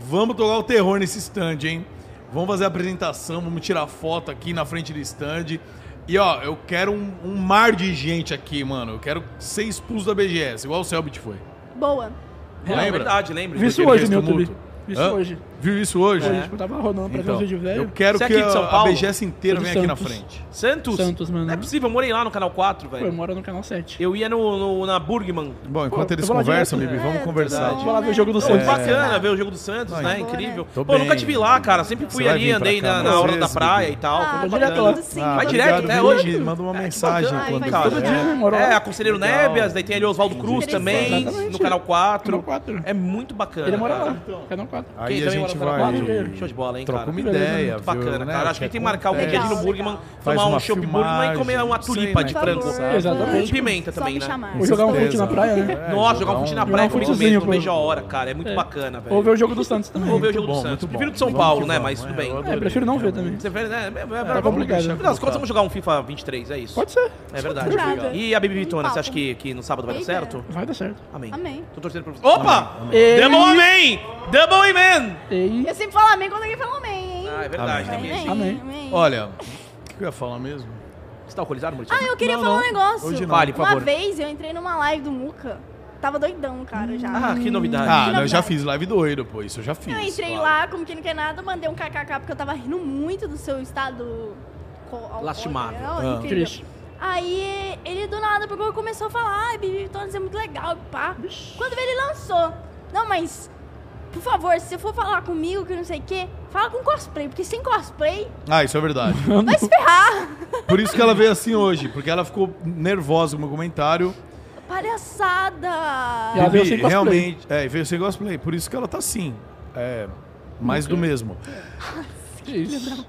vamos tocar o terror nesse stand, hein? Vamos fazer a apresentação, vamos tirar foto aqui na frente do stand. E ó, eu quero um, um mar de gente aqui, mano. Eu quero ser expulso da BGS, igual o Selbit foi.
Boa.
É
Lembra?
verdade, lembra?
Vi isso
Aquele
hoje no
gesto
YouTube.
mútuo.
Vi isso
Hã?
hoje.
Viu isso hoje?
Hoje, eu tava rodando pra ver
Então,
um vídeo velho.
eu quero
Você é
que
aqui de
a,
São
a
Paulo?
BGS inteira
Eu de
venha aqui na
Santos.
frente.
Santos?
Santos, né? mano.
Não é possível, eu morei lá no canal 4,
Pô, eu
velho.
moro no canal 7.
Eu ia no, no- na Burgman.
Bom, enquanto
eu
eles
vou lá
conversam,
direto,
Bibi,
né?
vamos
É,
conversar.
verdade.
Vou lá ver o jogo do
Pô,
É.
Santos.
bacana ver o jogo do Santos, né?
Boa,
Incrível.
né?
É. Tô
Pô, eu nunca
bem.
te vi lá, cara. Sempre fui
Você vai
ali,
vir pra
andei
cá
na,
mais
na hora da
vezes,
praia
Bibi?
e tal.
Ah,
Foi
direto
bacana.
lá.
tudo sim.
Ah,
Vai
tudo
direto
bem.
obrigado,
até
Bibi.
hoje?
Manda uma
É, que
mensagem.
bacana.
quando
Ai,
quiser.
faz
Todo dia, né? Moro
É,
lá.
a Conselheiro
Legal.
Neves, daí tem ali o Oswaldo Cruz também,
Exatamente.
no canal 4.
Canal 4.
É muito bacana.
Ele mora
cara. então. Ah,
lá. Canal 4.
Aí
Quem
a gente vai.
também mora lá?
fora? Vai.
Show de bola, hein,
Troca
cara.
uma
Beleza,
ideia,
muito
Bacana,
viu, né?
cara. Acho que a gente tem que marcar um
acontece.
weekend no
Legal,
Burgman,
legal.
Faz
tomar um
uma
chopp Burgman e comer
filmagem,
uma
não sei,
tulipa
né,
de
que
frango.
você-
Exatamente.
Com pimenta
Só
É,
também,
me
né?
chamar.
Com
Vou jogar um
certeza.
fute na praia, né?
É,
Nossa, jogar um fute na praia é
um
muito
futezinho,
mesmo,
pô.
veja a hora, cara. É muito bacana, velho.
Ou ver o jogo do Santos também.
Vou ver o jogo do
bom,
Santos.
muito bom.
Prefiro de São
Vamos que
Paulo, né?
vamos,
Mas tudo
é,
bem.
eu
É, prefiro não ver também.
Você vê, né? É, é,
Tá complicado.
No final das contas, vamos jogar um FIFA 23, é isso.
Pode ser.
É verdade.
Obrigada.
E a Bibi Vitona, você
Papo.
acha que, que no sábado vai dar
Eita.
certo?
Vai dar certo.
Amém.
Amém.
Tô torcendo pra você. Opa!
Ei,
Double Amen! Double Amen!
ei.
Eu sempre falo amém quando alguém fala amém, hein?
Ah, é verdade,
Amém.
também.
Amém.
Amém.
Olha, o que eu ia falar mesmo?
Você tá alcoolizado, Maurício?
Ah, eu queria
Não,
falar
não.
um negócio.
Hoje não.
Fale, por
Uma
favor.
vez eu entrei numa live do Muca. Tava doidão, cara, já.
Ah, que novidade.
Ah, não, eu já
novidade.
fiz live doido, pô. Isso eu já fiz.
eu entrei
claro.
lá, como quem não quer nada, mandei um kkk porque eu tava rindo muito do seu estado... co- alcoólico,
Lastimável.
né? Ó,
Ah.
incrível.
Triste.
Aí ele do nada pegou e começou a falar, ai, Bibi Vitórias é muito legal, pá. Quando ele lançou, não, mas por favor, se você for falar comigo que não sei o quê, fala com cosplay, porque sem cosplay
Ah, isso é verdade.
vai se ferrar.
Por isso que ela veio assim hoje, porque ela ficou nervosa com o meu comentário.
Palhaçada!
E ela veio sem cosplay.
realmente. É, veio sem cosplay. Por isso que ela tá assim. É. Mais do mesmo.
Que isso.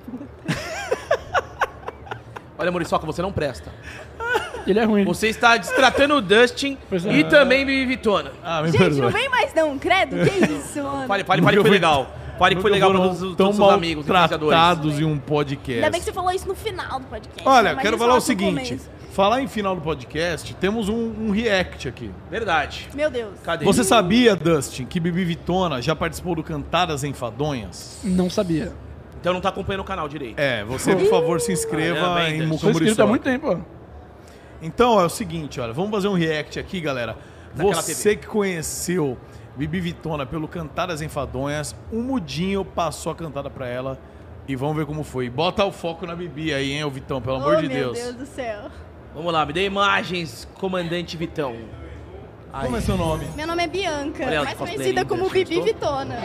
Olha, Muriçoca, você não presta.
Ele é ruim.
Você está destratando o Dustin
Pois é.
e também Bibi Vitona.
Ah, me
Gente, não
perdoe.
vem mais não, credo? Que isso, mano?
Fale, fale, fale que foi legal. Fale que foi legal pra todos os
tão
todos os seus amigos, influenciadores.
maltratados em um podcast.
Ainda bem que você falou isso no final do podcast.
Olha,
mas
quero
eu
falar o
no
seguinte.
começo.
Falar em final do podcast, temos um, um react aqui.
Verdade.
Meu Deus.
Cadê?
Você sabia, Dustin, que Bibi Vitona já participou do Cantadas Enfadonhas?
Não sabia.
Então não tá acompanhando o canal direito.
É, você, por favor, se inscreva
Caramba, hein,
em
Dustin?
Sou
Mucamuriçoca.
inscrito há muito tempo, ó.
Então é o seguinte, olha, vamos fazer um react aqui,
Tá
galera.
Daquela
Você que conheceu Bibi Vitona pelo Cantadas Enfadonhas, um mudinho passou a cantada pra ela e vamos ver como foi. Bota o foco na Bibi aí, hein, ô Vitão, pelo amor
oh,
de
meu
Deus.
Deus do céu.
Vamos lá, me dê imagens, comandante Vitão.
Como é seu nome?
Meu nome é Bianca,
Olha ela
mais
de cosplay
conhecida
ainda,
como Bibi
gostou?
Vitona.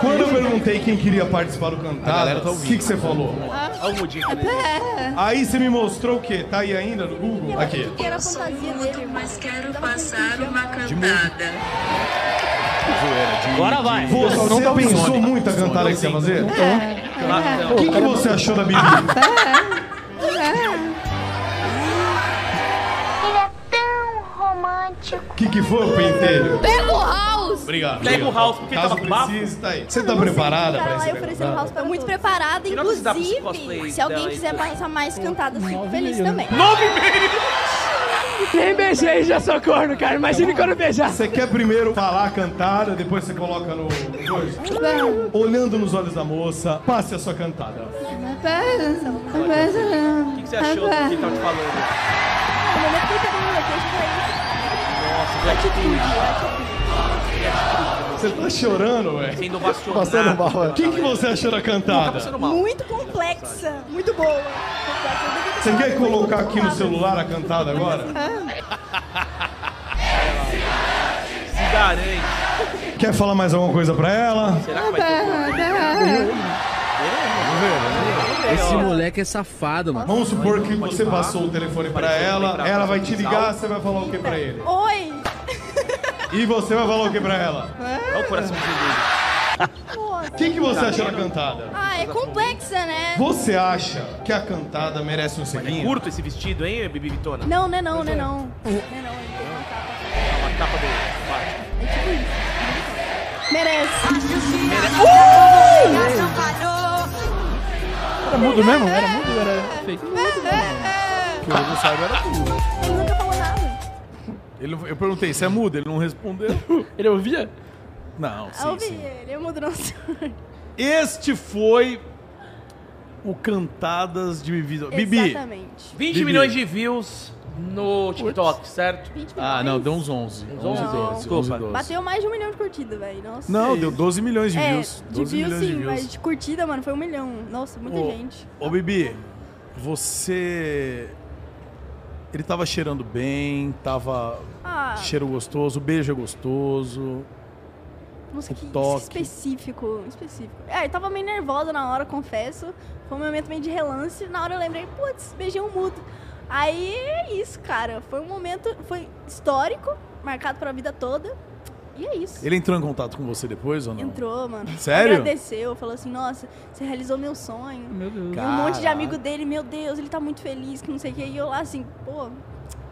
Quando eu perguntei quem queria participar do Cantadas,
tá
o que, que você falou?
Olha o né? mudinho.
Aí você me mostrou o quê? Tá aí ainda no Google? Aqui.
Que era a
Eu sou
fantasia
mudo,
dele,
mas quero
Tava com
passar
pijama.
uma cantada.
Agora vai.
Você
tá
pensou muito a cantada que você ia fazer?
é.
O que, que você achou
É.
da Bibi?
Ele é tão romântico.
O que, que foi o pentelho?
Pega o house!
Obrigado.
Pega o House, porque
Caso
tava com bafo.
precise, tá aí. Você tá preparada pra
Cara, lá
esse
eu ofereci um
negócio?
house pra
Tô
muito
muito
preparado.
preparada,
Tirando os dados do cosplay
inclusive.
Se alguém
dela aí.
quiser passar mais cantadas, fico
Nove e
feliz
meio, né?
também.
Nove e meio.
Nem beijei, já sou corno, cara. Imagine quando beijar.
Você quer primeiro falar a cantada, depois você coloca no. Dois. Olhando nos olhos da moça, passe a sua cantada.
O que, que você achou do que tava te falando?
Você tá chorando, velho?
Sendo
Passando
bastionado.
mal,
O
é.
Né? que, que você achou da cantada?
Passando mal.
Muito complexa, muito boa.
Você quer colocar aqui no celular a cantada agora?
Se garante.
Quer falar mais alguma coisa pra ela?
Será que vai ter?
Esse moleque é safado, mano.
Vamos supor que você passou o telefone pra ela, ela vai te ligar, você vai falar o que pra ele?
Oi!
E você vai falar o que pra ela?
Olha o coraçãozinho dele.
O que, que você achou da cantada?
Ah, é complexa, né?
Você acha que a cantada merece um selinho?
Curto esse vestido, hein, Bibi Vitona?
Não, né não, né não. Né não, ele tem uma capa.
Uma capa do... Vai.
É tipo isso. Merece.
Era mudo mesmo? Era mudo? Era É, fake.
Que eu não saiba era tudo.
Ele Ah, nunca falou nada.
Ele não- eu perguntei, você é mudo? Ele não respondeu.
É.
Ele ouvia?
Não,
Ah,
sim,
ouvi
sim.
ele, eu mudo nosso.
Este foi o Cantadas de Bibi. Bibi.
Exatamente.
20
Bibi.
milhões de views no TikTok, certo?
20 milhões.
Ah, não, deu uns 11. Uns
11,
12,
desculpa.
12.
Bateu mais de um milhão de curtidas, velho. Nossa.
Não, deu 12 milhões de
É,
views.
de
12
views
milhões
sim,
de views.
mas de curtida, mano, foi um milhão. Nossa, muita
Ô,
gente.
Ô,
é.
Bibi, você. Ele tava cheirando bem, tava.
Ah,
Cheiro gostoso, beijo é gostoso.
nossa, que
Um toque.
específico, específico. É, eu tava meio nervosa na hora, confesso. Foi um momento meio de relance. Na hora eu lembrei, putz, beijei um mudo. Aí é isso, cara. Foi um momento, foi histórico, marcado pra vida toda. E é isso.
Ele entrou em contato com você depois ou não?
Entrou, mano.
Sério?
Agradeceu, falou assim, nossa, você realizou meu sonho.
Meu Deus.
E um monte de amigo dele, meu Deus, ele tá muito feliz, que não sei o que. E eu lá assim, pô,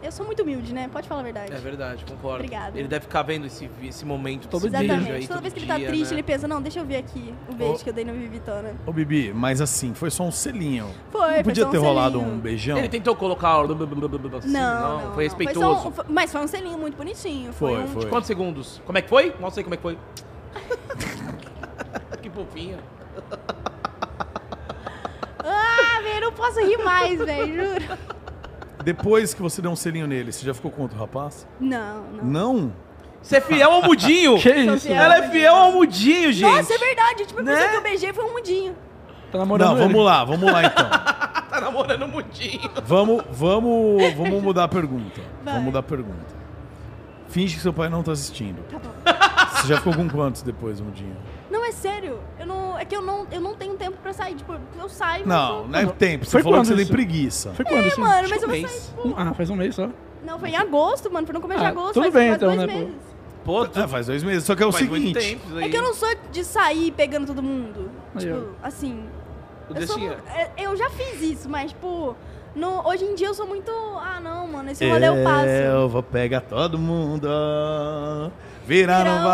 eu sou muito humilde, né? Pode falar a verdade.
É verdade, concordo.
Obrigada.
Ele deve ficar vendo esse, esse momento desse
Todo dia.
beijo
Exatamente.
aí
Toda
todo
vez que ele tá
dia,
triste,
né?
ele pensa, não, deixa eu ver aqui o beijo
Ô.
que eu dei no Vivitona.
Ô, Bibi, mas assim, foi só um selinho.
Foi,
não podia
foi só
ter
um
rolado
selinho.
um beijão?
Ele tentou colocar. o blá, blá, blá, blá, blá, assim,
Não, não, não.
Foi
só
respeitoso.
um- foi- mas foi um selinho muito bonitinho. Foi,
Foi,
um-
foi.
Quantos segundos? Como é que foi? Não sei como é que foi. que fofinha.
Ah, velho, eu não posso rir mais, velho, juro.
Depois que você deu um selinho nele, você já ficou contra o rapaz?
Não, não.
Não?
Você é fiel ao mudinho!
Que isso?
Social.
Ela é fiel ao mudinho, gente!
Nossa, é verdade. Tipo, a pessoa
Né?
que eu beijei foi um mundinho.
Tá namorando
não, vamos lá, vamos lá então.
Tá namorando o mudinho!
Vamos, vamos, vamos mudar a pergunta.
Vai.
Vamos mudar a pergunta. Finge que seu pai não tá assistindo.
Tá bom.
Você já ficou com quantos depois, um Mundinho?
Não, é sério. Eu não, é que eu não, eu não tenho tempo pra sair. Tipo, eu saio. mas
Não, não é tempo. Você
Foi
falou que
quando
você tem
isso?
preguiça.
Foi quando
É,
isso?
mano, mas eu vou sair.
mês.
Um- Ah, faz um mês só.
Não, foi em agosto, mano. Foi no começo de
Ah,
agosto.
tudo
faz
bem,
quase
então,
dois
né, pô?
meses.
Pô, tu
Ah, faz dois meses. Só que é o
faz muito
seguinte.
tempo isso aí.
É que eu não sou de sair pegando todo mundo.
Aí,
Tipo, assim.
O
Eu, sou
Justin-
mu- é, eu já fiz isso, mas, tipo, no- hoje em dia eu sou muito. Ah, não, mano, esse rolê
É,
eu passo.
vou pegar todo mundo. Virar
Virar
um
um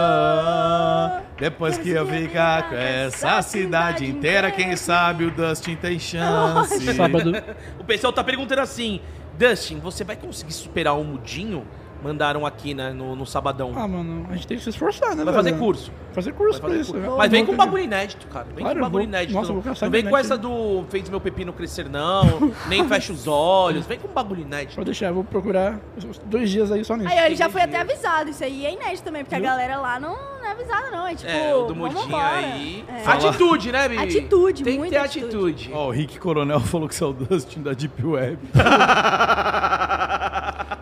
vagabunda.
vagabundo.
Depois que eu ficar com essa cidade inteira, quem sabe o Dustin tem chance.
Sábado.
O pessoal tá perguntando assim: Dustin, você vai conseguir superar o mudinho? Mandaram aqui né, no, no sabadão.
Ah, mano, a gente tem que se esforçar, né?
vai fazer
velho?
curso.
Fazer curso
Vai
pra
fazer
isso.
curso.
né?
Mas vem com um
Vamos ver.
bagulho inédito, cara. Vem
Claro,
com um
eu
bagulho
vou-
inédito.
nossa, eu
não,
vou caçar
não vem com
inédito.
essa do fez meu pepino crescer, não. nem fecha os olhos. Vem com um bagulho inédito.
Vou deixar, vou procurar os dois dias aí só nisso.
Aí ó, ele já foi até avisado, isso aí é inédito também, porque a galera lá não, não é avisada, não. É tipo,
É, o do
vamos
mudinho
embora.
aí.
É.
Atitude, né, Bibi?
Atitude,
Tem que
muita
ter
atitude.
atitude.
Ó, o Rick Coronel falou que você é o Dustin da Deep Web.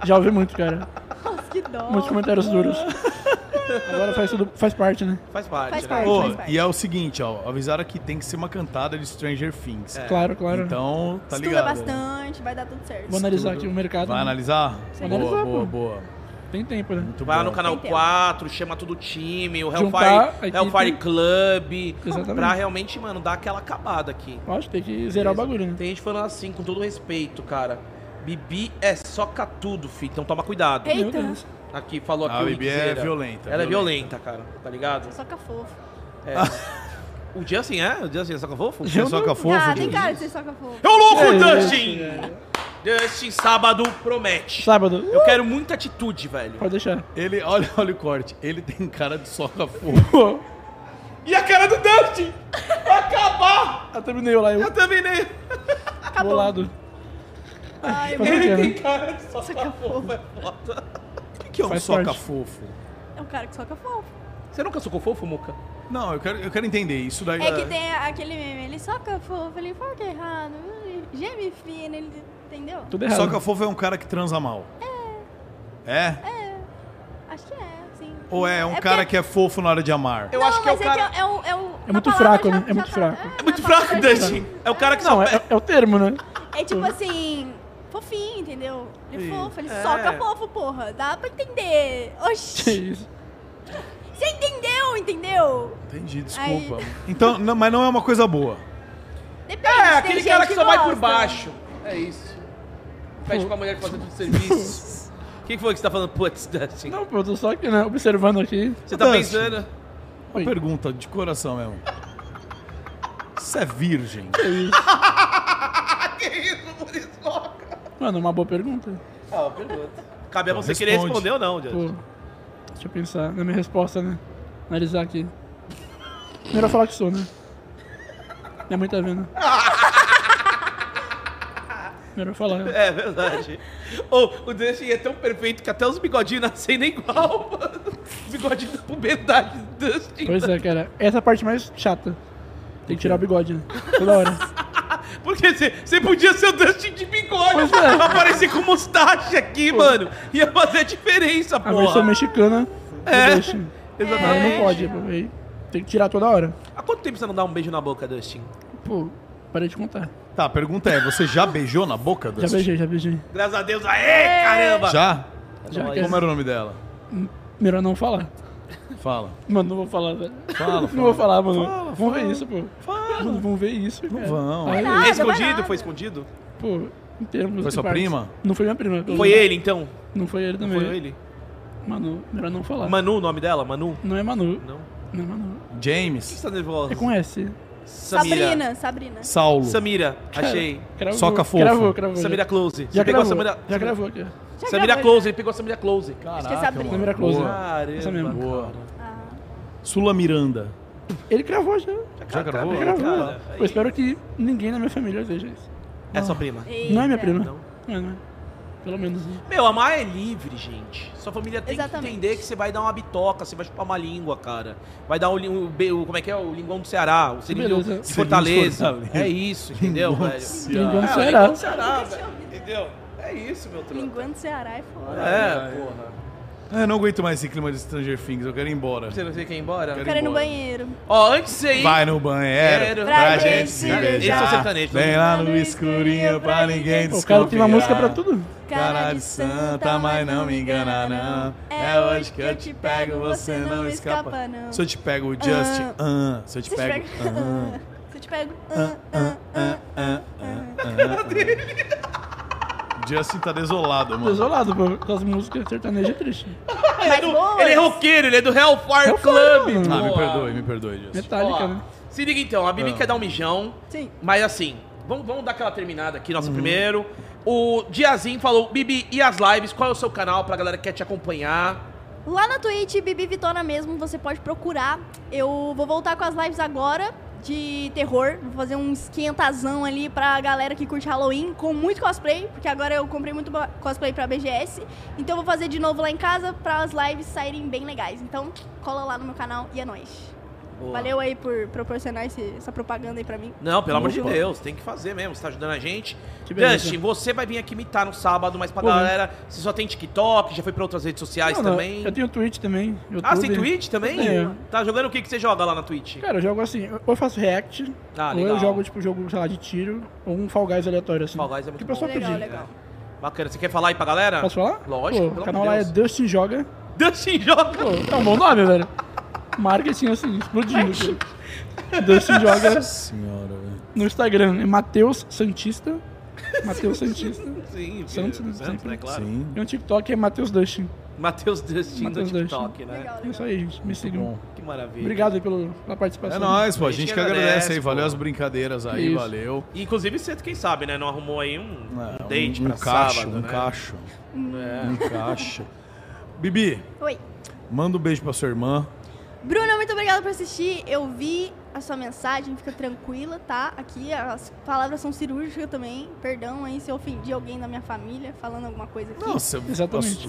Já ouvi muito, cara.
Nossa, que dó.
Muitos comentários duros. Agora faz tudo, faz parte, né?
Faz parte.
Faz
né?
parte.
Ô,
faz parte.
e é o seguinte, ó. Avisaram que tem que ser uma cantada de Stranger Things.
É.
Claro, claro.
É. Então, tá
Estuda
ligado. né?
bastante, vai dar tudo certo.
Vou analisar aqui o mercado.
Vai
né?
analisar?
Sim.
boa,
Analisar,
boa,
pô.
boa.
Tem tempo, né?
Muito
Vai lá
bom.
no canal
Tem tempo.
4, chama todo o time, o
Juntar a
Hellfire,
equipe.
Hellfire Club,
Exatamente.
pra realmente, mano, dar aquela acabada aqui.
Eu acho que tem que zerar o bagulho, né?
Tem gente falando assim, com todo respeito, cara. Bibi é soca tudo, fi, então toma cuidado.
Ei.
Meu Deus.
Aqui, falou aqui
Ah,
o
a Bibi é
Rickzeira.
violenta.
Ela é violenta, cara, tá ligado?
Soca fofo.
O Justin é? O Justin é soca fofo?
Você soca fofo?
ah,
Diego?
tem cara de ser soca fofo.
É o louco,
É,
Dustin! Dustin, sábado promete.
Sábado.
Eu quero muita atitude, velho.
Pode deixar.
Ele, olha, olha o corte. Ele tem cara de soca fogo.
E a cara do Dustin? Vai acabar!
Eu terminei lá, eu
Eu também nem.
Acabou.
bolado.
Ai,
Fazer o
Ele
quê, né?
tem cara de só fofa, é foda.
O que é um
Faz
soca
parte.
fofo?
é um cara que soca fofo.
Você nunca socou fofo, Muca?
Não, eu quero, eu quero entender. Isso daí.
É que tem aquele meme, ele soca fofo, ele forca errado, ele geme fino, ele... Entendeu?
Tudo errado.
Soca fofo é um cara que transa mal. É. É?
Acho que é, sim.
Ou é um cara que é fofo na hora de amar?
Eu
Não,
acho que é o
mas é
cara.
que é o... É, o- na
muito
palavra
fraco,
já-
né? É
já tá-
muito fraco.
É muito
na palavra
fraco,
já-
Dustin. É o cara que
Não,
só.
é, é o termo, né?
É tipo assim, fofinho, entendeu? Ele é fofo, ele soca fofo, porra. Dá pra entender.
Que
Oxi,
isso.
você entendeu, entendeu?
Entendi, desculpa.
Aí-
Então, não, mas não é uma coisa boa.
Depende,
É,
tem
aquele
gente
cara que só vai por
gosta. né?
baixo.
É isso. Pede pra mulher que fazer tudo serviço.
O que foi que você tá falando, putz, Dustin?
Não, pô, eu tô só aqui, né? Observando aqui.
Você tá
Dustin.
pensando.
Uma pergunta de coração mesmo. Você é virgem?
Mano, uma boa pergunta.
Ah, Cabe a você
Responde.
querer responder ou não, Dustin.
Pô, Tipo, deixa eu pensar na minha resposta, né? Analisar aqui. Primeiro eu falar que sou, né? Minha mãe tá vendo. Primeiro eu falar.
É verdade. Ou o Dustin é tão perfeito que até os bigodinhos nascendo igual, mano. Bigodinho da puberdade do Dustin.
Pois é, cara. Essa é a parte mais chata. Tem que tirar o bigode, né? Toda hora.
Porque você- você podia ser o Dustin de bigode.
Pois é.
Aparecer com mustache aqui, mano. Ia fazer a diferença,
A versão
porra.
mexicana.
É.
É. Mas
Exatamente.
não pode. aí Tem que tirar toda hora.
Há quanto tempo você não dá um beijo na boca, Dustin?
Pô, parei de contar.
Tá, a pergunta é, você já beijou na boca,
Já
Dustin?
beijei, já beijei.
Graças a Deus.
É.
Aê, caramba.
Já?
Já
nóis.
que- é
Como era o nome dela?
Melhor não falar.
Fala.
Mano, não vou falar, velho.
Fala,
Não
fala.
vou falar, mano. vão ver isso, pô. Mano, vão ver isso, cara.
vão.
Aí,
nada, vai
escondido?
nada.
Foi escondido?
Pô, em termos
Foi
de
sua
partes.
prima?
Não foi minha prima. pelo
Foi
menos.
ele, então?
Não foi ele também.
Foi ele?
Manu, melhor não falar.
Manu, o nome dela? Manu?
Não é Manu.
Não.
Não é Manu.
James?
Você tá nervosa?
É com S.
Sabrina, Sabrina.
Saulo?
Samira, achei.
Cravou.
Soca fofo.
Cravou, cravou. já.
Samira Close.
Já
Você pegou a
gravou.
Samira.
Já gravou aqui. ó.
Já
Samira
gravou, né?
Close, ele pegou a Samira Close. Cara.
Acho que é Sabrina.
Samira Close. né?
Caramba.
Essa mesmo.
Boa.
Ah.
Sula Miranda.
Ele gravou já.
Já gravou?
Já gravou. Eu espero que ninguém na minha família veja isso.
É sua prima.
Não é minha
Eita.
prima.
Não.
Não. é, não é. Pelo menos. né?
Meu, amar é livre, gente. Sua família tem
Exatamente.
que entender que você vai dar uma bitoca, você vai chupar uma língua, cara. Vai dar o, li- o be- o- como é que é? O linguão do Ceará, o serinho
Beleza.
de Fortaleza.
Seringuão de Fortaleza.
É isso, entendeu,
Linguão do
velho?
Ceará.
É,
Ninguém
o
será.
linguão do Ceará, velho. Entendeu? É isso, meu truque.
Linguando Ceará é foda.
É, porra.
Ah, eu não aguento mais esse clima de Stranger Things, eu quero ir embora.
Você não sei quem ir embora?
Quero
Eu quero ir é no
embora.
banheiro.
Ó, antes de você ir.
Vai no banheiro
Quero.
pra,
Pra
gente,
gente
se tá
se
beijar.
beijar. Esse é o sertanejo,
Vem
né?
lá no escurinho pra ninguém
Pô, o
desconfiar.
cara tem uma música
é.
pra tudo.
Cara de santa, mas não me engana não. É hoje que eu te pego, você não escapa.
não.
Se eu te pego, Justin, ah. se eu te
Se eu te
pego, ah.
pego... Se eu te pego... ah, ah, ah.
Justin tá desolado,
Tô
mano.
isolado, pô. Aquelas músicas sertanejas é triste.
Ele é, do,
boas.
ele é roqueiro, ele é do Hellfire
Hellfire,
Club.
mano.
Ah, me
porra.
perdoe, me perdoe, Justin.
Metálica,
Ó,
né?
Se liga então, a
Ah.
Bibi quer dar um mijão,
Sim.
mas assim, vamos, vamos dar aquela terminada aqui,
Uhum.
nosso primeiro. O Diazinho falou, Bibi, e as lives? Qual é o seu canal pra galera que quer te acompanhar?
Lá na Twitch, Bibi Vitona mesmo, você pode procurar. Eu vou voltar com as lives agora de terror. Vou fazer um esquentazão ali pra galera que curte Halloween com muito cosplay, porque agora eu comprei muito ba- cosplay pra BGS. Então eu vou fazer de novo lá em casa pra as lives saírem bem legais. Então cola lá no meu canal e é nóis. Valeu aí por proporcionar esse- essa propaganda aí pra mim.
Não, pelo amor de
Opa.
Deus, tem que fazer mesmo, você tá ajudando a gente.
Que beleza.
Dustin, você vai vir aqui imitar no sábado, mas pra
Vou vir.
galera, você só tem TikTok, já foi pra outras redes sociais
Não, não,
também.
Eu tenho Twitch também.
Ah, você tem
YouTube.
Twitch também?
Tenho.
Tá jogando o que, que você joga lá na Twitch?
Cara, eu jogo assim, ou eu faço react,
Ah,
ou
legal.
eu jogo, tipo, jogo, sei lá, de tiro, ou um Fall Guys aleatório, assim.
Fall Guys é muito
que o
bom.
pessoal
Legal,
pedir.
legal.
Bacana, você quer falar aí pra galera?
Posso falar?
Lógico,
Pô,
pelo
o canal
amor
lá
de
é
Deus.
Dustin Joga.
Dustin joga!
Pô, é um bom nome, velho. Marketing, assim, explodindo. cara. Dustin Joga
Senhora, velho.
no Instagram. É Matheus Santista. Matheus Santista. um
Sim,
Santos, né?
Santos, né?
Sempre.
Claro.
é. Sim.
E no TikTok é Matheus Dustin.
Matheus Dustin
Matheus
no
Dustin.
TikTok, né?
É isso aí, gente. Me sigam.
Que maravilha.
Obrigado aí pelo- pela participação.
É nóis, pô. A gente que agradece aí.
um pô.
Valeu as brincadeiras aí,
Isso.
valeu.
E, Inclusive, você, quem sabe, né? Não arrumou aí um, um
É, um-
date
um
pra
cacho,
sábado,
um
né?
cacho,
É.
um cacho. Bibi,
Oi.
manda um beijo pra sua irmã.
Bruna, muito obrigada por assistir. Eu vi a sua mensagem, fica tranquila, tá? Aqui as palavras são cirúrgicas também. Perdão aí se eu ofendi alguém da minha família falando alguma coisa aqui.
Não, você,
Exatamente.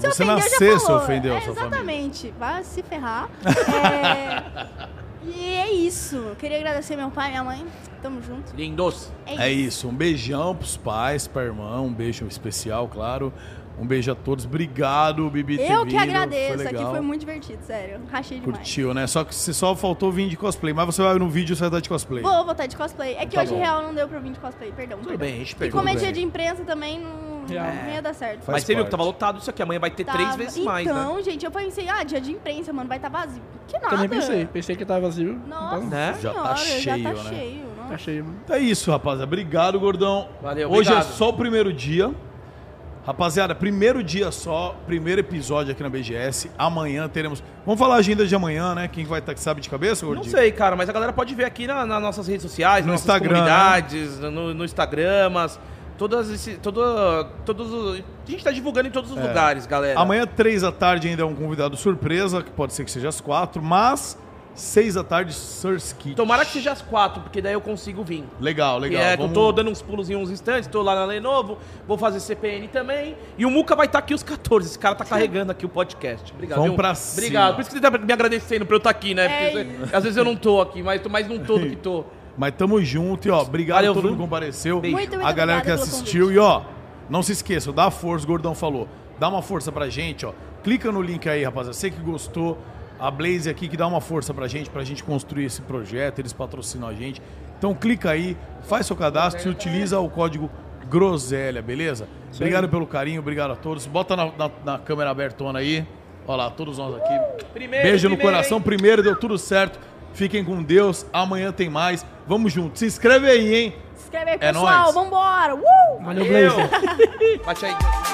você,
Se ofendeu, já
nasceu, você
falou.
ofendeu a
é,
sua família.
Exatamente. Vai se ferrar. É, E é isso. Eu Queria agradecer meu pai e minha mãe. Tamo junto.
Lindos.
É isso.
É isso, um beijão pros pais, pra irmã, um beijo especial, claro. Um beijo a todos. Obrigado, Bibi. ter
Eu que
vindo,
agradeço.
Foi
Aqui
legal.
foi muito divertido, sério. Rachei demais.
Curtiu, né? Só que você só faltou vir de cosplay, mas você vai no vídeo e você vai estar de cosplay.
Vou voltar de cosplay. É que
Tá
hoje,
bom.
real, não deu pra eu vir de cosplay. Perdão,
Tudo
perdão.
bem, a gente
E
pegou.
como é
tudo
dia de
bem.
imprensa também, não,
Real.
não ia dar certo.
Faz
Mas você viu
parte.
que tá tava lotado, isso aqui amanhã vai ter
Tava.
três vezes
então,
mais, né?
gente, eu pensei, ah, dia de imprensa, mano, vai estar vazio. Que nada.
Também pensei. Pensei que tava vazio.
Nossa
Então,
Né?
Já
senhora,
tá cheio,
já tá
né?
cheio.
tá
nossa.
cheio, mano.
Então É isso, rapaziada. Obrigado, gordão.
Valeu,
Hoje é
obrigado.
só o primeiro dia. Rapaziada, primeiro dia só, primeiro episódio aqui na BGS. Amanhã teremos. Vamos falar a agenda de amanhã, né? Quem vai estar que sabe de cabeça,
Não
gordinho?
sei, cara, mas a galera pode ver aqui na- nas nossas redes sociais,
No
nas nossas
Instagram, né?
comunidades, no, no Instagram, mas todas esse, todo, todos os- A gente tá divulgando em todos os lugares, galera.
É. Amanhã, três da tarde, ainda é um convidado surpresa, que pode ser que seja às quatro, mas seis da tarde, Source Kit.
Tomara que seja às quatro, porque daí eu consigo vir.
Legal,
Que
legal.
é, que
Vamos-
eu tô dando uns pulos em uns instantes, tô lá na Lenovo, vou fazer CPN também. E o Muca vai estar aqui os 14. Esse cara tá carregando aqui o podcast. Obrigado.
Vamos
viu?
pra cima.
Obrigado. Por isso que você tá me agradecendo pra eu estar aqui, né?
É
Porque você- às vezes eu não tô aqui, mas tô mais não tô do que tô.
Mas tamo junto e ó, obrigado
Valeu,
a todo
viu?
mundo que compareceu,
Beijo.
Muito, muito
a galera que
obrigada pelo
assistiu
convite.
e ó, não se esqueçam, dá força, o Gordão falou. Dá uma força pra gente, ó. Clica no link aí, rapaziada. Você que gostou, a Blaze aqui que dá uma força pra gente, pra gente construir esse projeto, eles patrocinam a gente. Então clica aí, faz seu cadastro e utiliza o código Groselha, beleza? Obrigado pelo carinho, obrigado a todos. Bota na, na- na câmera abertona aí. Ó lá, todos nós aqui.
Primeiro,
Beijo no
primeiro,
coração. Primeiro deu tudo certo. Fiquem com Deus. Amanhã tem mais. Vamos junto. Se inscreve aí, hein?
Se inscreve aí,
É
pessoal.
nóis.
Vambora. Uh!
Valeu, Blaze.
Bate aí.